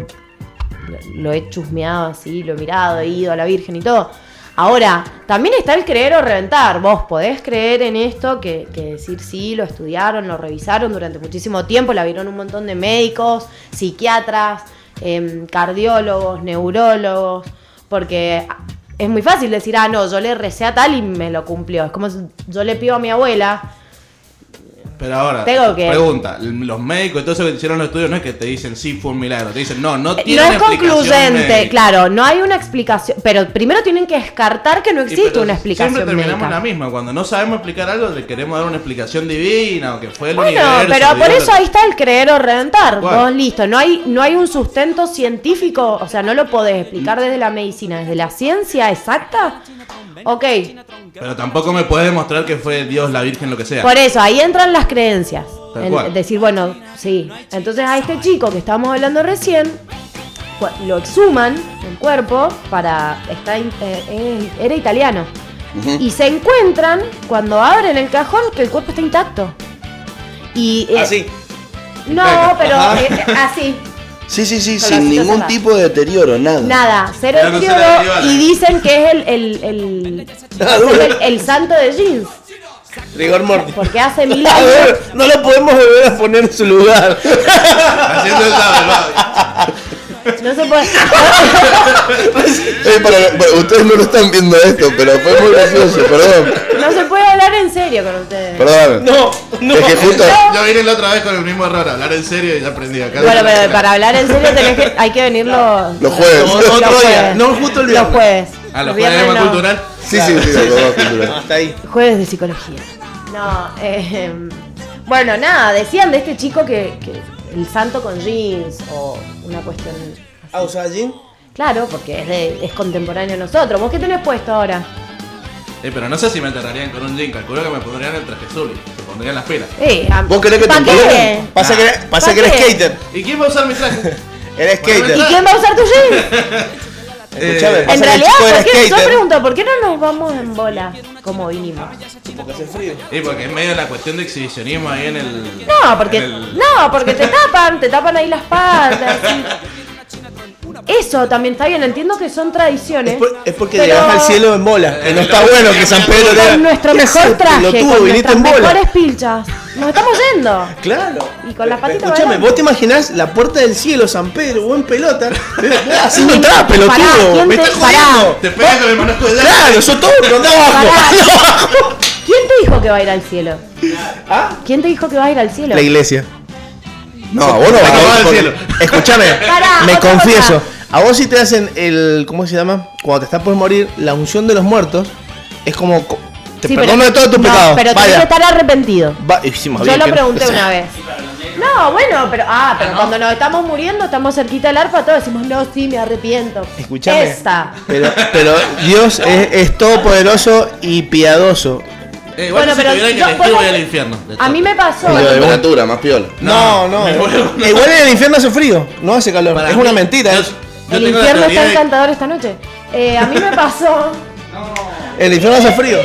Speaker 15: lo he chusmeado así, lo he mirado, he ido a la Virgen y todo. Ahora, también está el creer o reventar. Vos podés creer en esto, que, que decir sí, lo estudiaron, lo revisaron durante muchísimo tiempo, la vieron un montón de médicos, psiquiatras, em, cardiólogos, neurólogos, porque es muy fácil decir, ah, no, yo le recé a tal y me lo cumplió. Es como si yo le pido a mi abuela,
Speaker 11: Pero ahora,
Speaker 15: Tengo que-
Speaker 11: pregunta, los médicos y todo eso que hicieron los estudios no es que te dicen sí fue un milagro, te dicen no, no
Speaker 15: Eh, No
Speaker 11: tiene
Speaker 15: es concluyente, claro, no hay una explicación. Pero primero tienen que descartar que no existe una explicación
Speaker 11: Siempre terminamos
Speaker 15: médica.
Speaker 11: la misma, cuando no sabemos explicar algo le queremos dar una explicación divina o que fue el
Speaker 15: Bueno,
Speaker 11: universo.
Speaker 15: pero
Speaker 11: Dios
Speaker 15: por
Speaker 11: lo-
Speaker 15: eso ahí está el creer o reventar.
Speaker 11: Bueno.
Speaker 15: Vos listo, no hay, no hay un sustento científico, o sea, no lo podés explicar desde la medicina, desde la ciencia exacta. Ok,
Speaker 11: Pero tampoco me puedes demostrar que fue Dios, la Virgen, lo que sea.
Speaker 15: por eso ahí entran las creencias.
Speaker 11: Tal
Speaker 15: En-
Speaker 11: cual.
Speaker 15: decir, bueno, sí. Entonces a este chico que estábamos hablando recién, cu- lo exhuman el cuerpo para... Está, in- eh, eh, era italiano. Y se encuentran cuando abren el cajón que el cuerpo está intacto. Y eh,
Speaker 10: Así.
Speaker 15: no,
Speaker 2: Bueno,
Speaker 15: pero
Speaker 2: Ah, ajá.
Speaker 15: eh, eh, así,
Speaker 2: Sí, sí, sí,
Speaker 15: Con
Speaker 2: sin
Speaker 15: los hitos
Speaker 2: ningún
Speaker 15: acá.
Speaker 2: tipo de deterioro, nada.
Speaker 15: nada, cero
Speaker 2: Pero no se la
Speaker 15: deterioro,
Speaker 2: derivaron.
Speaker 15: y dicen que es el el, el,
Speaker 2: Ah,
Speaker 15: el,
Speaker 2: duro.
Speaker 15: el santo de jeans,
Speaker 10: Rigor mortis.
Speaker 15: porque hace mil
Speaker 2: Ah,
Speaker 10: A
Speaker 15: años.
Speaker 10: ver, no lo podemos volver a poner en su lugar.
Speaker 11: Haciendo el
Speaker 15: No se puede.
Speaker 2: Eh, para- para- ustedes no lo están viendo esto, pero fue muy gracioso, perdón.
Speaker 15: No se puede hablar en serio con ustedes.
Speaker 2: Perdón.
Speaker 15: No, no.
Speaker 2: Es que justo-
Speaker 11: Yo vine la otra vez con el mismo error, hablar en serio y ya aprendí acá.
Speaker 15: Bueno, pero para hablar en serio tenés que, hay que venir los,
Speaker 2: Los jueves.
Speaker 15: los
Speaker 11: Otro día,
Speaker 15: jueves.
Speaker 11: no justo el viernes.
Speaker 15: Los jueves.
Speaker 11: A los
Speaker 15: viernes
Speaker 11: jueves más
Speaker 15: no.
Speaker 11: cultural.
Speaker 2: Sí, sí, sí, los jueves cultural.
Speaker 10: Hasta ahí.
Speaker 15: Jueves de psicología. No, eh, bueno, nada, decían de este chico que, que el santo con jeans o una cuestión.
Speaker 10: Ah, ¿usaba jean?
Speaker 15: Claro, porque es, de- es contemporáneo a nosotros. ¿Vos qué tenés puesto ahora?
Speaker 11: Eh, pero no sé si me enterrarían con un jean, calculo que me pondrían el traje azul y se pondrían las pilas.
Speaker 15: Eh, a-
Speaker 10: ¿Vos querés que te
Speaker 15: ¿pa' qué?
Speaker 10: empoderen? Pasa que, pasa
Speaker 15: ¿Pa'
Speaker 10: que eres
Speaker 15: Eh. qué?
Speaker 10: skater.
Speaker 11: ¿Y quién va a usar mi traje?
Speaker 10: Eres skater.
Speaker 15: ¿Y quién va a usar tu jeans?
Speaker 11: Eh,
Speaker 10: Escuchame, pasa que
Speaker 15: en
Speaker 10: el
Speaker 15: realidad,
Speaker 10: chico era
Speaker 15: ¿por qué? yo
Speaker 10: skater.
Speaker 15: pregunto, ¿por qué no nos vamos en bola como vinimos?
Speaker 11: Y porque es medio la cuestión de exhibicionismo ahí en el.
Speaker 15: No, porque,
Speaker 11: en el-
Speaker 15: no, porque te tapan, te tapan ahí las patas. Eso también está bien, entiendo que son tradiciones.
Speaker 10: Es porque
Speaker 15: Pero-
Speaker 10: llegás al cielo en bola. Que no está bueno que San Pedro te-
Speaker 15: con nuestro
Speaker 10: ¿Qué
Speaker 15: mejor
Speaker 10: haces,
Speaker 15: traje,
Speaker 10: pelotudo?
Speaker 15: con
Speaker 10: viniste
Speaker 15: nuestras
Speaker 10: en bola.
Speaker 15: mejores pilchas. Nos estamos yendo.
Speaker 10: Claro.
Speaker 15: Y con las patitas
Speaker 10: Escúchame,
Speaker 15: bailando.
Speaker 10: vos te imaginás la puerta del cielo, San Pedro, buen pelota. Haciendo
Speaker 15: Y-
Speaker 10: entrada, pelotudo.
Speaker 15: pará, ¿quién
Speaker 10: me
Speaker 15: te-
Speaker 10: estás
Speaker 15: pará?
Speaker 10: jodiendo.
Speaker 11: Te pegas con el manojo de
Speaker 10: Claro, sos todo pero andá abajo.
Speaker 15: Pará.
Speaker 10: andá abajo.
Speaker 15: ¿Quién te dijo que va a ir al cielo? ¿Quién te dijo que va a ir al cielo?
Speaker 10: ¿Ah? La iglesia. No, vos
Speaker 1: no vas a ir
Speaker 10: al
Speaker 1: porque-
Speaker 10: cielo. Escúchame,
Speaker 15: Pará,
Speaker 10: me
Speaker 15: otra
Speaker 10: confieso. A vos si te hacen el. ¿Cómo se llama? Cuando te estás por morir, la unción de los muertos es como. co- Te
Speaker 15: Sí, pero-
Speaker 10: perdono de todos tus
Speaker 15: no,
Speaker 10: pecados.
Speaker 15: Pero tenés
Speaker 10: Vaya.
Speaker 15: que estar arrepentido.
Speaker 10: Va- y sí, más
Speaker 15: Yo
Speaker 10: bien
Speaker 15: lo
Speaker 10: que no.
Speaker 15: pregunté una vez. No, bueno, pero ah, pero cuando nos estamos muriendo, estamos cerquita del arpa, todos decimos, no, sí, me arrepiento.
Speaker 10: Escuchame.
Speaker 15: Esta.
Speaker 10: Pero, pero Dios es, es todopoderoso y piadoso.
Speaker 11: Eh, igual
Speaker 15: Bueno,
Speaker 11: si
Speaker 15: pero
Speaker 11: tuviera que
Speaker 15: yo-
Speaker 11: elegir,
Speaker 15: vos-
Speaker 11: voy al infierno. De
Speaker 15: A mí me pasó.
Speaker 2: Y la temperatura, más piola.
Speaker 1: No, no. Igual en el infierno hace frío, no hace calor. es una mentira.
Speaker 10: eh.
Speaker 15: El infierno está encantador esta noche. Eh, a mí me pasó.
Speaker 1: El infierno hace frío.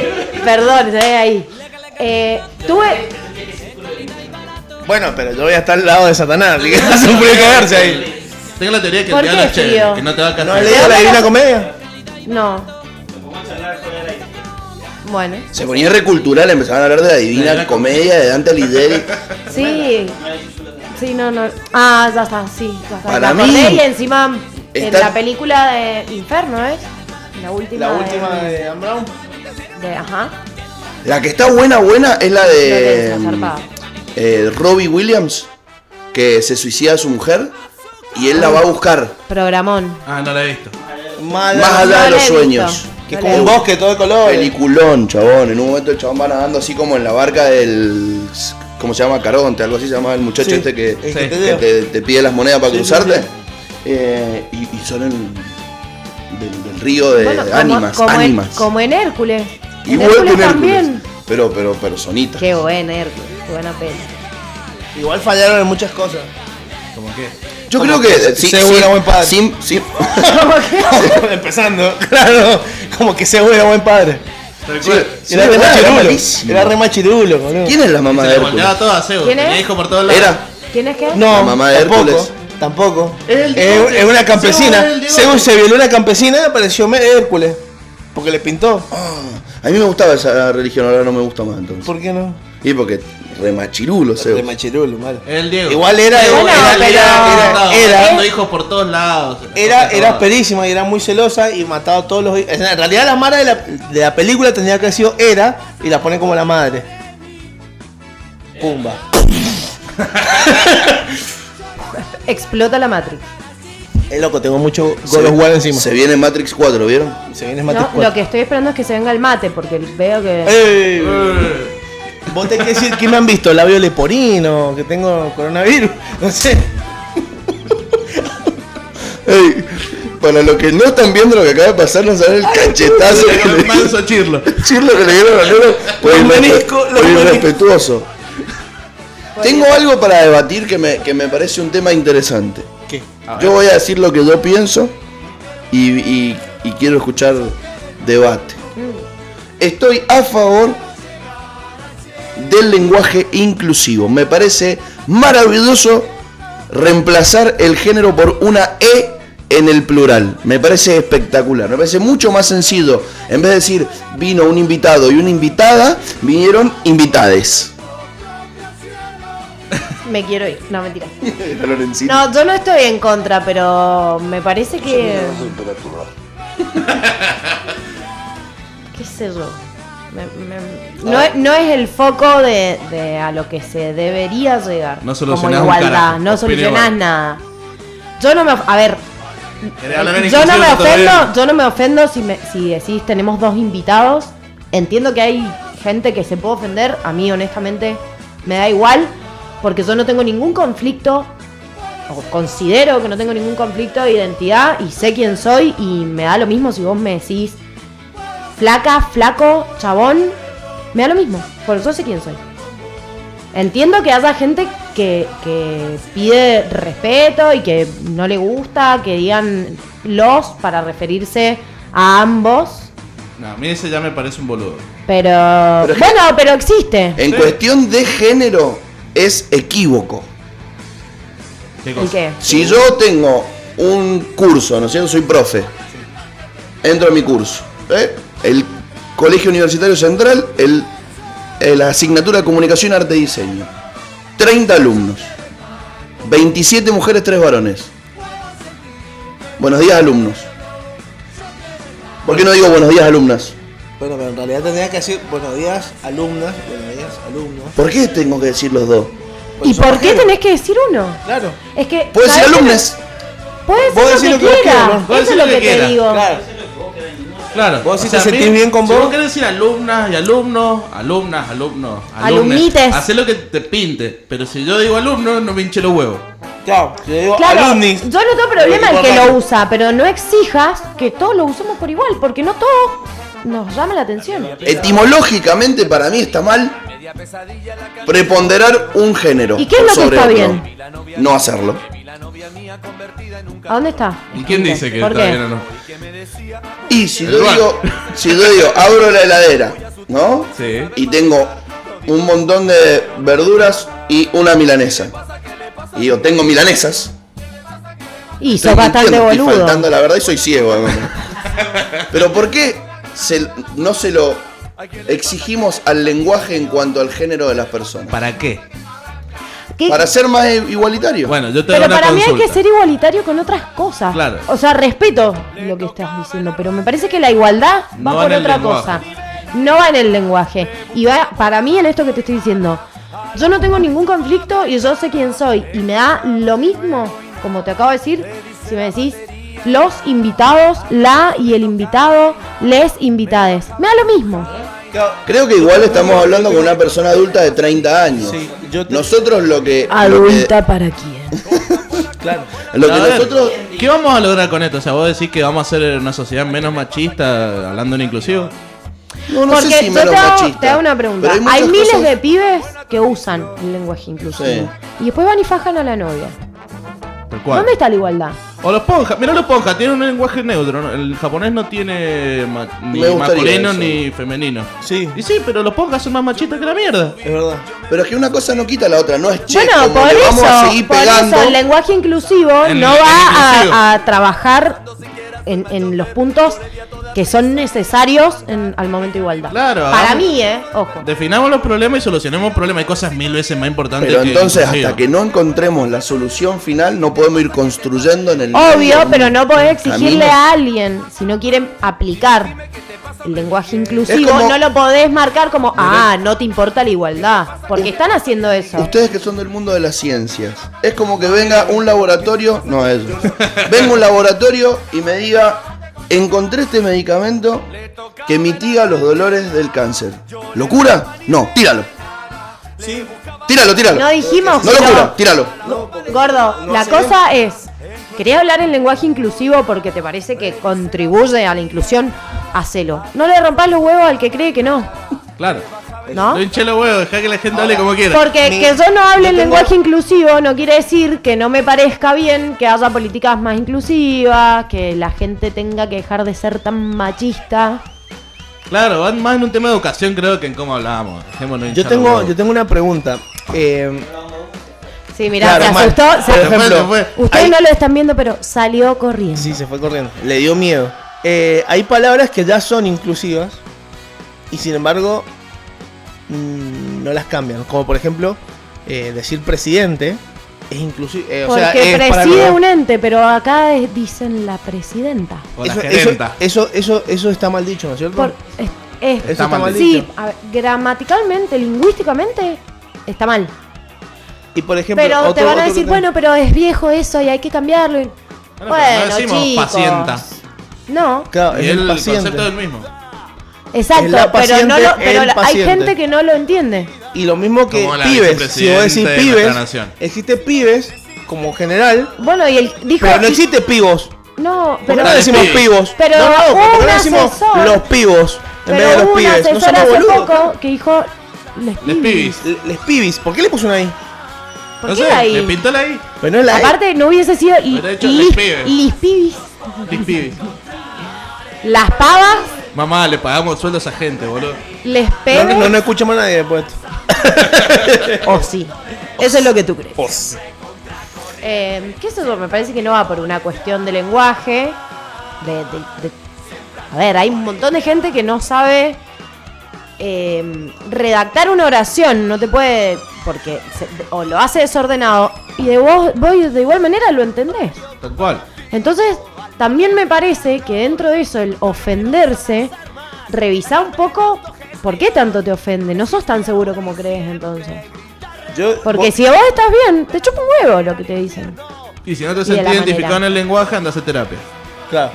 Speaker 15: Perdón, se ve ahí. Eh, tuve.
Speaker 1: Bueno, pero yo voy a estar al lado de Satanás, así que hace un frío cagarse ahí.
Speaker 11: Tengo la teoría que
Speaker 15: ¿Por
Speaker 11: el diablo
Speaker 15: qué
Speaker 11: es chévere,
Speaker 15: frío?
Speaker 11: que no te va a casar.
Speaker 1: ¿No has leído la Divina Comedia?
Speaker 15: No. Bueno,
Speaker 2: Se ponía recultural, empezaban a hablar de la divina comedia de Dante Alighieri.
Speaker 15: sí. Sí, no, no. Ah, ya está, sí, ya está.
Speaker 2: Para
Speaker 15: Me acordé
Speaker 2: mí,
Speaker 15: y encima en
Speaker 2: está-
Speaker 15: la película de Inferno, ¿eh? La última.
Speaker 1: La última de Dan Brown.
Speaker 15: de- ajá.
Speaker 2: La que está buena, buena es la de mm,
Speaker 15: Florencia, zarpada.
Speaker 2: eh, Robbie Williams, que se suicida a su mujer y él la va a buscar
Speaker 15: Programón.
Speaker 11: Ah, no la he visto.
Speaker 2: más allá Ah, de los sueños.
Speaker 15: Que es como un
Speaker 1: bosque todo de color.
Speaker 2: Peliculón, chabón. En un momento el chabón va nadando así como en la barca del. ¿Cómo se llama? Caronte, algo así se llama el muchacho
Speaker 1: Sí,
Speaker 2: este que,
Speaker 1: el que
Speaker 2: que
Speaker 1: te
Speaker 2: te,
Speaker 1: lleva.
Speaker 2: te pide las monedas para
Speaker 1: Sí, sí,
Speaker 2: cruzarte.
Speaker 1: sí.
Speaker 2: Eh, y, y son en- del, del río de
Speaker 15: Bueno, como-
Speaker 2: ánimas,
Speaker 15: como, en-
Speaker 2: ánimas.
Speaker 15: como en Hércules. en
Speaker 2: Igual
Speaker 15: Hércules
Speaker 2: que en Hércules.
Speaker 15: también.
Speaker 2: Pero, pero, personita.
Speaker 15: Qué buena Hércules, qué buena peli.
Speaker 1: Igual fallaron en muchas cosas.
Speaker 11: ¿Cómo qué?
Speaker 2: Yo
Speaker 1: Como
Speaker 2: creo que. eh,
Speaker 1: que Zeus era buen padre.
Speaker 2: sin- sin-
Speaker 1: Empezando, claro. Como que Zeus era buen padre.
Speaker 2: Sí,
Speaker 1: era,
Speaker 2: es
Speaker 1: re
Speaker 2: verdad, era
Speaker 1: machirulo,
Speaker 2: malísimo.
Speaker 1: era re machirulo, boludo.
Speaker 2: ¿Quién es la mamá de Hércules?
Speaker 11: Mandaba todo a Zeus.
Speaker 15: ¿Quién es?
Speaker 11: Tenía hijos por todos lados.
Speaker 2: Era.
Speaker 15: ¿Quién es que?
Speaker 1: No,
Speaker 2: La mamá de
Speaker 1: tampoco,
Speaker 2: Hércules.
Speaker 1: Tampoco.
Speaker 15: El
Speaker 1: Es,
Speaker 15: digote.
Speaker 1: es una
Speaker 15: Se
Speaker 1: campesina.
Speaker 15: va el digote.
Speaker 1: Zeus se violó una campesina y apareció Me- Hércules. Porque le pintó.
Speaker 2: Ah. A mí me gustaba esa religión, ahora no me gusta más entonces.
Speaker 1: ¿Por qué no?
Speaker 2: Y porque remachirulo, Zeus.
Speaker 1: Remachirulo, mal.
Speaker 11: El Diego.
Speaker 1: Igual era-
Speaker 11: Diego,
Speaker 1: bueno,
Speaker 11: era,
Speaker 1: pero-
Speaker 11: era,
Speaker 1: era-
Speaker 11: dando hijos por todos lados.
Speaker 1: Era, era asperísima y era muy celosa y mataba a todos los. En realidad, la mara de la, de la película tendría que haber sido Era y la pone como la madre.
Speaker 10: Eh.
Speaker 1: Pumba.
Speaker 15: Explota la Matrix.
Speaker 1: Es Eh, loco, tengo mucho God of War encima.
Speaker 2: Se viene Matrix 4, ¿vieron?
Speaker 1: Se viene
Speaker 15: No,
Speaker 1: Matrix 4.
Speaker 15: lo que estoy esperando es que se venga el mate, porque veo que.
Speaker 2: Eh.
Speaker 1: ¡Ey!
Speaker 11: Eh,
Speaker 1: Vos tenés que decir que me han visto labio leporino, que tengo coronavirus, no sé.
Speaker 2: Ey, para los que no están viendo lo que acaba de pasar, no saben el cachetazo que le
Speaker 11: manso chirlo.
Speaker 2: Chirlo que le dieron a Lolo por
Speaker 1: Los
Speaker 2: irrespe-
Speaker 1: meniscos, los
Speaker 2: por
Speaker 1: meniscos.
Speaker 2: irrespetuoso. Tengo algo para debatir que me, que me parece un tema interesante.
Speaker 1: ¿Qué?
Speaker 11: Ah,
Speaker 2: Yo voy a decir lo que yo pienso y, y- y quiero escuchar debate. Estoy a favor del lenguaje inclusivo. Me parece maravilloso reemplazar el género por una E en el plural. Me parece espectacular. Me parece mucho más sencillo. En vez de decir vino un invitado y una invitada, vinieron invitades.
Speaker 15: Me quiero ir. No, mentira.
Speaker 2: Era Lorencito.
Speaker 15: No, yo no estoy en contra, pero me parece que. ¿Qué sé yo? Me- me- no, es, no es el foco de, de a lo que se debería llegar.
Speaker 11: No solucionás un
Speaker 15: Como igualdad,
Speaker 11: carajo.
Speaker 15: no
Speaker 11: Opino
Speaker 15: solucionás
Speaker 11: igual.
Speaker 15: nada. Yo no me. of- A ver,
Speaker 11: Querés hablar en
Speaker 15: yo no me
Speaker 11: inclusivo,
Speaker 15: ofendo,
Speaker 11: todavía.
Speaker 15: yo no me ofendo si me- si decís tenemos dos invitados. Entiendo que hay gente que se puede ofender, a mí honestamente me da igual porque yo no tengo ningún conflicto o considero que no tengo ningún conflicto de identidad y sé quién soy y me da lo mismo si vos me decís flaca, flaco, chabón, me da lo mismo, porque yo sé quién soy. Entiendo que haya gente que, que pide respeto y que no le gusta que digan los para referirse a ambos,
Speaker 11: No, a mí ese ya me parece un boludo.
Speaker 15: pero, bueno, pero existe.
Speaker 2: En cuestión de género es equívoco.
Speaker 11: ¿Qué
Speaker 15: ¿El qué?
Speaker 2: Si yo tengo un curso, ¿no es cierto? Soy profe. Entro a mi curso. ¿eh? El Colegio Universitario Central, el, eh, la asignatura de Comunicación, Arte y Diseño. 30 alumnos. 27 mujeres, 3 varones. Buenos días, alumnos. ¿Por qué no digo buenos días, alumnas?
Speaker 1: Bueno, pero en realidad tendría que decir buenos días, alumnas, buenos días, alumnos.
Speaker 2: ¿Por qué tengo que decir los dos? pues,
Speaker 15: ¿Y por qué tenés que decir uno?
Speaker 1: Claro.
Speaker 15: Es que
Speaker 2: Puedo decir
Speaker 15: ¿sabés qué?
Speaker 2: Pues alumnas.
Speaker 15: Puedes
Speaker 1: Vos
Speaker 15: decir lo
Speaker 1: decís lo
Speaker 15: que
Speaker 1: que vos
Speaker 15: quieras.
Speaker 1: quieras, vos
Speaker 15: Eso
Speaker 1: decís
Speaker 15: es
Speaker 1: lo
Speaker 15: lo
Speaker 1: que
Speaker 15: que te
Speaker 1: quieras,
Speaker 15: digo.
Speaker 1: claro.
Speaker 11: Claro.
Speaker 1: ¿Vos sí
Speaker 11: O sea,
Speaker 1: te
Speaker 11: a mí,
Speaker 1: sentís bien con
Speaker 11: si
Speaker 1: vos?
Speaker 11: querés decir alumnas y alumnos, alumnas, alumnos,
Speaker 15: Alumnites.
Speaker 11: Hacé lo que te pinte. Pero si yo digo alumno, no me hinche los huevos.
Speaker 1: Chao, yo digo
Speaker 15: Claro,
Speaker 1: alumnis.
Speaker 15: yo no tengo problema el que
Speaker 1: Igual.
Speaker 15: lo usa, pero no exijas que todos lo usemos por igual, porque no todos nos llama la atención.
Speaker 2: Etimológicamente para mí está mal preponderar un género.
Speaker 15: ¿Y qué es lo que
Speaker 2: sobre
Speaker 15: está
Speaker 2: otro.
Speaker 15: bien?
Speaker 2: No hacerlo.
Speaker 15: ¿A dónde está?
Speaker 11: ¿Y quién dice que
Speaker 15: ¿Por
Speaker 11: está
Speaker 15: qué?
Speaker 11: bien o no?
Speaker 2: Y si
Speaker 11: El
Speaker 2: yo
Speaker 11: bar.
Speaker 2: digo, si yo digo, abro la heladera, ¿no?
Speaker 11: Sí.
Speaker 2: Y tengo un montón de verduras y una milanesa. Y yo tengo milanesas.
Speaker 15: Y
Speaker 2: Estoy
Speaker 15: sos bastante
Speaker 2: mintiendo, estoy
Speaker 15: boludo.
Speaker 2: faltando a la verdad y soy ciego. además. Pero ¿por qué se- no se lo exigimos al lenguaje en cuanto al género de las personas?
Speaker 11: ¿Para qué?
Speaker 15: ¿Qué?
Speaker 2: Para ser más i- igualitario.
Speaker 11: Bueno, yo te
Speaker 15: Pero
Speaker 11: doy una
Speaker 15: para mí
Speaker 11: consulta.
Speaker 15: hay que ser igualitario con otras cosas.
Speaker 11: Claro.
Speaker 15: O sea, respeto lo que estás diciendo, pero me parece que la igualdad va
Speaker 11: No va
Speaker 15: por
Speaker 11: en el
Speaker 15: otra
Speaker 11: lenguaje.
Speaker 15: cosa. No va en el lenguaje. Y va para mí en esto que te estoy diciendo. Yo no tengo ningún conflicto y yo sé quién soy. Y me da lo mismo, como te acabo de decir, si me decís los invitados, la y el invitado, les invitades. Me da lo mismo.
Speaker 2: Creo que igual estamos hablando con una persona adulta de 30 años. Nosotros lo que... lo que-
Speaker 11: Eh,
Speaker 15: Adulta para quién.
Speaker 2: Lo que
Speaker 11: A ver,
Speaker 2: nosotros-
Speaker 11: ¿Qué vamos a lograr con esto? O sea, vos decís que vamos a ser una sociedad menos machista, hablando en inclusivo.
Speaker 2: No, no sé
Speaker 15: Porque
Speaker 2: si
Speaker 15: yo te
Speaker 2: menos
Speaker 15: hago,
Speaker 2: machista,
Speaker 15: te hago una pregunta.
Speaker 2: pero hay
Speaker 15: Hay,
Speaker 2: muchas
Speaker 15: miles
Speaker 2: cosas-
Speaker 15: de pibes que usan el lenguaje inclusivo. Y después van y fajan a la novia.
Speaker 11: Tal cual.
Speaker 15: ¿Dónde está la igualdad?
Speaker 11: O los ponja, mirá los ponja, tienen un lenguaje neutro. ¿no? El japonés no tiene ma- ni
Speaker 2: Me gustaría
Speaker 11: masculino
Speaker 2: eso.
Speaker 11: ni femenino. Sí. Y sí, pero los ponja son más machistas que la mierda.
Speaker 2: Es verdad. Pero es que una cosa no quita la otra, no es che,
Speaker 15: bueno,
Speaker 2: como
Speaker 15: por
Speaker 2: le vamos a
Speaker 15: eso,
Speaker 2: seguir
Speaker 15: por
Speaker 2: pegando.
Speaker 15: eso el lenguaje inclusivo
Speaker 2: En-
Speaker 15: no
Speaker 2: en
Speaker 15: va
Speaker 2: inclusivo.
Speaker 15: a, a trabajar en, en los puntos que son necesarios en- al momento de igualdad.
Speaker 11: Claro,
Speaker 15: Para
Speaker 11: hagamos-
Speaker 15: mí, ¿eh? Ojo.
Speaker 11: Definamos los problemas y solucionemos problemas. Hay cosas mil veces más importantes
Speaker 2: Pero
Speaker 11: que
Speaker 2: entonces,
Speaker 11: inclusivo.
Speaker 2: hasta que no encontremos la solución final, no podemos ir construyendo en el.
Speaker 15: Obvio, pero no podés exigirle
Speaker 2: Camino.
Speaker 15: a alguien si no quieren aplicar el lenguaje inclusivo.
Speaker 2: como-
Speaker 15: No lo podés marcar como, ah, no te importa la igualdad. Porque están haciendo eso.
Speaker 2: Ustedes que son del mundo de las ciencias, es como que venga un laboratorio, no eso, venga un laboratorio y me diga, encontré este medicamento que mitiga los dolores del cáncer. ¿Lo cura? No, tíralo.
Speaker 10: Sí.
Speaker 2: Tíralo, tíralo.
Speaker 15: No dijimos,
Speaker 2: No lo
Speaker 15: pero-
Speaker 2: cura, tíralo.
Speaker 15: Gordo, la cosa es, quería hablar en lenguaje inclusivo porque te parece que contribuye a la inclusión, hacelo. No le rompas los huevos al que cree que no.
Speaker 11: Claro.
Speaker 15: ¿No?
Speaker 11: No hinché los huevos, dejá que la gente hable como quiera.
Speaker 15: Porque que yo no hable el lenguaje inclusivo no quiere decir que no me parezca bien que haya políticas más inclusivas, que la gente tenga que dejar de ser tan machista.
Speaker 11: Claro, van más en un tema de educación, creo que en cómo hablábamos. Dejémonos
Speaker 10: Yo
Speaker 11: hinchar los
Speaker 10: tengo,
Speaker 11: huevos.
Speaker 10: yo tengo una pregunta. Eh,
Speaker 15: Sí, mirá,
Speaker 10: Claro,
Speaker 15: se
Speaker 10: mal.
Speaker 15: asustó. se-
Speaker 10: Por ejemplo,
Speaker 15: Se fue, se fue. Ustedes no lo están viendo, pero salió corriendo.
Speaker 10: sí, se fue corriendo. Le dio miedo. Eh, hay palabras que ya son inclusivas y sin embargo mm, no las cambian. Como por ejemplo, eh, decir presidente es inclusivo. eh, o
Speaker 15: Porque
Speaker 10: sea, es para
Speaker 15: preside
Speaker 10: lo-
Speaker 15: un ente, pero acá es- dicen la presidenta.
Speaker 10: eso, eso, eso, eso, eso está mal dicho, ¿no es cierto?
Speaker 15: Por- es- es-
Speaker 10: Eso está mal
Speaker 15: sí,
Speaker 10: dicho.
Speaker 15: a ver, gramaticalmente, lingüísticamente, está mal.
Speaker 10: y por ejemplo,
Speaker 15: pero te
Speaker 10: otro-
Speaker 15: van a
Speaker 10: otro
Speaker 15: decir,
Speaker 10: tema-
Speaker 15: bueno, pero es viejo eso y hay que cambiarlo. y- Bueno,
Speaker 11: no decimos
Speaker 15: chicos.
Speaker 11: pacienta.
Speaker 15: No,
Speaker 10: Claro,
Speaker 11: Y
Speaker 10: es el
Speaker 11: el
Speaker 10: paciente.
Speaker 11: concepto es el mismo.
Speaker 10: Es
Speaker 15: exacto,
Speaker 10: la
Speaker 15: pero, no
Speaker 10: paciente,
Speaker 15: lo- pero
Speaker 10: el
Speaker 15: la- hay
Speaker 10: paciente.
Speaker 15: gente que no lo entiende.
Speaker 10: Y lo mismo que
Speaker 11: Como la
Speaker 10: pibes, si vos decís
Speaker 11: vicepresidente de
Speaker 10: pibes,
Speaker 11: nuestra nación.
Speaker 10: existe pibes como general,
Speaker 15: Bueno, y él dijo...
Speaker 10: pero no existe pibos.
Speaker 15: No,
Speaker 10: ¿Por qué
Speaker 15: pero...
Speaker 10: no decimos pibos?
Speaker 15: Pero
Speaker 10: no, no, ¿por qué
Speaker 15: un
Speaker 10: no decimos
Speaker 15: asesor-
Speaker 10: los pibos en
Speaker 15: pero
Speaker 10: vez de
Speaker 15: hubo
Speaker 10: los
Speaker 15: un
Speaker 10: pibes? No
Speaker 15: asesor
Speaker 10: somos
Speaker 15: hace
Speaker 10: boludos.
Speaker 15: poco que dijo... Les
Speaker 11: Les pibis.
Speaker 10: L- Les pibis, ¿por qué le puso una I?
Speaker 15: ¿Por No qué sé, la I? le
Speaker 11: pintó la I.
Speaker 10: Pero no es la I.
Speaker 15: Aparte, no hubiese sido... li-
Speaker 11: Hubiera hecho
Speaker 15: li-
Speaker 11: les pibes.
Speaker 15: lis pibis.
Speaker 11: Lis pibis.
Speaker 15: Las pavas,
Speaker 11: Mamá, le pagamos sueldo a esa gente, boludo.
Speaker 15: les
Speaker 10: No,
Speaker 15: pebes.
Speaker 10: no, no, no escucha más nadie después.
Speaker 15: o sí. Eso es lo que tú crees. Eh, ¿Qué es eso? Me parece que no va por una cuestión de lenguaje. De, de- de- A ver, hay un montón de gente que no sabe eh, redactar una oración. No te puede. Porque. se- o lo hace desordenado. Y de vos, vos de igual manera lo entendés.
Speaker 11: Tal cual.
Speaker 15: Entonces, también me parece que dentro de eso, el ofenderse, revisá un poco por qué tanto te ofende. No sos tan seguro como crees entonces.
Speaker 10: Yo,
Speaker 15: Porque
Speaker 10: vos-
Speaker 15: si vos estás bien, te chupa un huevo lo que te dicen.
Speaker 11: Y si no te
Speaker 15: Y de la
Speaker 11: sentís
Speaker 15: manera.
Speaker 11: identificado en el lenguaje, andás a terapia.
Speaker 10: Claro.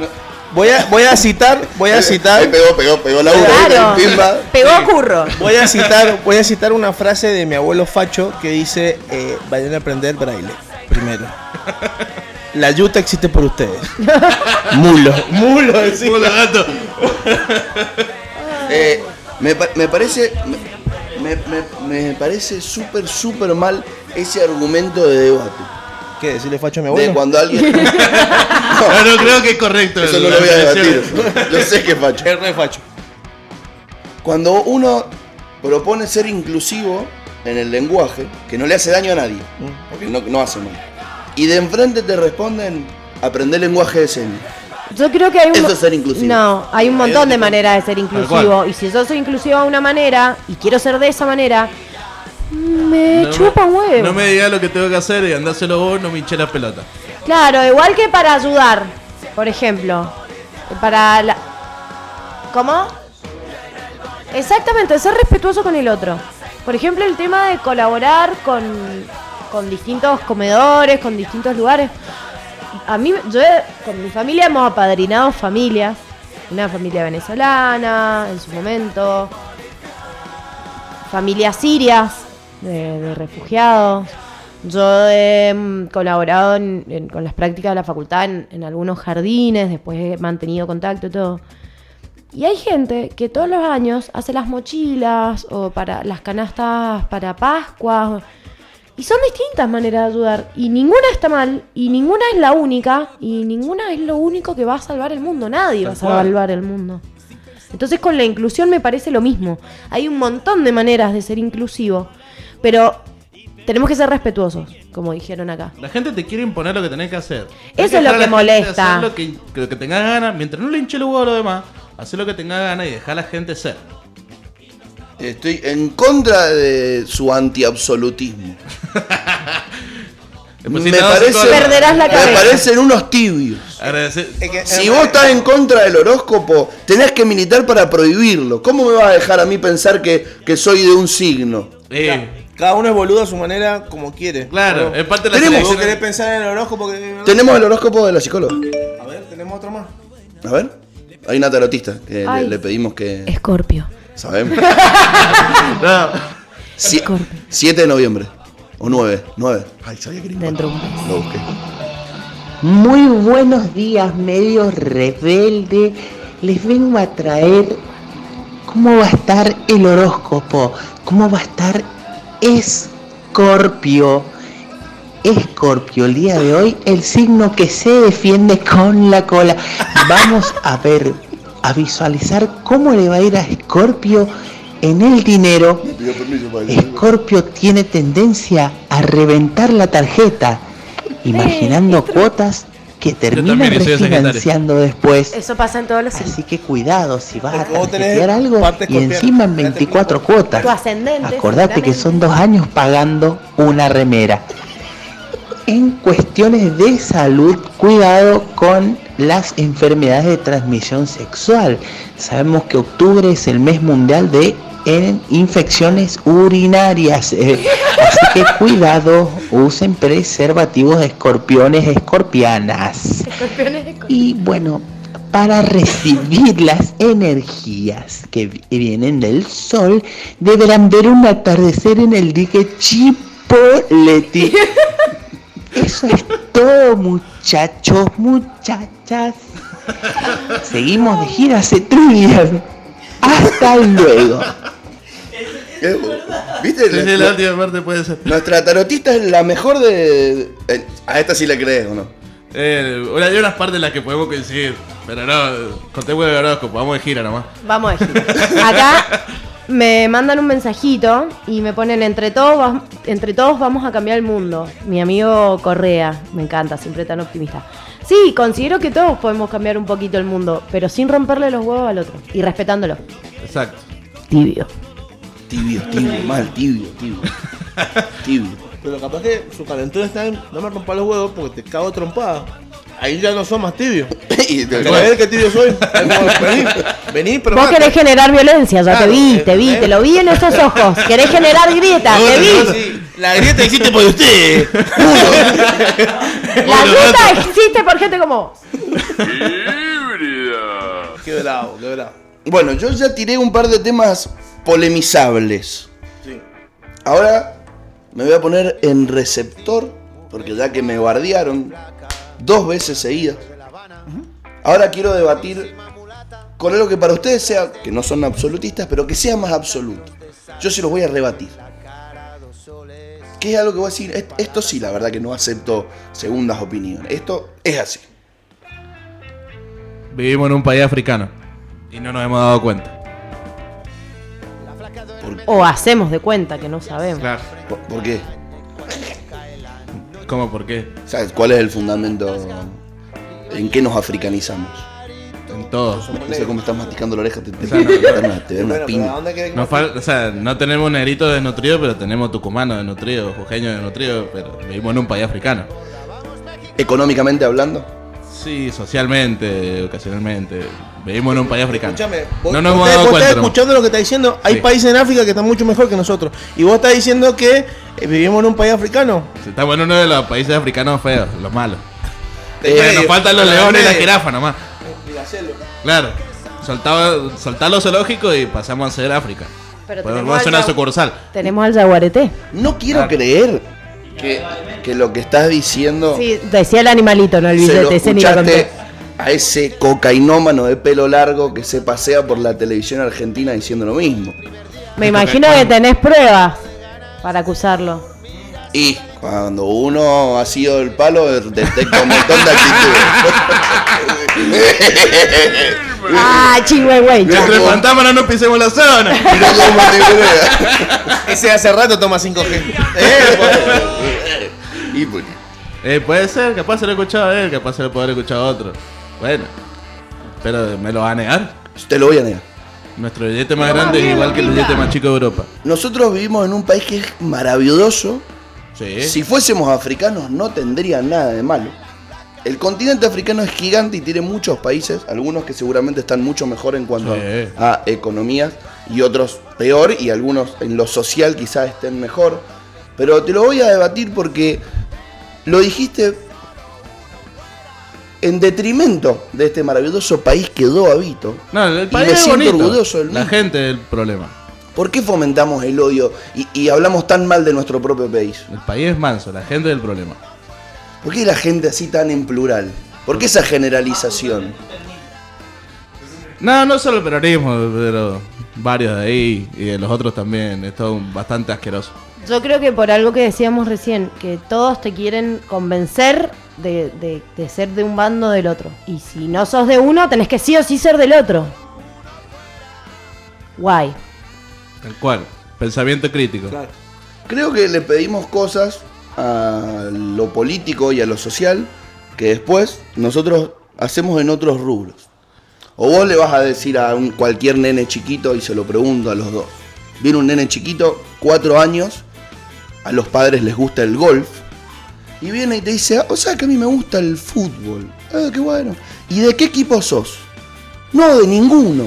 Speaker 10: Voy a, voy a citar, voy a citar.
Speaker 2: Eh, pegó, pegó, pegó la
Speaker 10: Claro.
Speaker 15: Pegó a curro.
Speaker 10: Voy a citar, voy a citar una frase de mi abuelo Facho que dice eh, vayan a aprender braille primero. La yuta existe por ustedes. mulo, mulo, decía.
Speaker 11: Mulo gato.
Speaker 2: Eh, me, pa- me parece. Me, me- me parece súper, súper mal ese argumento de debate.
Speaker 10: ¿Qué? ¿Decirle facho a mi
Speaker 2: abuelo? De cuando alguien.
Speaker 11: No, Ah, no creo que es correcto.
Speaker 2: Eso no
Speaker 11: la
Speaker 2: lo voy a debatir.
Speaker 11: definición.
Speaker 2: Yo sé que es facho.
Speaker 10: Es re facho.
Speaker 2: Cuando uno propone ser inclusivo en el lenguaje, que no le hace daño a nadie, porque no, no hace mal, y de enfrente te responden aprender lenguaje de señas.
Speaker 15: Yo creo que hay un.
Speaker 2: Eso
Speaker 15: mo-
Speaker 2: es ser inclusivo.
Speaker 15: No, hay un montón de
Speaker 2: tipo-
Speaker 15: maneras de ser inclusivo.
Speaker 2: cual.
Speaker 15: Y si yo soy inclusivo de una manera y quiero ser de esa manera, me
Speaker 11: No me-
Speaker 15: Eh, chupa un huevo.
Speaker 11: No me digas lo que tengo que hacer y andáselo vos, no me hinché la pelota.
Speaker 15: Claro, igual que para ayudar, por ejemplo. Para la. ¿Cómo? Exactamente, ser respetuoso con el otro. Por ejemplo, el tema de colaborar con, con distintos comedores, con distintos lugares. A mí, yo he- con mi familia hemos apadrinado familias. Una familia venezolana en su momento. Familias sirias de, de refugiados. Yo he mm, colaborado en- en- con las prácticas de la facultad en, en algunos jardines, después he mantenido contacto y todo. Y hay gente que todos los años hace las mochilas o para las canastas para Pascua. Y son distintas maneras de ayudar. Y ninguna está mal, y ninguna es la única, y ninguna es lo único que va a salvar el mundo. Nadie va a
Speaker 14: Tal cual.
Speaker 15: salvar el mundo. Entonces con la inclusión me parece lo mismo. Hay un montón de maneras de ser inclusivo, pero tenemos que ser respetuosos, como dijeron acá.
Speaker 11: La gente te quiere imponer lo que tenés que hacer.
Speaker 15: Eso
Speaker 11: Tenés
Speaker 15: es
Speaker 11: dejar
Speaker 15: lo
Speaker 11: a la
Speaker 15: que
Speaker 11: gente
Speaker 15: molesta.
Speaker 11: hacer Lo que, lo que tengas ganas, mientras no le hinche el huevo a los demás, hacer lo que tengas ganas y dejar a la gente ser.
Speaker 2: Estoy en contra de su antiabsolutismo.
Speaker 11: Después, si
Speaker 2: me
Speaker 11: te vas a
Speaker 2: parece,
Speaker 11: psicólogo- Perderás la
Speaker 2: me
Speaker 11: cabeza.
Speaker 2: parecen unos tibios.
Speaker 11: Agradecer.
Speaker 2: Si vos estás en contra del horóscopo, tenés que militar para prohibirlo. ¿Cómo me vas a dejar a mí pensar que, que soy de un signo?
Speaker 10: Cada uno es boludo a su manera, como quiere.
Speaker 11: Claro,
Speaker 10: Pero
Speaker 11: es parte de la
Speaker 10: tenemos-
Speaker 11: selección.
Speaker 10: Vos querés pensar en el horóscopo que...
Speaker 2: Tenemos el horóscopo de la psicóloga.
Speaker 10: A ver, tenemos otro más.
Speaker 2: A ver, hay una tarotista que le-
Speaker 15: Ay.
Speaker 2: le, pedimos que.
Speaker 15: Escorpio.
Speaker 2: ¿Sabemos? Si- 7 de noviembre. O 9. 9. Ay, sabía que era
Speaker 15: Dentro un
Speaker 2: impar. Lo busqué.
Speaker 7: Muy buenos días, medio rebelde. Les vengo a traer cómo va a estar el horóscopo, cómo va a estar Escorpio. Escorpio, el día de hoy, el signo que se defiende con la cola. Vamos a ver, a visualizar cómo le va a ir a Escorpio en el dinero. Escorpio tiene tendencia a reventar la tarjeta, imaginando cuotas que terminan
Speaker 15: también soy el secretario.
Speaker 7: refinanciando después.
Speaker 15: Eso pasa en todos los signos.
Speaker 7: Así que cuidado si vas a
Speaker 15: Porque vos tenés
Speaker 7: tarjetear algo
Speaker 15: parte
Speaker 7: y
Speaker 15: escorpiana.
Speaker 7: encima en 24 cuotas.
Speaker 15: Tu ascendente.
Speaker 7: Acordate que son dos años pagando una remera. En cuestiones de salud, cuidado con las enfermedades de transmisión sexual. Sabemos que octubre es el mes mundial de en- infecciones urinarias. eh, así que cuidado, usen preservativos de escorpiones, escorpianas. Y bueno, para recibir las energías que vi- vienen del sol, deberán ver un atardecer en el dique Chipoleti. Eso es todo, muchachos, muchachas. Seguimos de gira hace tres días. Hasta luego.
Speaker 2: Eh, ¿Viste?
Speaker 11: Sí, sí, la última parte puede ser.
Speaker 2: Nuestra tarotista es la mejor de. eh, a esta sí la crees o no.
Speaker 11: Eh, bueno, hay unas partes en las que podemos coincidir, pero no, contemos el horóscopo, vamos de gira nomás.
Speaker 15: Vamos a decir. Acá me mandan un mensajito y me ponen entre todos, vam- entre todos vamos a cambiar el mundo. Mi amigo Correa, me encanta, siempre tan optimista. Sí, considero que todos podemos cambiar un poquito el mundo, pero sin romperle los huevos al otro y respetándolo.
Speaker 11: Exacto.
Speaker 15: Tibio.
Speaker 2: Tibio, tibio, mal, tibio, tibio. Tibio.
Speaker 10: Pero capaz que su calentura está en no me rompa los huevos porque te cago trompada. Ahí ya no son más tibios.
Speaker 2: y te
Speaker 10: a ver qué tibio soy. vení, vení, pero.
Speaker 15: Vos querés generar violencia, ya te
Speaker 10: Claro,
Speaker 15: vi, te vi, te lo vi en esos ojos. Querés generar grietas, te vi.
Speaker 10: La grieta existe por ustedes.
Speaker 15: La grieta existe por gente como vos.
Speaker 10: Qué bravo, qué bravo.
Speaker 2: Bueno, yo ya tiré un par de temas polemizables.
Speaker 10: Sí.
Speaker 2: Ahora me voy a poner en receptor, porque ya que me guardiaron dos veces seguidas, ahora quiero debatir con algo que para ustedes sea, que no son absolutistas, pero que sea más absoluto. Yo se los voy a rebatir. Que es algo que voy a decir, "Est- esto sí, la verdad que no acepto segundas opiniones. Esto es así.
Speaker 11: Vivimos en un país africano y no nos hemos dado cuenta.
Speaker 15: O hacemos de cuenta que no sabemos.
Speaker 11: Claro.
Speaker 2: ¿Por, por qué?
Speaker 11: ¿Cómo por qué?
Speaker 2: ¿Sabes cuál es el fundamento? ¿En qué nos africanizamos?
Speaker 11: En todo.
Speaker 2: No sé cómo estás masticando la oreja, te, te,
Speaker 11: O sea, no,
Speaker 2: te
Speaker 11: no.
Speaker 2: dan una, te dan una
Speaker 11: Bueno, pero
Speaker 2: piña.
Speaker 11: ¿a Nos fal- o sea, no tenemos negrito desnutrido, pero tenemos tucumano desnutrido, jujeño desnutrido, pero vivimos en un país africano.
Speaker 2: ¿Económicamente hablando?
Speaker 11: Sí, socialmente, ocasionalmente. Vivimos en un país africano.
Speaker 10: Escúchame, vos,
Speaker 11: no nos
Speaker 10: vos
Speaker 11: hemos
Speaker 10: estás-
Speaker 11: dado
Speaker 10: vos
Speaker 11: cuenta.
Speaker 10: estás
Speaker 11: hermano.
Speaker 10: escuchando lo que está diciendo. Hay
Speaker 11: Sí.
Speaker 10: países en África que están mucho mejor que nosotros. Y vos estás diciendo que eh, vivimos en un país africano.
Speaker 11: Estamos en uno de los países africanos feos, los malos.
Speaker 10: De
Speaker 11: Eh,
Speaker 10: medio,
Speaker 11: nos faltan los
Speaker 10: de
Speaker 11: leones y la
Speaker 10: medio.
Speaker 11: jirafa nomás. Claro. Soltaba, soltá los zoológicos y pasamos a ser África.
Speaker 15: Pero
Speaker 11: Podemos hacer
Speaker 15: al
Speaker 11: una
Speaker 15: yagua-
Speaker 11: sucursal.
Speaker 15: tenemos al yaguareté.
Speaker 2: No quiero creer que, que lo que estás diciendo
Speaker 15: Sí, decía el animalito, no el
Speaker 2: se lo
Speaker 15: billete. ese ni lo
Speaker 2: escuchaste
Speaker 15: conté.
Speaker 2: a ese cocainómano de pelo largo que se pasea por la televisión argentina diciendo lo mismo.
Speaker 15: Me imagino que tenés pruebas para acusarlo.
Speaker 2: Y cuando uno ha sido el palo, detecta un montón de actitudes.
Speaker 15: ¡Ah,
Speaker 2: Oh.
Speaker 15: chingüengüey!
Speaker 11: Entre pantámanos no pisemos la zona.
Speaker 10: Ese hace rato toma 5G.
Speaker 2: y bueno.
Speaker 11: Eh, puede ser, capaz se lo he escuchado a él, capaz se lo puede haber escuchado a otro. Bueno. Pero me lo va a negar.
Speaker 2: Te lo voy a negar.
Speaker 11: Nuestro billete más grande es igual que el billete más chico de Europa.
Speaker 2: Nosotros vivimos en un país que es maravilloso.
Speaker 11: Sí.
Speaker 2: Si fuésemos africanos no tendría nada de malo. El continente africano es gigante y tiene muchos países, algunos que seguramente están mucho mejor en cuanto a economías y otros peor y algunos en lo social quizás estén mejor. Pero te lo voy a debatir porque lo dijiste en detrimento de este maravilloso país que yo habito.
Speaker 11: No, el
Speaker 2: Y
Speaker 11: país
Speaker 2: me
Speaker 11: es
Speaker 2: siento
Speaker 11: bonito.
Speaker 2: orgulloso del
Speaker 11: La
Speaker 2: mío.
Speaker 11: gente es el problema.
Speaker 2: ¿Por qué fomentamos el odio y, y hablamos tan mal de nuestro propio país?
Speaker 11: El país es manso, la gente es el problema.
Speaker 2: ¿Por qué la gente así tan en plural? ¿Por qué esa generalización?
Speaker 11: No, no solo el peronismo, pero varios de ahí y de los otros también. Es todo un- bastante asqueroso.
Speaker 15: Yo creo que por algo que decíamos recién, que todos te quieren convencer de, de- de ser de un bando o del otro. Y si no sos de uno, tenés que sí o sí ser del otro. Guay.
Speaker 11: Tal cual. Pensamiento crítico.
Speaker 2: Creo que le pedimos cosas a lo político y a lo social que después nosotros hacemos en otros rubros. O vos le vas a decir a un, cualquier nene chiquito, y se lo pregunto a los dos. Viene un nene chiquito, cuatro años, a los padres les gusta el golf, y viene y te dice, "Ah, o sea que a mí me gusta el fútbol. Ah, qué bueno. ¿Y de qué equipo sos? No, de ninguno.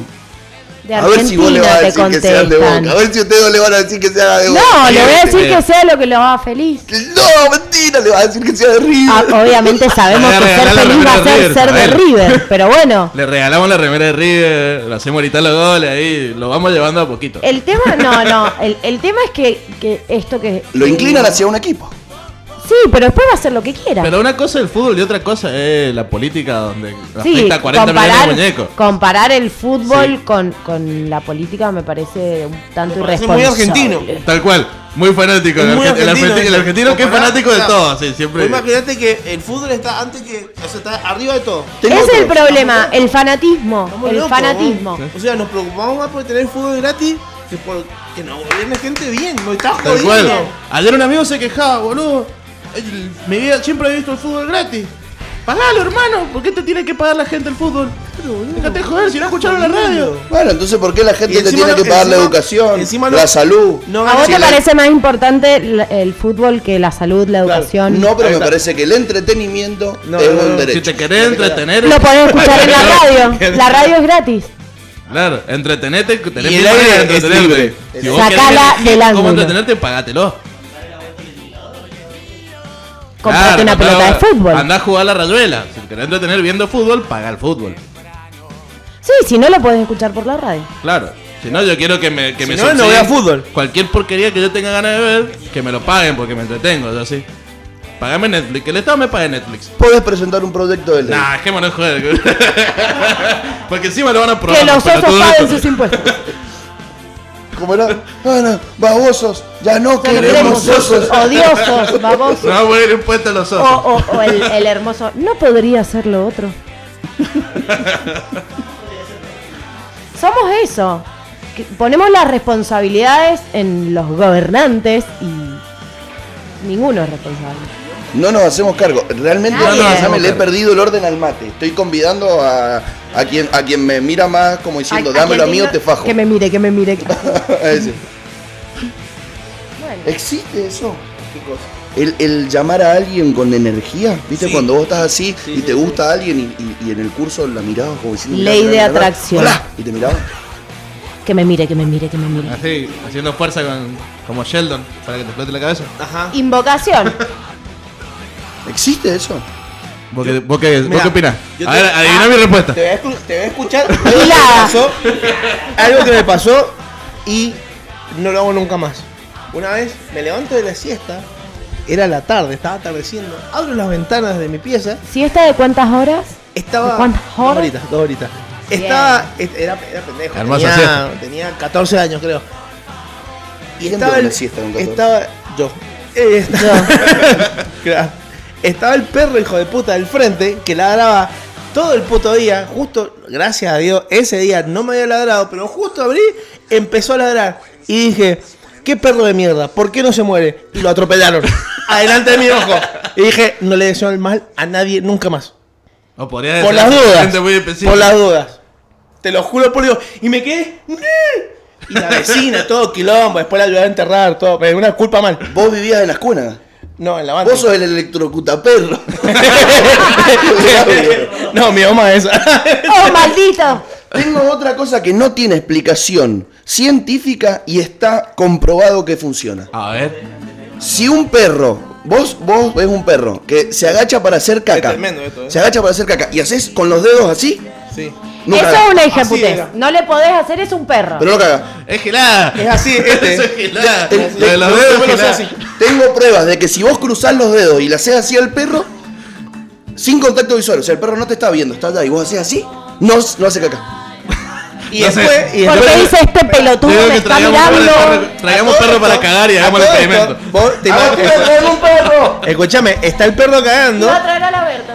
Speaker 15: De
Speaker 2: a ver si vos le
Speaker 15: Argentina
Speaker 2: vas a
Speaker 15: te
Speaker 2: decir que sean de
Speaker 15: contestan.
Speaker 2: boca. A ver si ustedes no le van a decir que sea de boca.
Speaker 15: No, le voy a decir que
Speaker 2: Bien.
Speaker 15: sea lo que lo haga feliz.
Speaker 2: No, mentira, le vas a decir que sea de River.
Speaker 15: Ah, obviamente sabemos
Speaker 11: Le
Speaker 15: que ser
Speaker 11: regalá la
Speaker 15: feliz va a
Speaker 11: remera
Speaker 15: ser
Speaker 11: de
Speaker 15: ser de
Speaker 11: River, a
Speaker 15: River, pero bueno.
Speaker 11: Le regalamos la remera de River, le hacemos gritar los goles ahí, lo vamos llevando a poquito.
Speaker 15: El tema, no, no, el, el tema es que, que esto que...
Speaker 11: Lo inclinan hacia
Speaker 2: un equipo.
Speaker 15: Sí, pero después va a hacer lo que quiera.
Speaker 11: Pero una cosa es el fútbol y otra cosa es la política donde
Speaker 15: Sí,
Speaker 11: afecta a 40
Speaker 15: comparar,
Speaker 11: millones de muñecos.
Speaker 15: comparar el fútbol con, con la política me parece un tanto irresponsable.
Speaker 11: Tal cual, muy fanático. El,
Speaker 10: Muy
Speaker 11: argen- el
Speaker 10: argentino,
Speaker 11: argentino, el
Speaker 10: eso.
Speaker 11: argentino que es
Speaker 10: Compará-
Speaker 11: fanático de
Speaker 10: claro.
Speaker 11: todo, sí, siempre.
Speaker 10: Vos Pues Imagínate que el fútbol está antes que. O sea, está arriba de todo.
Speaker 15: Ese es el problema, el fanatismo,
Speaker 10: Estamos
Speaker 15: el
Speaker 10: locos,
Speaker 15: fanatismo.
Speaker 10: vos. O sea, nos preocupamos más por tener fútbol gratis que por que nos gobierne gente bien. Nos está
Speaker 11: Tal
Speaker 10: jodiendo.
Speaker 11: cual. Ayer un amigo se
Speaker 10: quejaba, boludo. El- Mi vida siempre he visto el fútbol gratis. Pagalo, hermano. ¿Por qué te tiene que pagar la gente el fútbol? Déjate joder si no escucharon la radio.
Speaker 2: Bueno, entonces, ¿por qué la
Speaker 10: Y
Speaker 2: gente te
Speaker 10: encima
Speaker 2: tiene
Speaker 10: no-
Speaker 2: que pagar la
Speaker 10: encima-
Speaker 2: educación,
Speaker 10: encima no-
Speaker 2: la salud?
Speaker 10: no
Speaker 15: ¿A vos
Speaker 2: Si
Speaker 15: te
Speaker 2: la-
Speaker 15: parece más importante el, el fútbol que la salud, la educación?
Speaker 2: No, pero me parece que el entretenimiento es un derecho.
Speaker 11: Si te querés entretener.
Speaker 15: Lo podés escuchar en la radio, la radio es gratis.
Speaker 11: Claro, entretenete, tenés
Speaker 10: Y el
Speaker 11: mil
Speaker 10: aire
Speaker 11: maneras de
Speaker 10: es
Speaker 11: entretenerte.
Speaker 10: libre.
Speaker 11: Si vos
Speaker 15: Sacala
Speaker 11: querés elegir
Speaker 15: del
Speaker 11: ¿Cómo
Speaker 15: ángulo.
Speaker 11: entretenerte? Pagátelo.
Speaker 15: Comprate una pelota de fútbol.
Speaker 11: Andá a jugar a la rayuela. Si querés entretener viendo fútbol, paga el fútbol.
Speaker 15: Sí, si no lo podés escuchar por la radio.
Speaker 11: Claro. Si no, yo quiero que me, que
Speaker 10: Si
Speaker 11: me
Speaker 10: no, no
Speaker 11: subsidien
Speaker 10: vea fútbol.
Speaker 11: Cualquier porquería que yo tenga ganas de ver, que me lo paguen porque me entretengo, yo así. Pagame Netflix, que el Estado me pague Netflix.
Speaker 2: Podés presentar un proyecto de ley.
Speaker 11: Nah, dejémonos de joder. Porque encima lo van a probar.
Speaker 15: Que los osos paguen sus impuestos.
Speaker 2: Como era, ah, no, babosos, ya no queremos osos.
Speaker 15: Odiosos, babosos.
Speaker 11: No, bueno, impuestos a los
Speaker 15: O,
Speaker 11: osos.
Speaker 15: o- o el, el hermoso. No podría ser lo otro. Somos eso. que ponemos las responsabilidades en los gobernantes y ninguno es responsable.
Speaker 2: No nos hacemos cargo. Realmente
Speaker 15: Nadie.
Speaker 2: no nos
Speaker 15: hacemos
Speaker 2: hacemos le he
Speaker 15: cargo.
Speaker 2: perdido el orden al mate. Estoy convidando a, a quien, a quien me mira más como diciendo,
Speaker 15: A- a
Speaker 2: dámelo a
Speaker 15: quien
Speaker 2: mí o
Speaker 15: diga-
Speaker 2: te fajo.
Speaker 15: Que me mire, que me mire.
Speaker 2: Ese. ¿Existe eso? El, el llamar a alguien con energía, ¿viste?
Speaker 15: Sí.
Speaker 2: Cuando vos estás así y te gusta alguien y, y- y en el curso la mirabas como diciendo. mirá,
Speaker 15: Ley
Speaker 2: mirá, mirá,
Speaker 15: de
Speaker 2: mirá.
Speaker 15: atracción.
Speaker 2: Hola, Y te mirabas.
Speaker 15: Que me mire, que me mire, que me mire.
Speaker 2: Ah.
Speaker 11: Así, haciendo fuerza con, como Sheldon para que te explote la cabeza. Ajá.
Speaker 15: Invocación.
Speaker 2: ¿Existe eso?
Speaker 11: ¿Vos qué, vos qué- vos
Speaker 1: Mirá,
Speaker 11: qué opinás?
Speaker 1: yo
Speaker 11: A
Speaker 1: te-
Speaker 11: ver, adivina
Speaker 1: ah,
Speaker 11: mi respuesta.
Speaker 1: Te voy a, escu- te voy a escuchar. Algo que, me pasó, algo que me pasó y no lo hago nunca más. Una vez me levanto de la siesta, era la tarde, estaba atardeciendo, abro las ventanas de mi pieza,
Speaker 15: Si esta de cuántas horas?
Speaker 1: estaba.
Speaker 15: ¿De cuántas
Speaker 1: Dos
Speaker 15: horas?
Speaker 1: horitas, dos horitas. Estaba. est- Era, era pendejo.
Speaker 2: Hermosa
Speaker 1: Tenía,
Speaker 2: siesta.
Speaker 1: tenía 14 años, creo. Y
Speaker 2: ¿Quién
Speaker 1: estaba
Speaker 2: duerme
Speaker 1: el,
Speaker 2: siesta con 14?
Speaker 1: estaba yo. Eh, estaba, Claro. Estaba el perro hijo de puta del frente que ladraba todo el puto día. Justo, gracias a Dios, ese día no me había ladrado, pero justo abrí, empezó a ladrar. Y dije, qué perro de mierda, ¿por qué no se muere? Y lo atropellaron. adelante de mi ojo. Y dije, no le deseo el mal a nadie nunca más.
Speaker 11: O podría
Speaker 1: Por
Speaker 11: ser
Speaker 1: las
Speaker 11: gente muy
Speaker 1: dudas.
Speaker 11: específica.
Speaker 1: Por las dudas. Te lo juro por Dios. Y me quedé. "Nee". Y la vecina, todo quilombo. Después la ayudé a enterrar, todo. Pero una culpa mal.
Speaker 2: ¿Vos vivías en las cunas?
Speaker 1: No, en la banda.
Speaker 2: Vos sos el electrocutaperro.
Speaker 1: no, mi mamá es.
Speaker 15: ¡Oh, maldito!
Speaker 2: Tengo otra cosa que no tiene explicación científica y está comprobado que funciona.
Speaker 11: A ver.
Speaker 2: Si un perro, vos, vos ves un perro que se agacha para hacer caca.
Speaker 1: tremendo esto, ¿eh?
Speaker 2: Se agacha para hacer caca y haces con los dedos así.
Speaker 1: Sí.
Speaker 15: eso es una hija putez. No le podés hacer eso a un perro.
Speaker 2: Pero no caga.
Speaker 11: Es gelada.
Speaker 1: Es así, este.
Speaker 11: Eso es gelada.
Speaker 2: Ten-
Speaker 11: Lo de
Speaker 2: ten-
Speaker 11: los
Speaker 2: yo- yo
Speaker 11: dedos
Speaker 2: me
Speaker 11: es
Speaker 2: lo sé
Speaker 11: gelada.
Speaker 2: así. Tengo pruebas de que si vos cruzás los dedos y le haces así al perro, sin contacto visual, o sea, el perro no te está viendo, está allá y vos haces así, no, no hace caca.
Speaker 1: Y
Speaker 2: No
Speaker 1: después.
Speaker 2: sé.
Speaker 1: y
Speaker 15: Porque
Speaker 1: después-
Speaker 15: dice este pelotudo
Speaker 1: Creo
Speaker 15: me
Speaker 1: que
Speaker 15: está
Speaker 1: traigamos
Speaker 15: mirando.
Speaker 1: perro de-
Speaker 11: Traigamos
Speaker 1: A todo
Speaker 11: perro para
Speaker 1: esto-
Speaker 11: cagar y
Speaker 1: a
Speaker 11: hagamos el
Speaker 1: todo esto,
Speaker 11: experimento.
Speaker 1: vos te imaginas- Escuchame, está el perro cagando
Speaker 15: Va a traer a la Berta.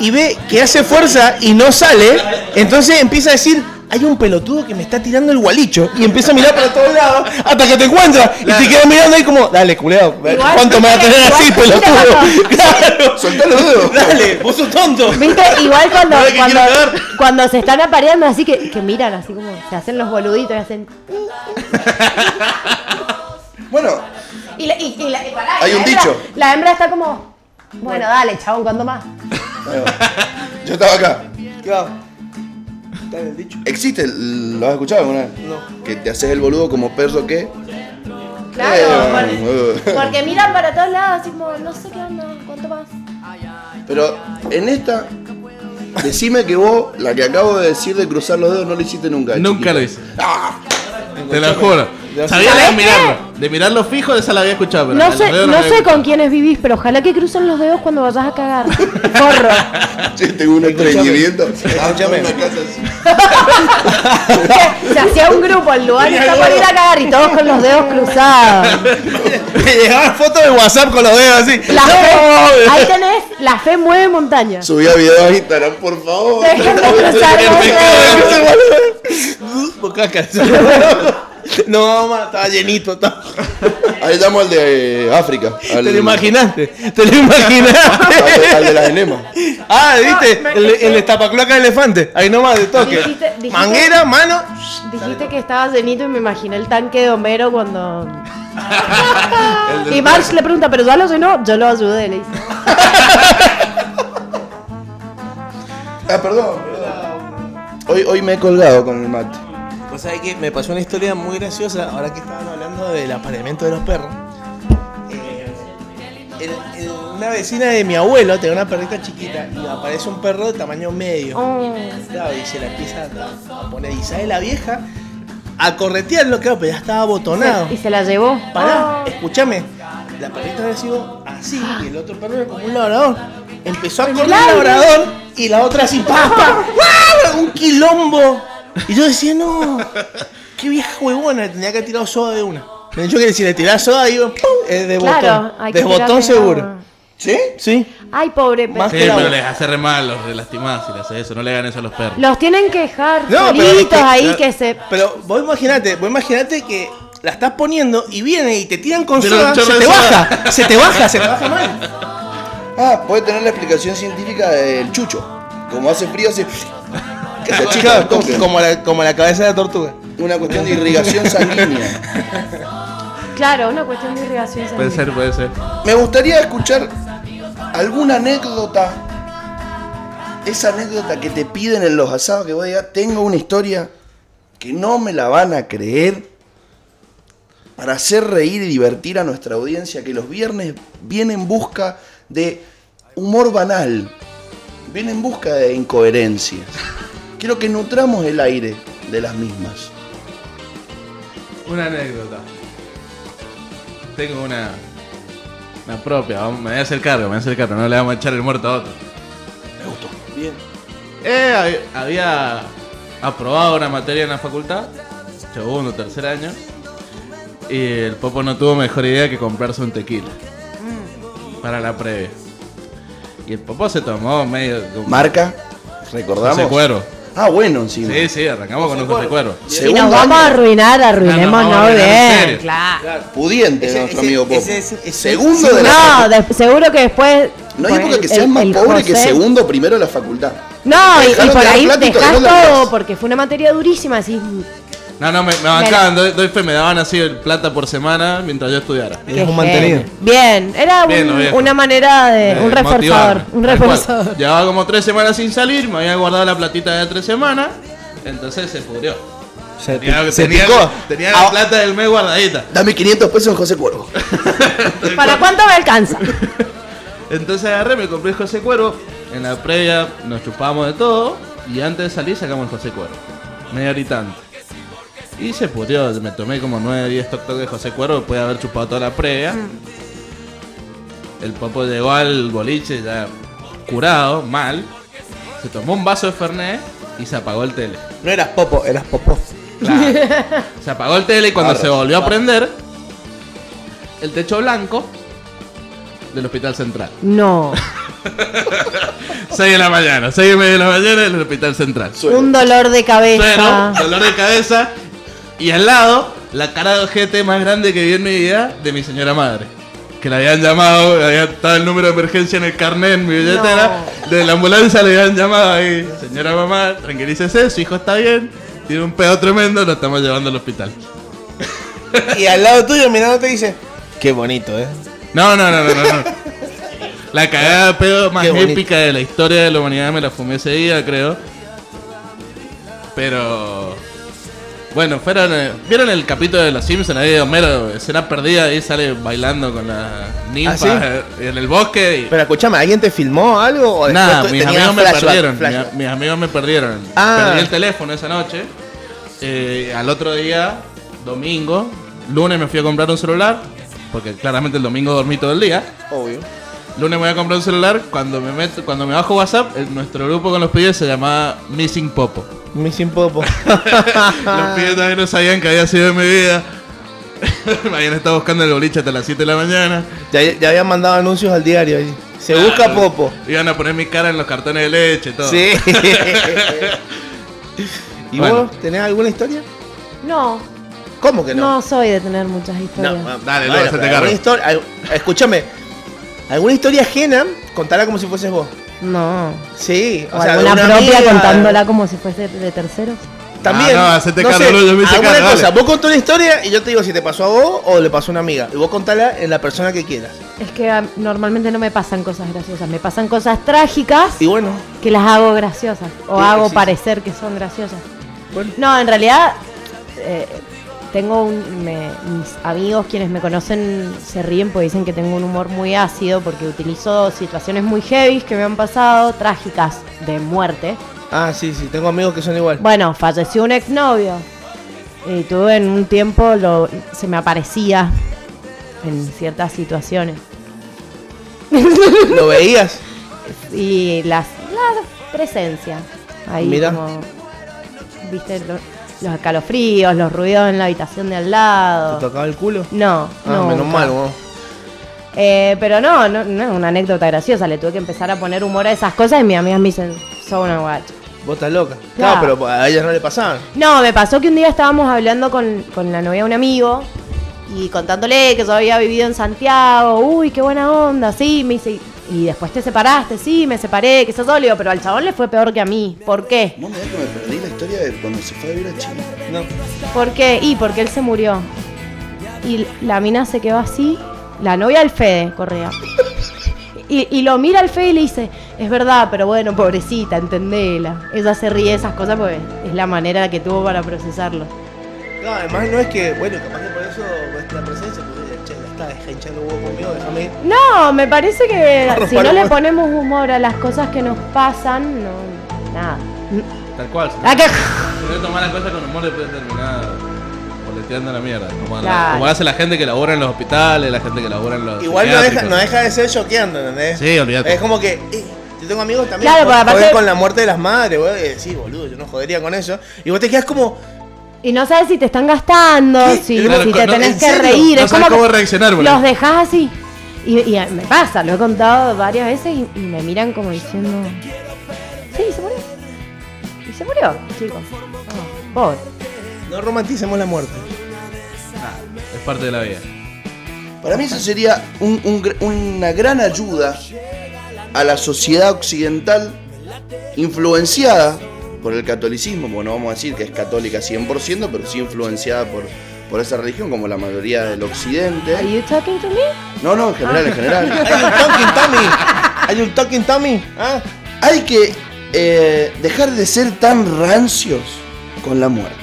Speaker 1: y ve que hace fuerza y no sale. Entonces empieza a decir. Hay un pelotudo que me está tirando el gualicho y empieza a mirar para todos lados hasta que te encuentra y te queda mirando ahí como, dale, culeado,
Speaker 15: Igual-
Speaker 1: ¿cuánto me va a tener
Speaker 15: igual-
Speaker 1: así,
Speaker 15: igual-
Speaker 1: pelotudo? Claro.
Speaker 2: Soltá los dedos.
Speaker 1: Dale, vos sos tonto.
Speaker 15: Viste, igual cuando,
Speaker 1: Ahora que
Speaker 15: cuando,
Speaker 1: quiero cagar.
Speaker 15: cuando se están apareando así que, que miran así como se hacen los boluditos y hacen.
Speaker 2: Bueno,
Speaker 15: Y, la- y- y la- y pará, y
Speaker 2: Hay
Speaker 15: la
Speaker 2: un
Speaker 15: hembra-
Speaker 2: dicho.
Speaker 15: La hembra está como. Bueno, dale, chabón, ¿cuándo más?
Speaker 2: yo estaba acá.
Speaker 1: ¿Qué va? Dale, el dicho.
Speaker 2: ¿Existe? el- ¿Lo has escuchado alguna vez?
Speaker 1: No.
Speaker 2: Que te haces el boludo como perro que.
Speaker 15: Claro,
Speaker 2: Eh, eh.
Speaker 15: porque, porque miran para todos lados, así como, no sé qué onda, ¿cuánto más?
Speaker 2: Pero en esta, decime que vos, la que acabo de decir de cruzar los dedos, no lo hiciste nunca.
Speaker 11: Nunca lo hice.
Speaker 1: Ah.
Speaker 11: Te lo juro.
Speaker 2: Dios.
Speaker 11: Sabía
Speaker 2: ¿Sabés
Speaker 11: de mirarlo. De mirarlo fijo, esa la había escuchado. Pero
Speaker 15: No
Speaker 11: de los
Speaker 15: sé,
Speaker 11: dedos la
Speaker 15: no
Speaker 11: había
Speaker 15: sé con quiénes vivís, pero ojalá que crucen los dedos cuando vayas a cagar. Forro.
Speaker 2: Che, tengo un estreñimiento.
Speaker 1: Escúchame.
Speaker 15: Se hacía un grupo, el lugar
Speaker 1: Tenía
Speaker 15: está por ir a cagar y todos con los dedos cruzados.
Speaker 1: Me llegaban fotos de WhatsApp con los dedos así.
Speaker 15: La fe, ahí tenés, la fe mueve montañas.
Speaker 2: Subí a video a Instagram, por favor.
Speaker 15: Dejen de cruzar los dedos.
Speaker 1: No, mamá, estaba llenito. Estaba...
Speaker 2: Ahí llamo al de eh, África. Al,
Speaker 1: Te lo imaginaste, te lo imaginaste.
Speaker 2: Al, de- al de las enemas.
Speaker 1: Ah, viste,
Speaker 15: No, me-
Speaker 1: el, el destapacloaca de elefante. Ahí nomás, de toque.
Speaker 15: Dijiste- dijiste-
Speaker 1: Manguera, mano.
Speaker 15: Dijiste que estaba llenito y me imaginé el tanque de Homero cuando.
Speaker 11: El
Speaker 15: Y Marx le pregunta, ¿pero ya lo llenó? Yo lo ayudé, le dice.
Speaker 2: Ah, perdón, perdón. Hoy, hoy me he colgado con el mate.
Speaker 1: Vos sabés que me pasó una historia muy graciosa ahora que estaban hablando del apareamiento de los perros. Eh, el- el- una vecina de mi abuelo tenía una perrita chiquita y aparece un perro de tamaño medio.
Speaker 15: Oh.
Speaker 1: Claro, y se la empieza a, a poner. Y sale la vieja a corretearlo, claro, pero ya estaba abotonado.
Speaker 15: Y se la llevó. Oh.
Speaker 1: Pará, escúchame. La perrita había sido a así y el otro perro era como un labrador. Empezó a correr el labrador y la otra así, pa, pa,
Speaker 15: Oh.
Speaker 1: ¡guau! un quilombo. Y yo decía, no, qué vieja huevona, le tenía que haber tirado soda de una. Me dijo que si le tirás soda, iba, ¡pum! Eh, de
Speaker 15: Claro, hay
Speaker 1: botón.
Speaker 15: que
Speaker 1: De botón
Speaker 15: tirarle
Speaker 1: seguro.
Speaker 15: agua.
Speaker 1: ¿Sí? Sí.
Speaker 15: Ay, pobre perro.
Speaker 11: Sí, pero les hace re mal, los re lastimás si le haces eso. No le hagan eso a los perros.
Speaker 15: Los tienen que dejar
Speaker 1: No, pero
Speaker 15: solitos
Speaker 1: es que-
Speaker 15: ahí
Speaker 1: pero-
Speaker 15: que se.
Speaker 1: Pero vos imaginate, vos imaginate que la estás poniendo y viene y te tiran con
Speaker 2: Pero
Speaker 1: soda,
Speaker 2: un
Speaker 1: se
Speaker 2: chorro
Speaker 1: te,
Speaker 2: de soda.
Speaker 1: baja, se te baja, se te baja mal.
Speaker 2: Ah, puede tener la explicación científica del chucho. Como hace frío, hace. Que se achica
Speaker 1: Claro,
Speaker 2: al toque.
Speaker 1: como, como la, como la cabeza de la tortuga.
Speaker 2: Una cuestión de irrigación sanguínea.
Speaker 15: Claro, una cuestión de irrigación. sanguínea.
Speaker 11: puede ser.
Speaker 2: Me gustaría escuchar alguna anécdota. Esa anécdota que te piden en los asados que vos digas, tengo una historia que no me la van a creer. Para hacer reír y divertir a nuestra audiencia que los viernes viene en busca de humor banal. Viene en busca de incoherencias. Quiero que nutramos el aire de las mismas.
Speaker 11: Una anécdota. Tengo una. Una propia. vamos- me voy a hacer cargo, me voy a hacer cargo. No le vamos a echar el muerto a otro.
Speaker 2: Bien.
Speaker 11: Eh, hab- había aprobado una materia en la facultad, segundo, tercer año, y el Popo no tuvo mejor idea que comprarse un tequila para la previa. Y el Popo se tomó medio...
Speaker 2: Marca, recordamos.
Speaker 11: José Cuervo.
Speaker 2: Ah, bueno, encima.
Speaker 11: Sí, sí, arrancamos con un José Cuervo.
Speaker 15: Si nos vamos a arruinar,
Speaker 11: No,
Speaker 15: arruinémonos
Speaker 11: no, vamos a arruinar en
Speaker 15: bien.
Speaker 11: serio.
Speaker 15: Claro.
Speaker 2: Pudiente
Speaker 11: Ese-
Speaker 2: nuestro
Speaker 11: ese-
Speaker 2: amigo Popo.
Speaker 11: ese- ese- ese-
Speaker 2: segundo de la
Speaker 15: No,
Speaker 2: facultad.
Speaker 15: de- seguro que después.
Speaker 2: No hay
Speaker 15: con
Speaker 2: época que
Speaker 15: el-
Speaker 2: seas
Speaker 15: el-
Speaker 2: más
Speaker 15: el
Speaker 2: pobre que
Speaker 15: José-
Speaker 2: segundo primero de la facultad.
Speaker 15: No, y, y
Speaker 2: Dejalo
Speaker 15: por
Speaker 2: tirar
Speaker 15: ahí
Speaker 2: plata y
Speaker 15: dejás
Speaker 2: todavía la
Speaker 15: todo,
Speaker 2: agarrás.
Speaker 15: porque fue una materia durísima. "Mm, Así,
Speaker 11: No, no, me, me bancaban, doy, doy fe, me daban así el plata por semana mientras yo estudiara.
Speaker 15: Qué un mantenido. bien, era
Speaker 11: Bien,
Speaker 15: un-
Speaker 11: los viejos.
Speaker 15: una manera de.
Speaker 11: Eh,
Speaker 15: un reforzador.
Speaker 11: motivarme,
Speaker 15: Un
Speaker 11: tal cual.
Speaker 15: reforzador.
Speaker 11: Llevaba como tres semanas sin salir, me había guardado la platita de tres semanas, entonces se pudrió.
Speaker 1: Se,
Speaker 11: tenía,
Speaker 2: se
Speaker 11: tenía-
Speaker 2: picó. Ah.
Speaker 11: tenía la plata del mes guardadita.
Speaker 2: Dame 500 pesos en José Cuervo.
Speaker 15: ¿Para cuánto me alcanza?
Speaker 11: Entonces agarré, me compré el José Cuervo. En la previa nos chupamos de todo. Y antes de salir sacamos el José Cuervo. Media horita antes. Y se pudrió. Me tomé como 9, 10 toc toc de José Cuervo. Después de haber chupado toda la previa. El popo llegó al boliche ya curado, mal. Se tomó un vaso de Fernet y se apagó el tele.
Speaker 1: No eras popo, eras popó.
Speaker 11: Se apagó el tele y cuando
Speaker 1: Arre,
Speaker 11: se volvió a
Speaker 1: arre.
Speaker 11: prender, el techo blanco del Hospital Central.
Speaker 15: No.
Speaker 11: 6 de la mañana, 6 y media de la mañana en el Hospital Central.
Speaker 15: Un dolor de cabeza.
Speaker 11: Sueno, dolor de cabeza. Y al lado, la cara de ojete más grande que vi en mi vida de mi señora madre. Que la habían llamado, había estado el número de emergencia en el carnet, en mi billetera. De la ambulancia le habían llamado ahí. Señora mamá, tranquilícese, su hijo está bien. Tiene un pedo tremendo, lo estamos llevando al hospital.
Speaker 1: Y al lado tuyo mirándote dice, qué bonito, eh.
Speaker 11: No, no, no, no, no. no. La cagada de pedo más
Speaker 1: Qué bonito.
Speaker 11: épica de la historia de la humanidad me la fumé ese día, creo. Pero. Bueno, fueron, eh, ¿vieron el capítulo de Los Simpsons ahí de Homero? eh, Escena perdida y sale bailando con la ninfa
Speaker 1: ¿Ah, sí?
Speaker 11: eh, en el bosque. y-
Speaker 1: Pero escúchame, ¿alguien te filmó algo? o
Speaker 11: Nada,
Speaker 1: después
Speaker 11: mis
Speaker 1: tenías
Speaker 11: amigos me
Speaker 1: flashback,
Speaker 11: perdieron.
Speaker 1: flashback?
Speaker 11: mi- mis amigos me perdieron.
Speaker 1: Ah.
Speaker 11: Perdí el teléfono esa noche. Eh, al otro día, domingo, lunes me fui a comprar un celular. Porque claramente el domingo dormí todo el día.
Speaker 2: Obvio.
Speaker 11: Lunes me voy a comprar un celular. Cuando me meto, cuando me bajo WhatsApp, el- nuestro grupo con los pibes se llamaba Missing Popo.
Speaker 1: Missing Popo. Ah.
Speaker 11: Los pibes también no sabían que había sido en mi vida. me habían estado buscando en el boliche hasta las 7 de la mañana.
Speaker 1: Ya, ya habían mandado anuncios al diario. ahí. Se
Speaker 11: Claro.
Speaker 1: busca Popo.
Speaker 11: Iban a poner mi cara en los cartones de leche y todo.
Speaker 1: Sí. ¿Y
Speaker 11: Bueno.
Speaker 1: vos tenés alguna historia?
Speaker 15: No,
Speaker 1: ¿Cómo que no?
Speaker 15: no soy de tener muchas
Speaker 1: No,
Speaker 15: historias.
Speaker 1: bueno,
Speaker 11: Dale,
Speaker 1: bueno,
Speaker 11: luego se te
Speaker 1: pero
Speaker 11: cargo.
Speaker 1: alguna historia- al- Escúchame, alguna historia ajena, contala como si fueses vos.
Speaker 15: No.
Speaker 1: Sí,
Speaker 15: O,
Speaker 1: o, sea, de
Speaker 15: alguna
Speaker 1: una
Speaker 15: propia
Speaker 1: amiga,
Speaker 15: contándola como si fuese de terceros.
Speaker 1: También.
Speaker 11: Ah, no, hacete
Speaker 1: sé,
Speaker 11: cargo, Lulo, me hice
Speaker 1: alguna
Speaker 11: cargo,
Speaker 1: cosa,
Speaker 11: dale.
Speaker 1: vos contás una historia y yo te digo si te pasó a vos o le pasó a una amiga. Y vos contala en la persona que quieras.
Speaker 15: Es que ah, normalmente no me pasan cosas graciosas, me pasan cosas trágicas
Speaker 1: Y bueno,
Speaker 15: que las hago graciosas o
Speaker 1: Sí,
Speaker 15: hago
Speaker 1: sí, sí.
Speaker 15: parecer que son graciosas.
Speaker 1: Bueno.
Speaker 15: No, en realidad eh, tengo un- me- mis amigos quienes me conocen se ríen porque dicen que tengo un humor muy ácido porque utilizo situaciones muy heavy que me han pasado, trágicas de muerte.
Speaker 1: ah, sí, sí, tengo amigos que son igual.
Speaker 15: Bueno, falleció un exnovio. Y tuve en un tiempo lo, se me aparecía en ciertas situaciones.
Speaker 1: ¿Lo veías?
Speaker 15: Y las, la presencia. Ahí
Speaker 1: Mira.
Speaker 15: como, viste, lo- los escalofríos, los ruidos en la habitación de al lado.
Speaker 1: ¿Te tocaba el culo?
Speaker 15: No,
Speaker 1: Ah,
Speaker 15: Ah. no.
Speaker 1: menos mal, vos.
Speaker 15: Eh, pero no, no, no es una anécdota graciosa. Le tuve que empezar a poner humor a esas cosas y mis amigas me dicen, so una guacha.
Speaker 1: Vos estás loca.
Speaker 15: Claro.
Speaker 1: Claro, pero a ellas no le pasaban.
Speaker 15: No, me pasó que un día estábamos hablando con, con la novia de un amigo y contándole que yo había vivido en Santiago. Uy, qué buena onda, sí, me dice. Y después te separaste, sí, me separé, que sos sólido, pero al chabón le fue peor que a mí. ¿Por qué?
Speaker 2: No me da que me perdí la historia de cuando se fue a vivir a Chile.
Speaker 1: No.
Speaker 15: ¿Por qué? Y porque él se murió. Y la mina se quedó así, la novia del Fede corría. Y, y lo mira al Fede y le dice, es verdad, pero bueno, pobrecita, entendela. Ella se ríe de esas cosas porque es la manera que tuvo para procesarlo.
Speaker 1: No, además no es que, bueno, capaz que por eso nuestra presencia, porque che, la está deja hinchando huevo conmigo, déjame ir.
Speaker 15: No, me parece que
Speaker 1: Bárbaro.
Speaker 15: si no le ponemos humor a las cosas que nos pasan, no, nada.
Speaker 11: Tal cual.
Speaker 15: Ah, que-
Speaker 11: Primero tomar la cosa con humor después de terminar boleteando la mierda. Como,
Speaker 1: Claro.
Speaker 11: como hace la gente que labora en los hospitales, la gente que labora en los.
Speaker 1: Igual no deja,
Speaker 11: psiquiátricos.
Speaker 1: no deja de ser choqueando, ¿entendés?
Speaker 11: Sí, olvídate.
Speaker 1: Es como que, eh, yo tengo amigos también
Speaker 15: Claro,
Speaker 1: que
Speaker 15: pero
Speaker 1: joden
Speaker 15: aparte-
Speaker 1: con la muerte de las madres, güey, que sí, boludo, yo no jodería con eso. Y vos te quedás como,
Speaker 15: Y no sabes si te están gastando, si,
Speaker 11: Claro,
Speaker 15: si
Speaker 11: co-
Speaker 15: te
Speaker 11: no,
Speaker 15: tenés
Speaker 11: ¿en
Speaker 15: que
Speaker 11: serio?
Speaker 15: reír.
Speaker 11: No
Speaker 15: es
Speaker 11: sabes
Speaker 15: como
Speaker 11: cómo
Speaker 15: que
Speaker 11: reaccionar, boludo.
Speaker 15: Los dejás así. Y, y me pasa, lo he contado varias veces y, y me miran como diciendo. Sí, se murió. Y se murió, chicos. Oh, pobre.
Speaker 1: no romanticemos la muerte.
Speaker 11: Es parte de la vida.
Speaker 2: Para mí eso sería un- un gr- una gran ayuda a la sociedad occidental influenciada por el catolicismo, porque no vamos a decir que es católica 100%, pero sí influenciada por, por esa religión, como la mayoría del occidente.
Speaker 15: Are you talking to me?
Speaker 2: No, no, en general, en general.
Speaker 1: Hay un talking Tommy. Hay un talking Tommy. ¿Ah?
Speaker 2: Hay que eh, dejar de ser tan rancios con la muerte.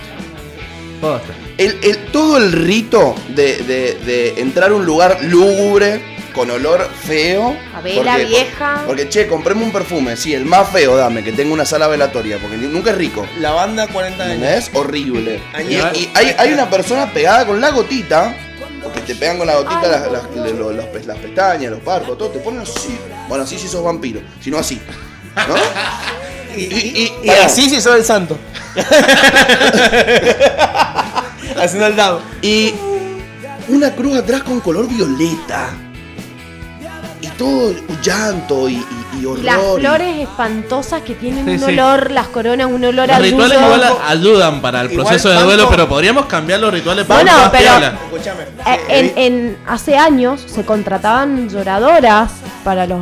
Speaker 2: El, el- todo el rito de, de- de entrar a un lugar lúgubre, con olor feo.
Speaker 15: A vela vieja.
Speaker 2: Porque, che, compremos un perfume, sí, el más feo, dame, que tenga una sala velatoria, porque ni- nunca es rico.
Speaker 1: La banda 40 años.
Speaker 2: Es horrible.
Speaker 1: Añe-
Speaker 2: Y, y hay, hay una persona pegada con la gotita, porque te pegan con la gotita las, las- lo- los pe- las pestañas, los párpados, todo, te ponen así. Bueno, así si sos vampiro, sino así. ¿No?
Speaker 1: Y,
Speaker 2: y-
Speaker 1: y así sí soy el santo. Haciendo el dado.
Speaker 2: Y una cruz atrás con color violeta. Y todo llanto y, y- y
Speaker 15: Y las
Speaker 2: horror. y-
Speaker 15: flores espantosas que tienen
Speaker 11: Sí,
Speaker 15: un
Speaker 11: sí.
Speaker 15: olor, las coronas, un olor
Speaker 11: Los
Speaker 15: a
Speaker 11: rituales
Speaker 15: yuyo.
Speaker 11: igual ayudan para el
Speaker 1: Igual
Speaker 11: proceso de duelo,
Speaker 1: banco-
Speaker 11: pero podríamos cambiar los rituales por
Speaker 15: Bueno,
Speaker 11: más
Speaker 15: pero-
Speaker 11: piola.
Speaker 1: Escuchame.
Speaker 15: Eh, en, en- hace años se contrataban lloradoras para los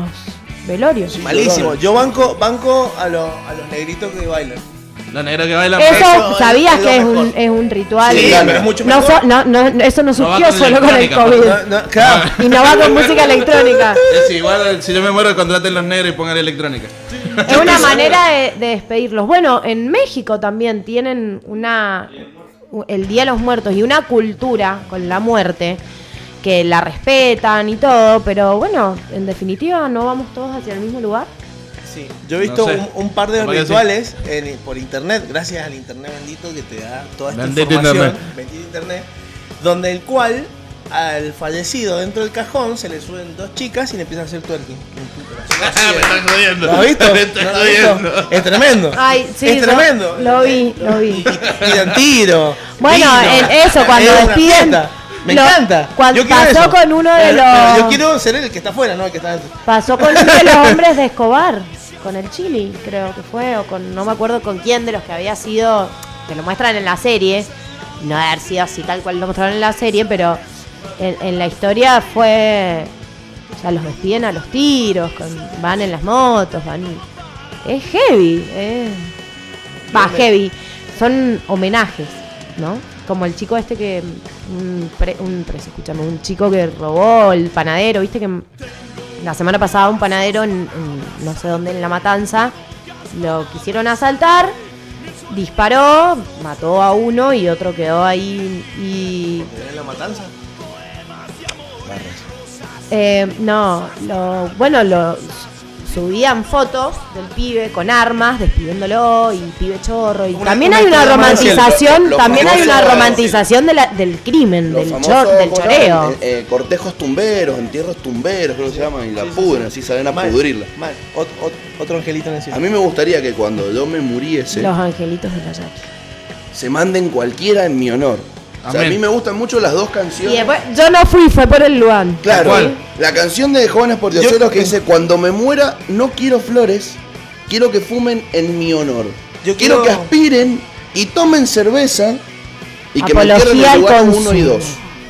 Speaker 15: velorios.
Speaker 1: Malísimo. Yo banco, banco a, los- a los negritos que bailan.
Speaker 11: Los negros que bailan
Speaker 15: Eso sabías
Speaker 1: es lo
Speaker 15: que es
Speaker 1: mejor.
Speaker 15: un, es un ritual.
Speaker 1: Sí,
Speaker 15: No,
Speaker 1: pero es mucho
Speaker 15: no
Speaker 1: mejor.
Speaker 15: so- no, no, eso no
Speaker 11: va
Speaker 15: surgió
Speaker 11: con
Speaker 15: solo con el
Speaker 11: electrónica, pues.
Speaker 15: COVID.
Speaker 1: No, claro.
Speaker 15: Y no va con música electrónica.
Speaker 11: Es igual, si yo me muero, contraten los negros y pongan electrónica.
Speaker 15: Es una manera de, de despedirlos. Bueno, en México también tienen una el Día de los Muertos y una cultura con la muerte que la respetan y todo, pero bueno, en definitiva no vamos todos hacia el mismo lugar.
Speaker 1: Sí. Yo he visto
Speaker 11: No sé.
Speaker 1: un, un par de
Speaker 11: Capaz que sí.
Speaker 1: rituales en- por internet, gracias al internet bendito que te da toda esta
Speaker 11: Bendito
Speaker 1: información,
Speaker 11: internet.
Speaker 1: bendito internet, donde el cual al fallecido dentro del cajón se le suben dos chicas y le empiezan a hacer twerking.
Speaker 11: me estás jodiendo.
Speaker 1: eh. ¿Lo has visto?
Speaker 11: Me estás
Speaker 1: ¿No lo has visto?
Speaker 11: jodiendo.
Speaker 1: Es tremendo.
Speaker 15: Ay, sí,
Speaker 1: es
Speaker 15: yo
Speaker 1: tremendo.
Speaker 15: Lo vi, lo vi.
Speaker 1: Tiran tiro.
Speaker 15: Bueno,
Speaker 1: vino.
Speaker 15: en eso, cuando
Speaker 1: Es una
Speaker 15: despiden,
Speaker 1: fiesta. Me
Speaker 15: lo-
Speaker 1: encanta.
Speaker 15: cuando
Speaker 1: Yo quiero
Speaker 15: pasó
Speaker 1: eso.
Speaker 15: con uno de
Speaker 1: Pero- pero
Speaker 15: los-
Speaker 1: Yo quiero ser el que está afuera, no el que está dentro.
Speaker 15: Pasó con uno de los hombres de Escobar, con el Chili, creo que fue, o con no me acuerdo con quién de los que había sido, que lo muestran en la serie, no haber sido así tal cual lo mostraron en la serie, pero en, en la historia fue, o sea, los despiden a los tiros, con- van en las motos, van... Es heavy, eh. Va, heavy. Son homenajes, ¿no? Como el chico este que... Un, pre- un preso, escúchame, un chico que robó el panadero, viste que la semana pasada un panadero en, en no sé dónde en la matanza lo quisieron asaltar, disparó, mató a uno y otro quedó ahí y
Speaker 1: ¿Tenés la matanza?
Speaker 15: eh, no, lo, bueno, lo subían fotos del pibe con armas, despidiéndolo y pibe chorro. Y
Speaker 2: Una-
Speaker 15: también
Speaker 2: una
Speaker 15: hay una
Speaker 2: historia más del-
Speaker 15: romantización,
Speaker 2: lo- lo
Speaker 15: también hay una
Speaker 2: famoso-
Speaker 15: romantización de la- del crimen, del,
Speaker 2: famosos,
Speaker 15: chor- del
Speaker 2: ¿cómo
Speaker 15: choreo.
Speaker 2: llaman? Eh, eh, cortejos tumberos, entierros tumberos, creo que se llaman, y la pudren, así salen a
Speaker 1: Mal,
Speaker 2: pudrirla.
Speaker 1: mal. Ot- ot- otro angelito en el cielo.
Speaker 2: A mí me gustaría que cuando yo me muriese,
Speaker 15: Los angelitos de la Jackie.
Speaker 2: se manden cualquiera en mi honor. O sea, a mí me gustan mucho las dos canciones.
Speaker 15: Y después, yo no fui, fue por el Luan.
Speaker 2: Claro, la canción de Jóvenes por que dice, cuando me muera no quiero flores, quiero que fumen en mi honor. Yo quiero,
Speaker 1: quiero-
Speaker 2: que aspiren y tomen cerveza y que me
Speaker 1: Apología
Speaker 2: entierren en el
Speaker 1: al
Speaker 2: lugar uno
Speaker 1: consumo.
Speaker 2: y dos.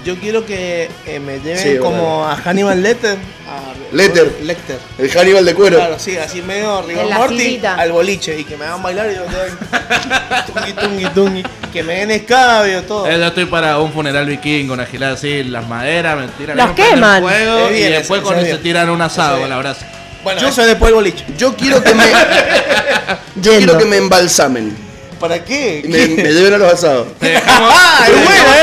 Speaker 1: Yo quiero que eh, me lleven
Speaker 2: Sí,
Speaker 1: como
Speaker 2: bueno. Ah,
Speaker 1: a Hannibal Lecter. a-
Speaker 2: Letter.
Speaker 1: Lecter.
Speaker 2: El Hannibal de cuero.
Speaker 1: Claro, sí, así medio rigor
Speaker 15: En la
Speaker 1: mortis
Speaker 15: filita.
Speaker 1: al boliche y que me hagan bailar y yo doy tungui, tungui, tungui, que me den escabio, todo.
Speaker 11: Eh, yo estoy para un funeral vikingo, una gilada así, las maderas, me tiran
Speaker 1: Las
Speaker 11: ahí, me prenden
Speaker 1: queman.
Speaker 11: fuego,
Speaker 1: Es bien,
Speaker 11: y
Speaker 1: eso-
Speaker 11: después
Speaker 1: eso
Speaker 11: con
Speaker 1: es
Speaker 11: eso
Speaker 1: bien.
Speaker 11: tiran un asado
Speaker 1: es
Speaker 11: con la brasa.
Speaker 1: Bueno, eso es después del boliche.
Speaker 2: Yo quiero que me. Yo quiero que me embalsamen.
Speaker 1: ¿Para qué?
Speaker 2: Me, me lleven a los asados.
Speaker 1: ¡Ah, es buena,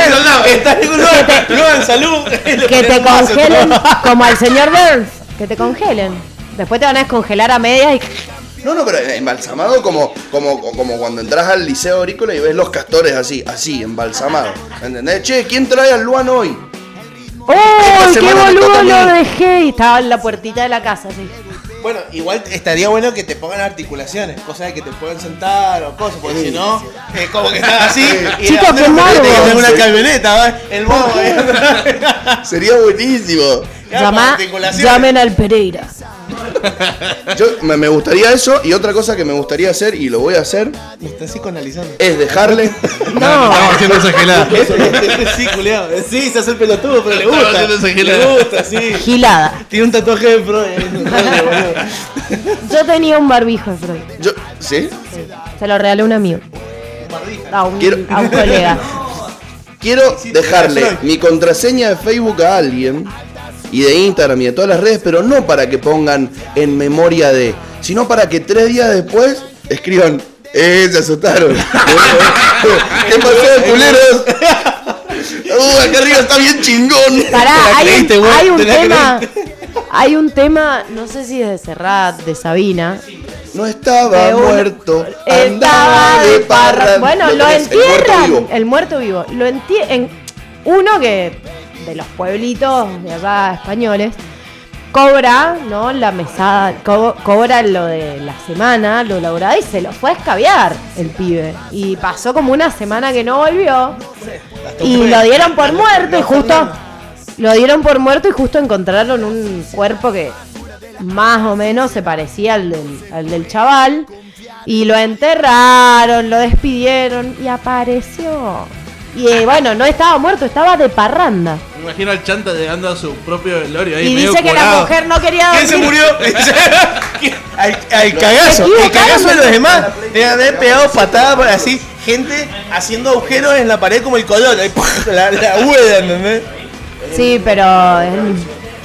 Speaker 1: eh! Está en un lugar, Luan, salud. Le
Speaker 15: Que
Speaker 1: ponen
Speaker 15: te
Speaker 1: un vaso,
Speaker 15: congelen,
Speaker 1: todo.
Speaker 15: como al señor Burns, que te congelen. Después te van a descongelar a medias y
Speaker 2: No, no, pero embalsamado como, como, como cuando entras al liceo agrícola y ves los castores así, así, embalsamado. ¿Entendés? Che, ¿quién trae al Luan hoy?
Speaker 15: ¡Oh, qué
Speaker 2: semana me toca
Speaker 15: boludo
Speaker 2: a mí.
Speaker 15: lo dejé! Y estaba en la puertita de la casa, sí.
Speaker 1: Bueno, igual estaría bueno que te pongan articulaciones, cosas de que te puedan sentar o cosas, porque si no, es como que estás así. y
Speaker 2: Chicos,
Speaker 1: de repente
Speaker 2: qué morbo.
Speaker 1: Te quitan una camioneta, ¿va? El bobo. eh.
Speaker 2: Sería buenísimo.
Speaker 15: Llamá- llamen al Pereira.
Speaker 2: Yo me, me gustaría eso y otra cosa que me gustaría hacer y lo voy a hacer
Speaker 1: Me estás psicoanalizando.
Speaker 2: es dejarle.
Speaker 1: No.
Speaker 11: Estamos haciendo esa gilada.
Speaker 1: Sí, culiao. Sí, se hace el pelotudo, pero le
Speaker 11: Estaba
Speaker 1: gusta.
Speaker 11: haciendo esa
Speaker 1: Le
Speaker 11: gilada.
Speaker 1: gusta, sí.
Speaker 15: Gilada.
Speaker 1: Tiene un tatuaje de pro. eh, boludo.
Speaker 15: Yo tenía un barbijo de Freud.
Speaker 2: Yo, ¿sí?
Speaker 15: Se lo regalé a un amigo. A un,
Speaker 2: Quiero-
Speaker 15: a un colega.
Speaker 2: Quiero dejarle mi contraseña de Facebook a alguien y de Instagram y de todas las redes, pero no para que pongan en memoria de, sino para que tres días después escriban, ¡eh, se asustaron! ¿Qué pasó, culeros? ¡Uh, acá arriba está bien chingón!
Speaker 15: Pará, hay un, hay un tema. Hay un tema, no sé si es de Serrat, de Sabina.
Speaker 2: No estaba
Speaker 15: De un-
Speaker 2: muerto,
Speaker 15: Estaba
Speaker 2: andaba
Speaker 15: de
Speaker 2: de
Speaker 15: parra.
Speaker 2: parra.
Speaker 15: Bueno, lo
Speaker 2: tenés, el muerto
Speaker 15: entierran.
Speaker 2: vivo.
Speaker 15: El muerto vivo. Lo entierran. Uno que de los pueblitos de allá españoles cobra, ¿no? La mesada, co- cobra lo de la semana, lo laburado y se lo fue a escabiar el pibe. Y pasó como una semana que no volvió. Y lo dieron por muerto y justo. Lo dieron por muerto y justo encontraron un cuerpo que más o menos se parecía al del, al del chaval. Y lo enterraron, lo despidieron y apareció. Y eh, bueno, no estaba muerto, estaba de parranda.
Speaker 11: Me imagino al chanta llegando a su propio velorio ahí.
Speaker 15: Y
Speaker 11: medio
Speaker 15: dice que la
Speaker 11: curado.
Speaker 15: mujer no quería
Speaker 11: ¿Quién se
Speaker 15: dormir.
Speaker 11: murió?
Speaker 1: Al, al cagazo,
Speaker 15: Me
Speaker 1: el cagazo de los demás.
Speaker 15: equivocaron,
Speaker 1: Deben haber pegado patadas por así, gente haciendo agujeros en la pared como el coyote. ahí, La, la hueda, ¿entendés?
Speaker 15: Sí, pero. eh,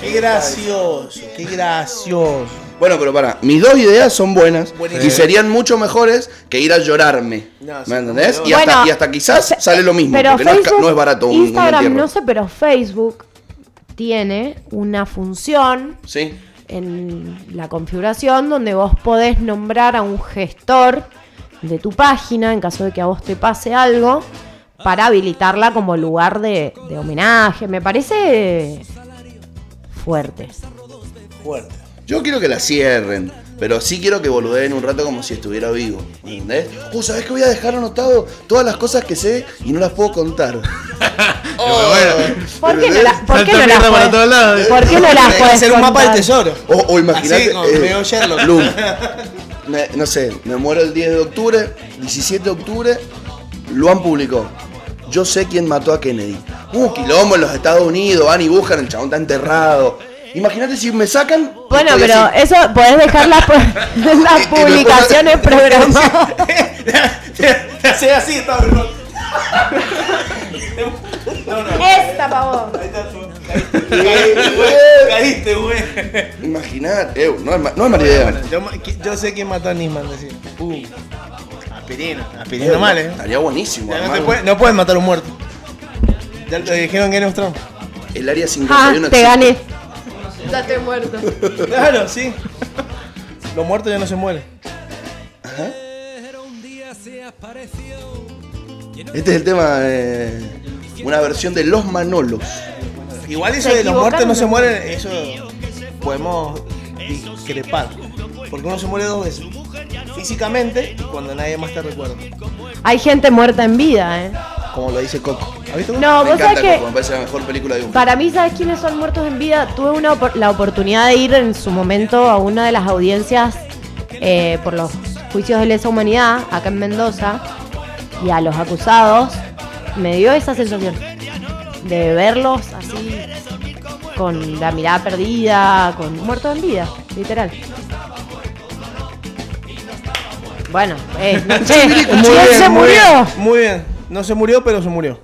Speaker 1: Qué gracioso, qué gracioso.
Speaker 2: Bueno, pero para, mis dos ideas son buenas
Speaker 1: Buenísimo.
Speaker 2: y serían mucho mejores que ir a llorarme.
Speaker 1: No, sí,
Speaker 2: ¿Me entendés? Y,
Speaker 15: bueno.
Speaker 2: hasta, y hasta quizás sale lo mismo,
Speaker 15: Pero
Speaker 2: porque no es, ca-
Speaker 15: Facebook,
Speaker 2: no es barato un, un
Speaker 15: Instagram,
Speaker 2: entierro.
Speaker 15: no sé, pero Facebook tiene una función
Speaker 2: Sí.
Speaker 15: en la configuración donde vos podés nombrar a un gestor de tu página en caso de que a vos te pase algo para habilitarla como lugar de, de homenaje. Me parece fuerte.
Speaker 1: Fuerte.
Speaker 2: Yo quiero que la cierren, pero sí quiero que boludeen un rato como si estuviera vivo. ¿Me entendés? Uh, ¿sabés que voy a dejar anotado todas las cosas que sé y no las puedo contar? Oh,
Speaker 15: ¿Por qué no, la- por qué
Speaker 2: Salta
Speaker 15: no las
Speaker 2: mierda para
Speaker 15: podés-
Speaker 2: todos lados.
Speaker 15: ¿Por qué no las
Speaker 2: Hay que
Speaker 15: podés
Speaker 2: hacer un mapa del
Speaker 15: contar?
Speaker 2: tesoro. O, o imaginate.
Speaker 1: Así, como medio Sherlock.
Speaker 2: Lu, me- no sé, me muero el 10 de octubre, 17 de octubre, Luan publicó. Yo sé quién mató a Kennedy. Uh, quilombo en los Estados Unidos, van y buscan, el chabón está enterrado. Imagínate si me sacan.
Speaker 15: Bueno,
Speaker 2: estoy
Speaker 15: pero
Speaker 2: así.
Speaker 15: eso podés dejar las, pu- las publicaciones programadas.
Speaker 1: Te hace así, está bro. No, no.
Speaker 15: Esta, pavón.
Speaker 1: Caíste, güey. Caíste, güey.
Speaker 2: Imaginar, eh, no es, ma- no es mala idea.
Speaker 1: Yo, ma- que- yo sé quién mató a Nisman, decía. Uh, aspirina. Aspirina
Speaker 2: Eh,
Speaker 1: mal, eh.
Speaker 2: Estaría buenísimo.
Speaker 1: Ya no, te
Speaker 2: hermano.
Speaker 1: puede- no puedes matar a un muerto. Ya te dijeron que era un Trump.
Speaker 2: El área
Speaker 15: Ah,
Speaker 2: 51 existe.
Speaker 15: te gané. Ya te muerto.
Speaker 1: Claro, sí. Los muertos ya no se mueren.
Speaker 2: Este es el tema, eh, una versión de Los Manolos.
Speaker 1: Igual eso
Speaker 2: Se
Speaker 1: de los muertos no se
Speaker 2: equivocaron.
Speaker 1: mueren, eso podemos discrepar. Porque uno se muere dos veces. Físicamente y cuando nadie más te recuerda.
Speaker 15: Hay gente muerta en vida, ¿eh?
Speaker 2: Como lo dice Coco.
Speaker 15: No,
Speaker 2: me
Speaker 15: vos sabés
Speaker 2: encanta
Speaker 15: que-
Speaker 2: Coco, me parece la mejor película de un.
Speaker 15: Para mí, ¿sabes quiénes son muertos en vida? Tuve una opor- la oportunidad de ir en su momento a una de las audiencias eh, por los juicios de lesa humanidad acá en Mendoza y a los acusados me dio esa sensación de verlos así con la mirada perdida, con muertos en vida, literal. Bueno, eh, no sé, ¿quién se
Speaker 1: muy
Speaker 15: murió?
Speaker 1: bien, muy bien. No se murió, pero se murió.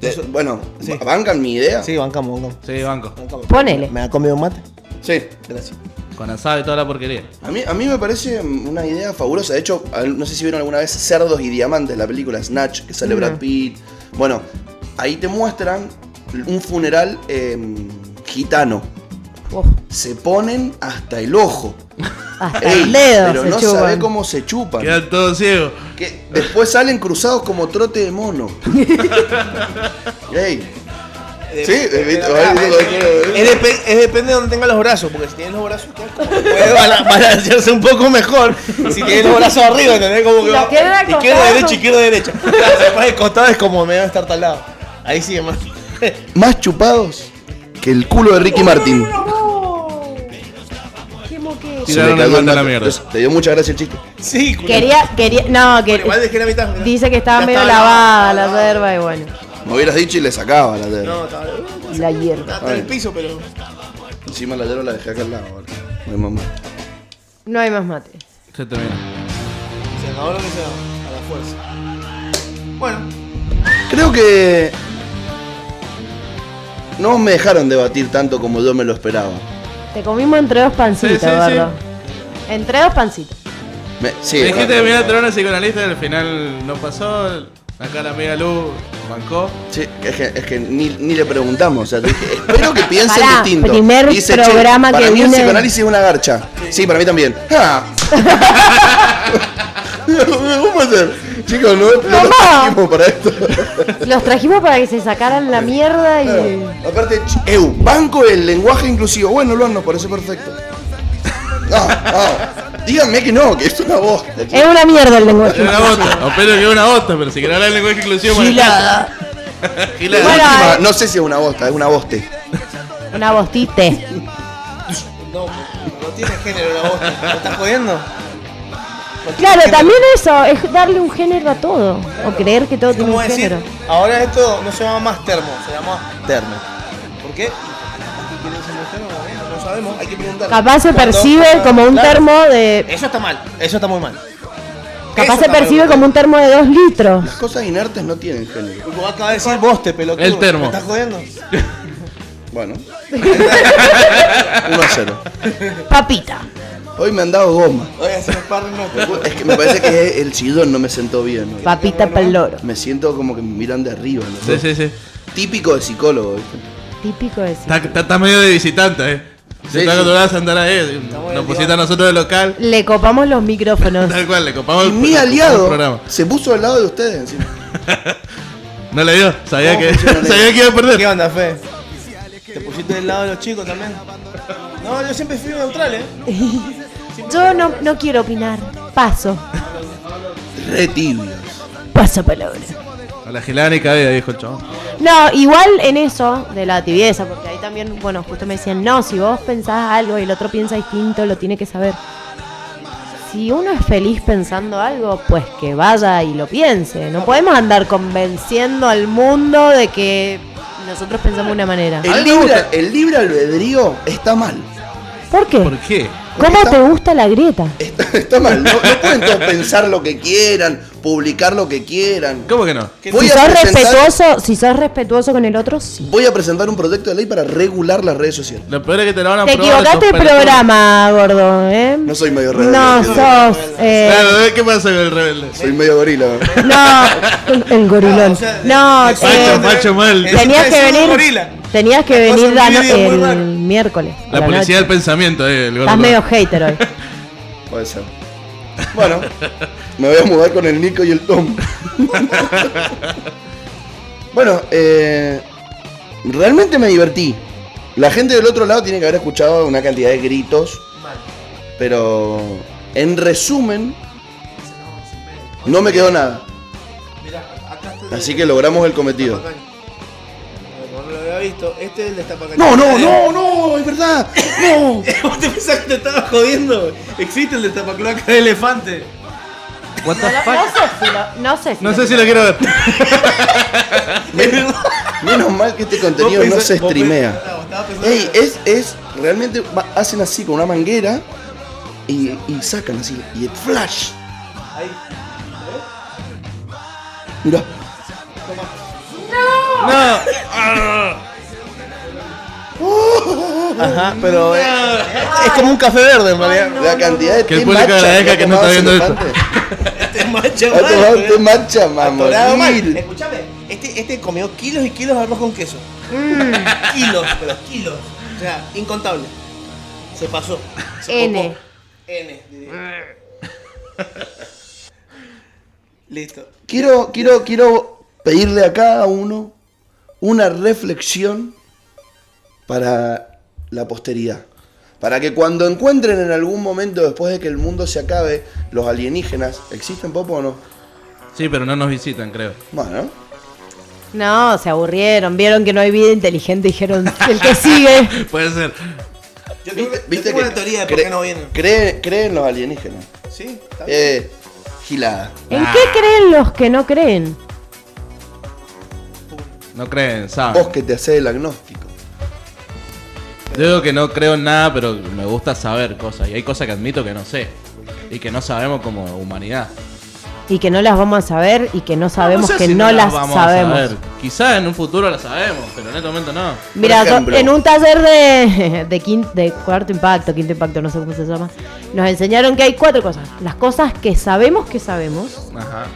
Speaker 2: De- Eh, bueno, ¿bancan mi idea?
Speaker 1: Sí, bancamos, bancamos.
Speaker 11: Sí, banco.
Speaker 15: Ponele.
Speaker 1: ¿Me ha comido un mate?
Speaker 2: Sí, gracias.
Speaker 11: Con asado y toda la porquería.
Speaker 2: A mí, a mí me parece una idea fabulosa. De hecho, al- no sé si vieron alguna vez Cerdos y Diamantes, la película Snatch, que sale
Speaker 11: No.
Speaker 15: Mm.
Speaker 2: Brad Pitt. Bueno, ahí te muestran un funeral em, gitano. Se ponen hasta el ojo.
Speaker 15: Hasta
Speaker 2: Ey,
Speaker 15: el dedo
Speaker 2: pero
Speaker 15: se
Speaker 2: no
Speaker 15: chupan.
Speaker 2: sabe cómo se chupan.
Speaker 11: Quedan todos ciegos.
Speaker 2: Que después salen cruzados como trote de mono. Ey. Sí, eh, viste, ahí digo, eh,
Speaker 1: Es, depe- es depende de donde tenga los brazos, porque si tienes los brazos quedas como que puede bala- balancearse un poco mejor. Si tienes los brazos arriba, entendés como que
Speaker 15: Y la
Speaker 1: va-
Speaker 15: queda acostada,
Speaker 1: izquierda,
Speaker 15: ¿no?
Speaker 1: derecha, izquierda, derecha. Si después de costado es como medio estar talado. Ahí sí, más.
Speaker 2: Más chupados que el culo de Ricky Martin.
Speaker 15: Qué moqueo.
Speaker 2: Se me cagó el dato. Entonces, Te dio muchas gracias el chiste.
Speaker 1: Sí,
Speaker 15: Quería, quería, no, que
Speaker 1: igual dejé la mitad.
Speaker 15: dice que estaba
Speaker 1: Ya
Speaker 15: medio
Speaker 1: estaba
Speaker 15: lavada la hierba y bueno,
Speaker 2: Me hubieras dicho y le sacaba la tela.
Speaker 1: No, estaba
Speaker 15: la hierba.
Speaker 1: en el piso, pero.
Speaker 2: Encima la tela la dejé acá al lado. boludo. Mi mamá.
Speaker 15: No hay más mate.
Speaker 11: Se terminó.
Speaker 1: Se acabó lo que se acabó, a la fuerza. Bueno,
Speaker 2: Creo que. No me dejaron debatir tanto como yo me lo esperaba.
Speaker 15: Te comimos entre dos pancitos,
Speaker 11: Sí, sí, sí.
Speaker 15: gordo. Entre dos pancitos.
Speaker 2: Me, sí,
Speaker 11: Me dijiste
Speaker 2: no,
Speaker 11: que me iba a traer una psicoanalista y al final no pasó. Acá la media luz bancó.
Speaker 2: sí, es que, es que ni, ni le preguntamos. o sea, te dije, espero que piensen
Speaker 15: Pará,
Speaker 2: distinto.
Speaker 15: primer
Speaker 2: "Che,
Speaker 15: programa
Speaker 2: para
Speaker 15: que
Speaker 2: mí el
Speaker 15: viene-
Speaker 2: psicoanálisis es una garcha. Sí, para mí también. Ah. ¿Cómo hacer? Chicos, no, no
Speaker 15: Mamá.
Speaker 2: tengo tiempo para esto.
Speaker 15: Los trajimos para que se sacaran la mierda y.
Speaker 2: Aparte, ch- eu, banco el lenguaje inclusivo. Bueno, Luan, nos parece perfecto. Ah, ah, Díganme que no, que esto es una bosta.
Speaker 15: Es una mierda el lenguaje.
Speaker 11: Es una bosta. O pero que es una bosta, pero si querés hablar el lenguaje inclusivo, bueno.
Speaker 15: Gilada.
Speaker 11: Gilada.
Speaker 2: De última,
Speaker 15: eh.
Speaker 2: no sé si es una bosta, es una boste.
Speaker 15: Una bostite.
Speaker 1: no, no tiene género la voz. ¿Me estás jodiendo?
Speaker 15: Claro, también eso, es darle un género a todo. O creer que todo tiene
Speaker 1: ¿Cómo
Speaker 15: un
Speaker 1: decir?
Speaker 15: género.
Speaker 1: Ahora esto no se llama más termo, se llama.
Speaker 2: Termo.
Speaker 1: ¿Por qué? ¿Quién es el termo? Bueno, No sabemos, hay que preguntar.
Speaker 15: Capaz se
Speaker 1: Cuando-
Speaker 15: percibe como un
Speaker 1: Claro.
Speaker 15: termo de.
Speaker 1: Eso está mal, eso está muy mal.
Speaker 15: Capaz
Speaker 1: Eso
Speaker 15: se
Speaker 1: está mal.
Speaker 15: percibe como un termo de dos litros.
Speaker 2: Las cosas inertes no tienen género.
Speaker 1: Vos acabas de decir boste, pelotudo.
Speaker 2: El termo.
Speaker 1: ¿Me estás jodiendo?
Speaker 2: Bueno. 1 a 0.
Speaker 15: Papita.
Speaker 2: Hoy me han dado goma.
Speaker 1: Voy a hacer sparring no.
Speaker 2: Es que me parece que el sillón no me sentó bien. hoy.
Speaker 15: Papita pa'l loro.
Speaker 2: Me siento como que me miran de arriba. los
Speaker 11: Sí,
Speaker 2: dos.
Speaker 11: sí, sí.
Speaker 2: Típico de psicólogo, ¿viste?
Speaker 15: Típico de
Speaker 11: Está, está- está medio de visitante, eh. Se
Speaker 2: Sí,
Speaker 11: está
Speaker 2: sí.
Speaker 11: acostumbrado a andar ahí. Nos pusiste a nosotros de local.
Speaker 15: Le copamos los micrófonos.
Speaker 11: Tal cual, le copamos
Speaker 2: Y
Speaker 11: el-
Speaker 2: mi
Speaker 11: le copamos el
Speaker 2: aliado
Speaker 11: programa.
Speaker 2: se puso al lado de ustedes encima.
Speaker 11: No le dio, sabía
Speaker 1: ¿Cómo
Speaker 11: que,
Speaker 1: funciona la
Speaker 11: sabía
Speaker 1: ley?
Speaker 11: que iba a perder.
Speaker 1: ¿Qué onda, Fe? ¿Te pusiste del lado de los chicos también? No, yo siempre fui neutral, ¿eh?
Speaker 15: Yo no, no quiero opinar. Paso.
Speaker 2: Re tibio.
Speaker 15: Paso palabra.
Speaker 11: A la gelada ni cabida, dijo el chabón.
Speaker 15: No, igual en eso de la tibieza, porque ahí también, bueno, justo me decían, no, si vos pensás algo y el otro piensa distinto, lo tiene que saber. Si uno es feliz pensando algo, pues que vaya y lo piense. No podemos andar convenciendo al mundo de que nosotros pensamos de una manera.
Speaker 2: El libre, el libre albedrío está mal.
Speaker 15: ¿Por qué?
Speaker 11: ¿Por qué?
Speaker 15: ¿Cómo te gusta la grieta?
Speaker 2: Está mal. No, no pueden todos pensar lo que quieran, publicar lo que quieran.
Speaker 11: ¿Cómo que no?
Speaker 15: Si sos, respetuoso, si sos respetuoso con el otro, sí.
Speaker 2: Voy a presentar un proyecto de ley para regular las redes sociales.
Speaker 11: Lo peor es que te lo van a
Speaker 15: Te
Speaker 11: probar
Speaker 15: equivocaste
Speaker 11: estos
Speaker 15: el
Speaker 11: pelotudos.
Speaker 15: programa, gordo, ¿eh?
Speaker 2: No soy medio rebelde.
Speaker 15: No, sos... eh,
Speaker 11: Claro, ¿eh? ¿qué pasa con el rebelde?
Speaker 2: Soy medio gorila.
Speaker 15: No, el gorilón. No,
Speaker 11: Macho,
Speaker 15: te-
Speaker 11: macho mal.
Speaker 15: Tenías que venir. Tenías que venir
Speaker 11: Pasa un
Speaker 15: la no-
Speaker 11: vídeo muy
Speaker 15: el
Speaker 11: raro.
Speaker 15: miércoles. a
Speaker 11: La
Speaker 15: noche.
Speaker 11: policía del pensamiento, eh, el gordo.
Speaker 15: Estás medio hater hoy.
Speaker 2: Puede ser. Bueno, me voy a mudar con el Nico y el Tom. bueno, eh, realmente me divertí. La gente del otro lado tiene que haber escuchado una cantidad de gritos. Pero en resumen, no me quedó nada. Así que logramos el cometido.
Speaker 1: Como no lo había visto, este es el destapacaños.
Speaker 2: No, no, no, no, es verdad. No.
Speaker 1: ¿Vos te pensás que te estaba jodiendo? Existe el destapacloaca de elefante.
Speaker 15: No, lo- no sé si lo, no sé si
Speaker 11: No
Speaker 15: lo-
Speaker 11: sé si lo quiero ver.
Speaker 2: Menos mal que este contenido
Speaker 11: Vos
Speaker 2: no
Speaker 11: pensás-
Speaker 2: se
Speaker 11: vos
Speaker 2: streamea.
Speaker 11: pensás-
Speaker 2: Ey, es, es, realmente va- hacen así con una manguera y, y sacan así, y el flash.
Speaker 1: Ahí.
Speaker 2: Mirá,
Speaker 1: No.
Speaker 2: Ajá,
Speaker 1: pero es, es como un café verde en realidad.
Speaker 2: La cantidad de
Speaker 1: Que
Speaker 2: té
Speaker 1: el público
Speaker 2: matcha
Speaker 1: agradezca que no está
Speaker 2: tomaba
Speaker 1: viendo
Speaker 2: ese
Speaker 1: esto. Te mancha
Speaker 2: Ha tomado
Speaker 1: Este mal. ¿eh?
Speaker 2: té matcha,
Speaker 1: Atorado mal.
Speaker 2: mamón.
Speaker 1: Escuchame, este, este comió kilos y kilos de arroz con queso. Kilos, pero kilos. O sea, incontable. Se pasó. Se
Speaker 15: N.
Speaker 1: copó. N. diría. Listo.
Speaker 2: Quiero, quiero, quiero pedirle a cada uno una reflexión para la posteridad. Para que cuando encuentren en algún momento después de que el mundo se acabe, los alienígenas, ¿existen Popo o no?
Speaker 11: Sí, pero no nos visitan, creo.
Speaker 2: Bueno.
Speaker 15: No, se aburrieron, vieron que no hay vida inteligente, dijeron el que sigue.
Speaker 11: Puede ser.
Speaker 1: Yo creo que- yo
Speaker 2: ¿Viste
Speaker 1: tengo
Speaker 2: que
Speaker 1: una teoría de por qué
Speaker 2: cre-
Speaker 1: no vienen.
Speaker 2: Cree, creen los alienígenas.
Speaker 1: Sí, está bien.
Speaker 2: Eh, gilada.
Speaker 15: ¿En
Speaker 11: Ah.
Speaker 15: qué creen los que no creen?
Speaker 11: No creen, saben.
Speaker 2: Vos que te hacés el agnóstico.
Speaker 11: Yo digo que no creo en nada, pero me gusta saber cosas. Y hay cosas que admito que no sé. Y que no sabemos como humanidad.
Speaker 15: Y que no las vamos a saber y que no sabemos
Speaker 11: sé
Speaker 15: que
Speaker 11: si
Speaker 15: no, las
Speaker 11: vamos a
Speaker 15: sabemos.
Speaker 11: saber. Quizás en un futuro las sabemos, pero en este momento no.
Speaker 15: Mira, so- en un taller de, de, quin- de cuarto impacto, quinto impacto, no sé cómo se llama, nos enseñaron que hay cuatro cosas. Las cosas que sabemos que sabemos,
Speaker 11: Ajá.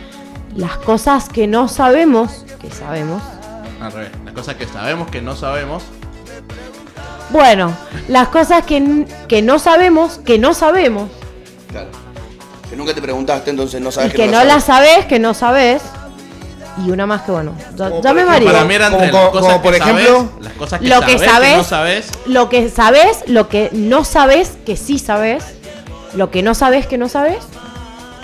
Speaker 15: las cosas que no sabemos que sabemos.
Speaker 11: Al revés. Las cosas que sabemos que no sabemos.
Speaker 15: Bueno, las cosas que, n- que no sabemos que no sabemos.
Speaker 2: Claro. Que nunca te preguntaste, entonces no sabes
Speaker 15: y que no
Speaker 2: lo
Speaker 15: las
Speaker 2: sabes.
Speaker 15: sabes que no sabes. Y una más que bueno, ya, ya me mareé.
Speaker 11: Para mí eran
Speaker 1: Como-
Speaker 11: de
Speaker 1: como-
Speaker 11: las cosas
Speaker 1: como por
Speaker 11: que
Speaker 1: ejemplo,
Speaker 11: sabes, las cosas que
Speaker 15: lo
Speaker 11: sabes,
Speaker 15: que
Speaker 11: que
Speaker 15: sabes,
Speaker 11: no sabes.
Speaker 15: lo que sabes, lo que no sabes que sí sabes, lo que no sabes que no sabes.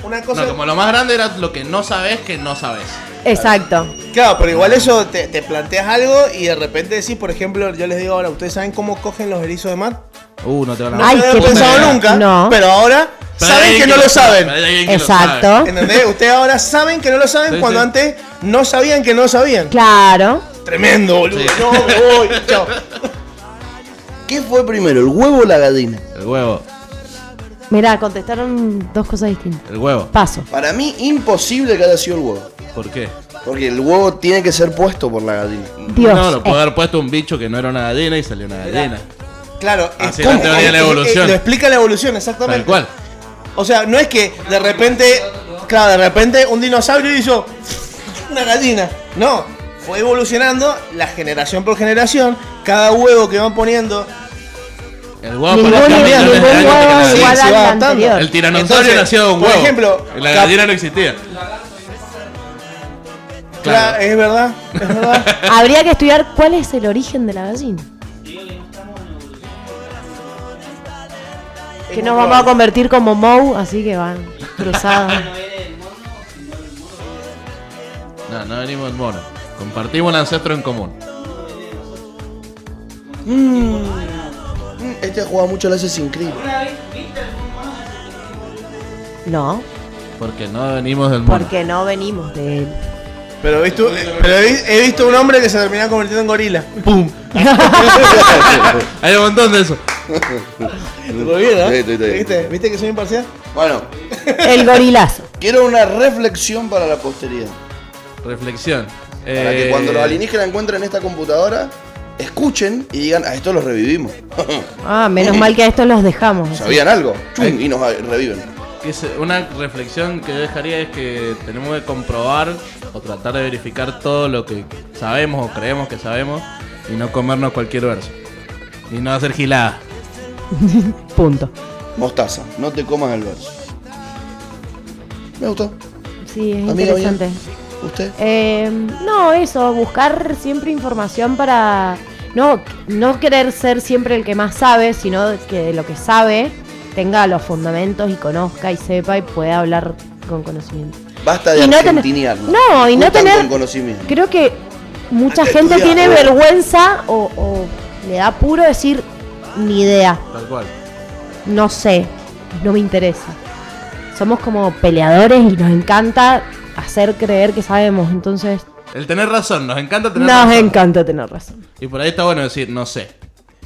Speaker 1: Una cosa.
Speaker 11: No, como lo más grande era lo que no sabes que no sabes.
Speaker 15: Exacto.
Speaker 1: Claro, pero igual eso te, te planteas algo y de repente decís, por ejemplo, yo les digo ahora, ¿ustedes saben cómo cogen los erizos de mar?
Speaker 11: Uh, no te van a
Speaker 1: No lo había pensado nunca, pero ahora
Speaker 11: Pero
Speaker 1: saben
Speaker 11: hay
Speaker 1: que
Speaker 11: alguien
Speaker 1: no
Speaker 11: que
Speaker 1: lo
Speaker 11: lo sabe,
Speaker 1: saben.
Speaker 11: pero hay alguien que lo Exacto. sabe.
Speaker 1: ¿Entendés? Ustedes ahora saben que no lo saben
Speaker 11: Sí,
Speaker 1: cuando
Speaker 11: sí.
Speaker 1: antes no sabían que no sabían.
Speaker 15: Claro.
Speaker 1: Tremendo, boludo. No, me voy, chao.
Speaker 2: ¿Qué fue primero, el huevo o la gallina?
Speaker 11: El huevo.
Speaker 15: Mirá, contestaron dos cosas distintas.
Speaker 11: El huevo.
Speaker 15: Paso.
Speaker 2: Para mí, imposible que haya sido el huevo.
Speaker 11: ¿Por qué?
Speaker 2: Porque el huevo tiene que ser puesto por la gallina.
Speaker 15: Dios,
Speaker 11: no, lo puedo
Speaker 15: eh.
Speaker 11: haber puesto un bicho que no era una gallina y salió una gallina.
Speaker 1: Claro,
Speaker 11: Así Ah, la teoría de la
Speaker 1: eh, eh,
Speaker 11: evolución.
Speaker 1: lo explica la evolución, exactamente.
Speaker 11: Tal cual.
Speaker 1: O sea, no es que de repente, claro, de repente un dinosaurio hizo una gallina. No, fue evolucionando la generación por generación, cada huevo que van poniendo.
Speaker 11: El
Speaker 15: Eh,
Speaker 11: huevo
Speaker 1: Ningún-
Speaker 11: para cambiar
Speaker 1: ningún
Speaker 11: desde el año
Speaker 1: huevo
Speaker 11: que
Speaker 1: igual
Speaker 11: nació.
Speaker 1: Sí, al se va adaptando. anterior.
Speaker 11: El tiranosaurio
Speaker 1: Entonces,
Speaker 11: nació de un
Speaker 1: por
Speaker 11: huevo.
Speaker 1: ejemplo,
Speaker 11: la
Speaker 1: cap-
Speaker 11: gallina no existía.
Speaker 1: Claro, es verdad, es verdad.
Speaker 15: Habría que estudiar cuál es el origen de la gallina. Que nos vamos a convertir como Mou, así que van cruzadas.
Speaker 11: No, no venimos en mono. Compartimos un ancestro en común.
Speaker 2: Mm. Mm, Este ha jugado mucho al Assassin's Creed.
Speaker 15: No,
Speaker 11: Porque no venimos del mono.
Speaker 15: porque no venimos de él.
Speaker 1: Pero, he visto- pero he, vi- he visto un hombre que se termina convirtiendo en gorila. ¡Pum!
Speaker 11: Hay un montón de eso.
Speaker 1: Muy bien, ¿no?
Speaker 2: Sí, estoy- estoy-
Speaker 1: ¿Viste? ¿Viste que soy imparcial?
Speaker 2: Bueno,
Speaker 15: El gorilazo.
Speaker 2: quiero una reflexión para la posteridad.
Speaker 11: Reflexión. Eh,
Speaker 2: Para que cuando los alienígenas encuentren esta computadora, escuchen y digan, a esto los revivimos.
Speaker 15: Ah, menos mal que a estos los dejamos. así.
Speaker 2: Sabían algo. Chum, y nos reviven.
Speaker 11: Que se- Una reflexión que yo dejaría es que tenemos que comprobar o tratar de verificar todo lo que sabemos o creemos que sabemos Y no comernos cualquier verso. Y no hacer gilada.
Speaker 15: Punto.
Speaker 2: Mostaza, no te comas el verso. Me gustó.
Speaker 15: Sí, es
Speaker 2: Amiga, bien.
Speaker 15: interesante.
Speaker 2: ¿Usted?
Speaker 15: Eh, no, eso, buscar siempre información para no, no querer ser siempre el que más sabe, sino que de lo que sabe tenga los fundamentos y conozca y sepa y pueda hablar con conocimiento.
Speaker 2: Basta de
Speaker 15: Y no tener-
Speaker 2: argentinear.
Speaker 15: no, y no
Speaker 2: Juntan
Speaker 15: tener-
Speaker 2: con conocimiento.
Speaker 15: Creo que mucha
Speaker 2: Hay que
Speaker 15: gente
Speaker 2: estudiar,
Speaker 15: tiene
Speaker 2: ¿no?
Speaker 15: vergüenza o, o le da puro decir ni idea,
Speaker 11: Tal cual.
Speaker 15: no sé, no me interesa. Somos como peleadores y nos encanta hacer creer que sabemos, entonces
Speaker 11: El tener razón, nos encanta tener
Speaker 15: nos
Speaker 11: razón.
Speaker 15: encanta tener razón.
Speaker 11: Y por ahí está bueno decir, no sé.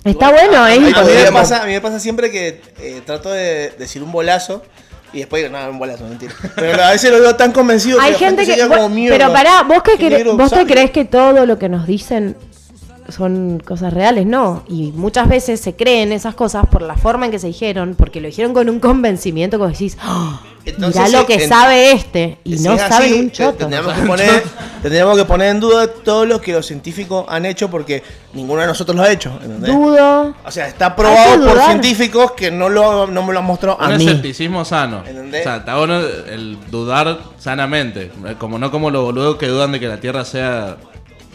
Speaker 15: Está bueno,
Speaker 1: A mí,
Speaker 15: ¿eh?
Speaker 1: me pasa, a mí me pasa siempre que eh, trato de decir un bolazo y después digo, no, un bolazo, mentira. Pero a veces lo veo tan convencido
Speaker 15: Hay
Speaker 1: la
Speaker 15: gente que.
Speaker 1: se queda
Speaker 15: vos-
Speaker 1: como mierda.
Speaker 15: pero pará, ¿vos, que
Speaker 1: Qué
Speaker 15: querés-
Speaker 1: negro
Speaker 15: vos te
Speaker 1: sabio.
Speaker 15: crees que todo lo que nos dicen son cosas reales? No. Y muchas veces se creen esas cosas por la forma en que se dijeron, porque lo dijeron con un convencimiento, como decís, "Ah,
Speaker 1: Entonces,
Speaker 15: mirá lo
Speaker 1: sí,
Speaker 15: que
Speaker 1: en-
Speaker 15: sabe este. Y
Speaker 1: Si
Speaker 15: no
Speaker 1: es
Speaker 15: saben
Speaker 1: así,
Speaker 15: un
Speaker 1: te-
Speaker 15: choto.
Speaker 1: Tendríamos que, poner, tendríamos que poner en duda todo lo que los científicos han hecho porque ninguno de nosotros lo ha hecho. ¿entendés?
Speaker 15: Dudo.
Speaker 1: O sea, está
Speaker 15: Hay
Speaker 1: probado
Speaker 15: que
Speaker 1: por
Speaker 15: dudar.
Speaker 1: científicos que no, lo, no me lo han mostrado a
Speaker 11: Un
Speaker 1: mí.
Speaker 11: escepticismo sano. O sea, está bueno el dudar sanamente. Eh, Como no como los boludos que dudan de que la Tierra sea.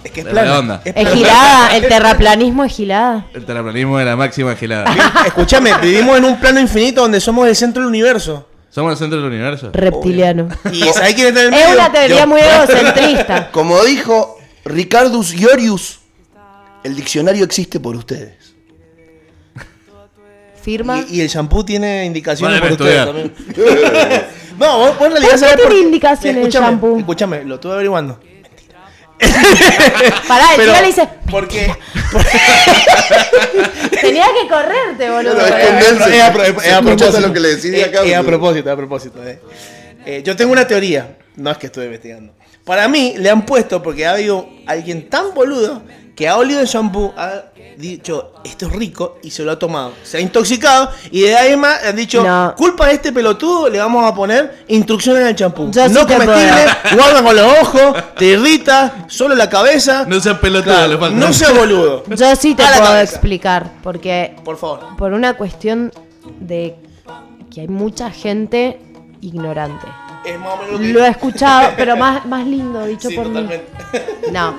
Speaker 1: Es que
Speaker 15: es plana,
Speaker 1: es
Speaker 15: Es gilada, el terraplanismo es gilada.
Speaker 11: El terraplanismo de la máxima gelada.
Speaker 1: Escúchame, vivimos en un plano infinito donde somos el centro del universo.
Speaker 11: Somos el centro del universo.
Speaker 15: Reptiliano.
Speaker 1: Y ¿sabés quién está en el
Speaker 15: Es
Speaker 1: medio?
Speaker 15: una teoría
Speaker 1: Yo.
Speaker 15: muy egocentrista.
Speaker 2: Como dijo Ricardus Iorius, el diccionario existe por ustedes.
Speaker 15: Firma.
Speaker 1: Y, y el shampoo tiene indicaciones
Speaker 11: Vayan a
Speaker 1: por ustedes
Speaker 11: estudiar.
Speaker 1: también. no, vos, vos en realidad
Speaker 15: ¿Por qué
Speaker 1: sabés
Speaker 15: tiene
Speaker 1: por-
Speaker 15: indicaciones el
Speaker 1: Escúchame,
Speaker 15: shampoo?
Speaker 1: Escúchame, lo estuve averiguando.
Speaker 15: Pará, el
Speaker 1: Pero-
Speaker 15: tío le dice.
Speaker 1: Porque.
Speaker 15: Tenía que correrte, boludo.
Speaker 2: Pero es tendencia.
Speaker 1: Eh, a pro- eh,
Speaker 2: Se
Speaker 1: a
Speaker 2: escucha
Speaker 1: propósito.
Speaker 2: lo que le decís
Speaker 1: Eh,
Speaker 2: acá,
Speaker 1: eh, a
Speaker 2: boludo.
Speaker 1: propósito, a propósito. eh. Eh, yo tengo una teoría. No es que estuve investigando. Para mí, le han puesto, porque ha habido alguien tan boludo que ha olido el shampoo, ha dicho, esto es rico, y se lo ha tomado. Se ha intoxicado, y de ahí en más han dicho, culpa de este pelotudo, le vamos a poner instrucciones en el shampoo.
Speaker 15: Yo sí
Speaker 1: no
Speaker 15: te
Speaker 1: comestible,
Speaker 15: puedo.
Speaker 1: guarda con los ojos, te irrita, solo la cabeza.
Speaker 11: No seas pelotudo, le falta.
Speaker 1: No sea boludo.
Speaker 15: Yo sí te
Speaker 1: A la
Speaker 15: puedo
Speaker 1: cabeza.
Speaker 15: explicar, porque
Speaker 1: Por favor.
Speaker 15: por una cuestión de que hay mucha gente ignorante.
Speaker 1: Es más o menos que-
Speaker 15: Lo he escuchado, pero más, más lindo dicho
Speaker 1: Sí,
Speaker 15: por
Speaker 1: totalmente.
Speaker 15: mí. No.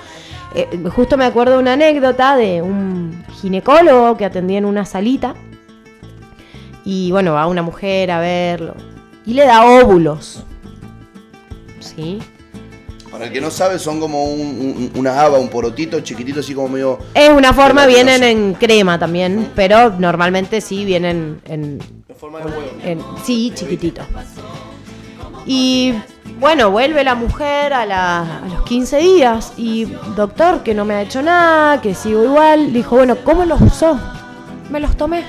Speaker 15: Eh, justo me acuerdo de una anécdota de un ginecólogo que atendía en una salita. Y bueno, va una mujer a verlo. Y le da óvulos. ¿Sí?
Speaker 2: Para el que no sabe, son como un- un- una haba, un porotito chiquitito, así como medio.
Speaker 15: Es una forma,
Speaker 2: Gelatinoso.
Speaker 15: vienen en crema también, pero normalmente sí vienen en. en- sí, chiquitito. Y bueno, vuelve la mujer a, la- a los 15 días y doctor, que no me ha hecho nada, que sigo igual, dijo, bueno, ¿cómo los usó? Me los tomé.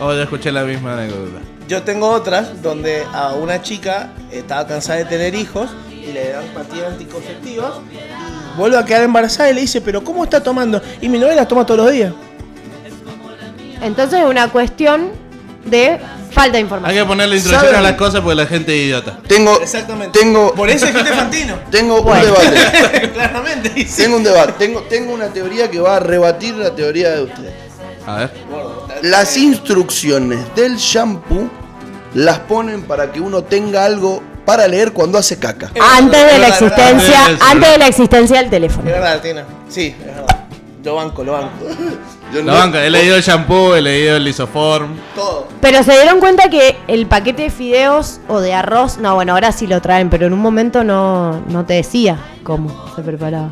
Speaker 11: Oh, ya escuché la misma anécdota.
Speaker 1: Yo tengo otras donde a una chica estaba cansada de tener hijos y le dan pastillas anticonceptivas. y Vuelve a quedar embarazada y le dice, pero ¿cómo está tomando? Y mi novia las toma todos los días.
Speaker 15: Entonces es una cuestión de falta de
Speaker 11: Hay
Speaker 15: información.
Speaker 11: que ponerle introducción a
Speaker 2: ¿Saben?
Speaker 11: las cosas porque la gente es idiota.
Speaker 2: Tengo.
Speaker 1: Exactamente.
Speaker 2: Tengo.
Speaker 1: Por eso es que Fantino.
Speaker 2: Tengo un debate.
Speaker 1: Claramente.
Speaker 2: tengo un debate. Tengo, tengo una teoría que va a rebatir la teoría de ustedes.
Speaker 11: A ver.
Speaker 2: Las instrucciones del shampoo las ponen para que uno tenga algo para leer cuando hace caca.
Speaker 15: Antes de la
Speaker 1: Es verdad, es verdad.
Speaker 15: existencia,
Speaker 1: Es verdad.
Speaker 15: antes de la existencia del
Speaker 1: Es
Speaker 15: teléfono.
Speaker 1: verdad, Tina. Sí, es verdad. Lo banco, lo banco.
Speaker 11: La banca, he leído el shampoo, he leído el lisoform.
Speaker 1: Todo.
Speaker 15: Pero se dieron cuenta que el paquete de fideos o de arroz, no, bueno, ahora sí lo traen, pero en un momento no, no te decía cómo se preparaba.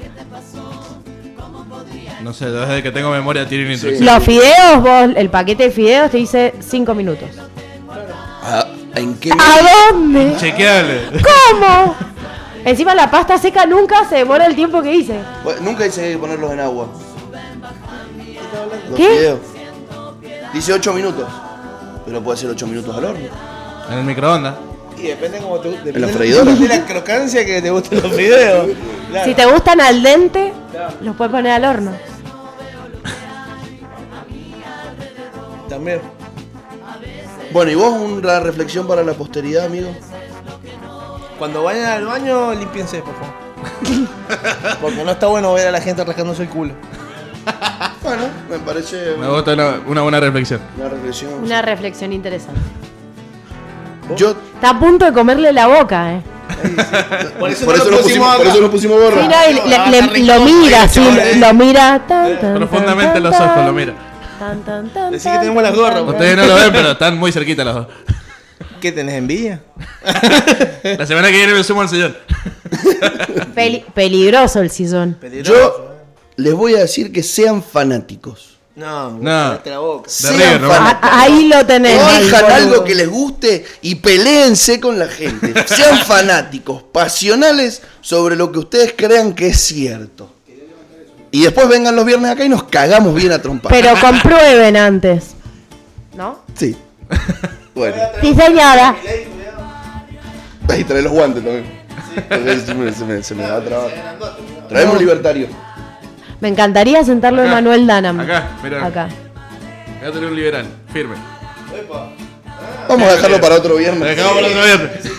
Speaker 11: No sé, desde que tengo memoria tienen instrucciones.
Speaker 15: Los fideos, vos, el paquete de fideos te dice 5 minutos.
Speaker 2: ¿A- Ah, ¿En qué
Speaker 15: ¿A dónde?
Speaker 11: Chequeable.
Speaker 15: ¿Cómo? Encima la pasta seca nunca se demora el tiempo que dice.
Speaker 2: Bueno, Nunca hice ponerlos en agua. Los
Speaker 15: ¿Qué?
Speaker 2: fideos. Dice 8 minutos. Pero puede ser 8 minutos al horno.
Speaker 11: En el microondas.
Speaker 1: Y depende como tú. Depende
Speaker 2: la freidora.
Speaker 1: de la crocancia que te gusten los videos. Claro.
Speaker 15: Si te gustan al dente, los puedes poner al horno.
Speaker 1: También.
Speaker 2: Bueno, ¿y vos una reflexión para la posteridad, amigo?
Speaker 1: Cuando vayan al baño, limpiense, por favor. Porque no está bueno ver a la gente rascándose el culo.
Speaker 2: Bueno, me parece
Speaker 11: Me gusta una, una buena reflexión.
Speaker 2: una reflexión.
Speaker 15: Una reflexión interesante.
Speaker 2: Yo
Speaker 15: Está a punto de comerle la boca, eh.
Speaker 2: Por eso, lo pusimos, por eso lo pusimos
Speaker 15: Sí,
Speaker 2: borra.
Speaker 15: no, y le-
Speaker 11: Ah,
Speaker 15: le- lo mira, sí,
Speaker 11: chaval,
Speaker 15: lo mira. Tan, tan,
Speaker 11: eh. Profundamente
Speaker 15: tan,
Speaker 11: los
Speaker 15: tan,
Speaker 11: ojos, lo mira.
Speaker 15: tan, tan, tan,
Speaker 10: Decí que
Speaker 15: tan,
Speaker 10: tenemos pues. las
Speaker 15: tan,
Speaker 10: gorras,
Speaker 15: tan,
Speaker 11: Ustedes no
Speaker 15: tan.
Speaker 11: lo ven, pero están muy cerquita los dos.
Speaker 10: ¿Qué tenés envidia?
Speaker 11: La semana que viene me sumo al sillón.
Speaker 15: Peli- peligroso el sillón.
Speaker 2: Yo les voy a decir que sean fanáticos.
Speaker 10: No,
Speaker 11: No.
Speaker 10: te la boca.
Speaker 2: Sean
Speaker 11: River, ¿no?
Speaker 2: fanáticos.
Speaker 15: A- ahí lo tenés. ahí,
Speaker 2: Elijan
Speaker 15: boludo.
Speaker 2: algo que les guste y peleense con la gente. Sean fanáticos, pasionales sobre lo que ustedes crean que es cierto. Y después vengan los viernes acá y nos cagamos bien a trompar.
Speaker 15: Pero comprueben antes. ¿No?
Speaker 2: Sí. Bueno,
Speaker 15: Sí, señora.
Speaker 2: ahí trae los guantes también. Porque se me, se me- se me va a trabar. Traemos libertario.
Speaker 15: Me encantaría sentarlo
Speaker 11: Acá.
Speaker 15: a Manuel Danam.
Speaker 11: Acá, mirá.
Speaker 15: Acá.
Speaker 11: Voy a tener un liberal, firme.
Speaker 2: Vamos a dejarlo para otro
Speaker 11: Lo
Speaker 2: viernes.
Speaker 11: dejamos para otro viernes.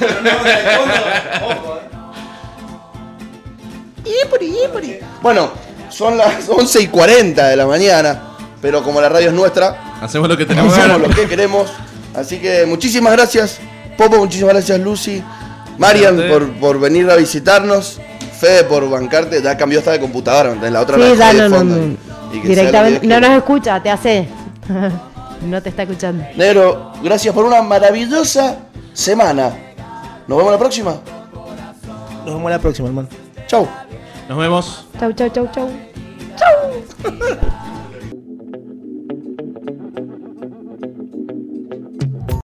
Speaker 2: Bueno, son las 11 y 40 de la mañana, pero como la radio es nuestra,
Speaker 11: Hacemos lo que tenemos
Speaker 2: hacemos
Speaker 11: ganas.
Speaker 2: lo que queremos. Así que muchísimas gracias, Popo, muchísimas gracias, Lucy, Marian, por, por venir a visitarnos, Fede, por bancarte. Ya cambió hasta de computadora, ¿entendés? la otra la
Speaker 15: Sí,
Speaker 2: dejé
Speaker 15: ya
Speaker 2: de
Speaker 15: no, no,
Speaker 2: fondo. Y
Speaker 15: no.
Speaker 2: que sea lo
Speaker 15: Directamente.
Speaker 2: que
Speaker 15: No
Speaker 2: Dios
Speaker 15: nos escucha, te hace. no te está escuchando.
Speaker 2: quiera. Negro, gracias por una maravillosa semana. Nos vemos la próxima.
Speaker 10: Nos vemos la próxima, hermano.
Speaker 2: Chau.
Speaker 11: Nos vemos.
Speaker 15: Chau, chau, chau, chau.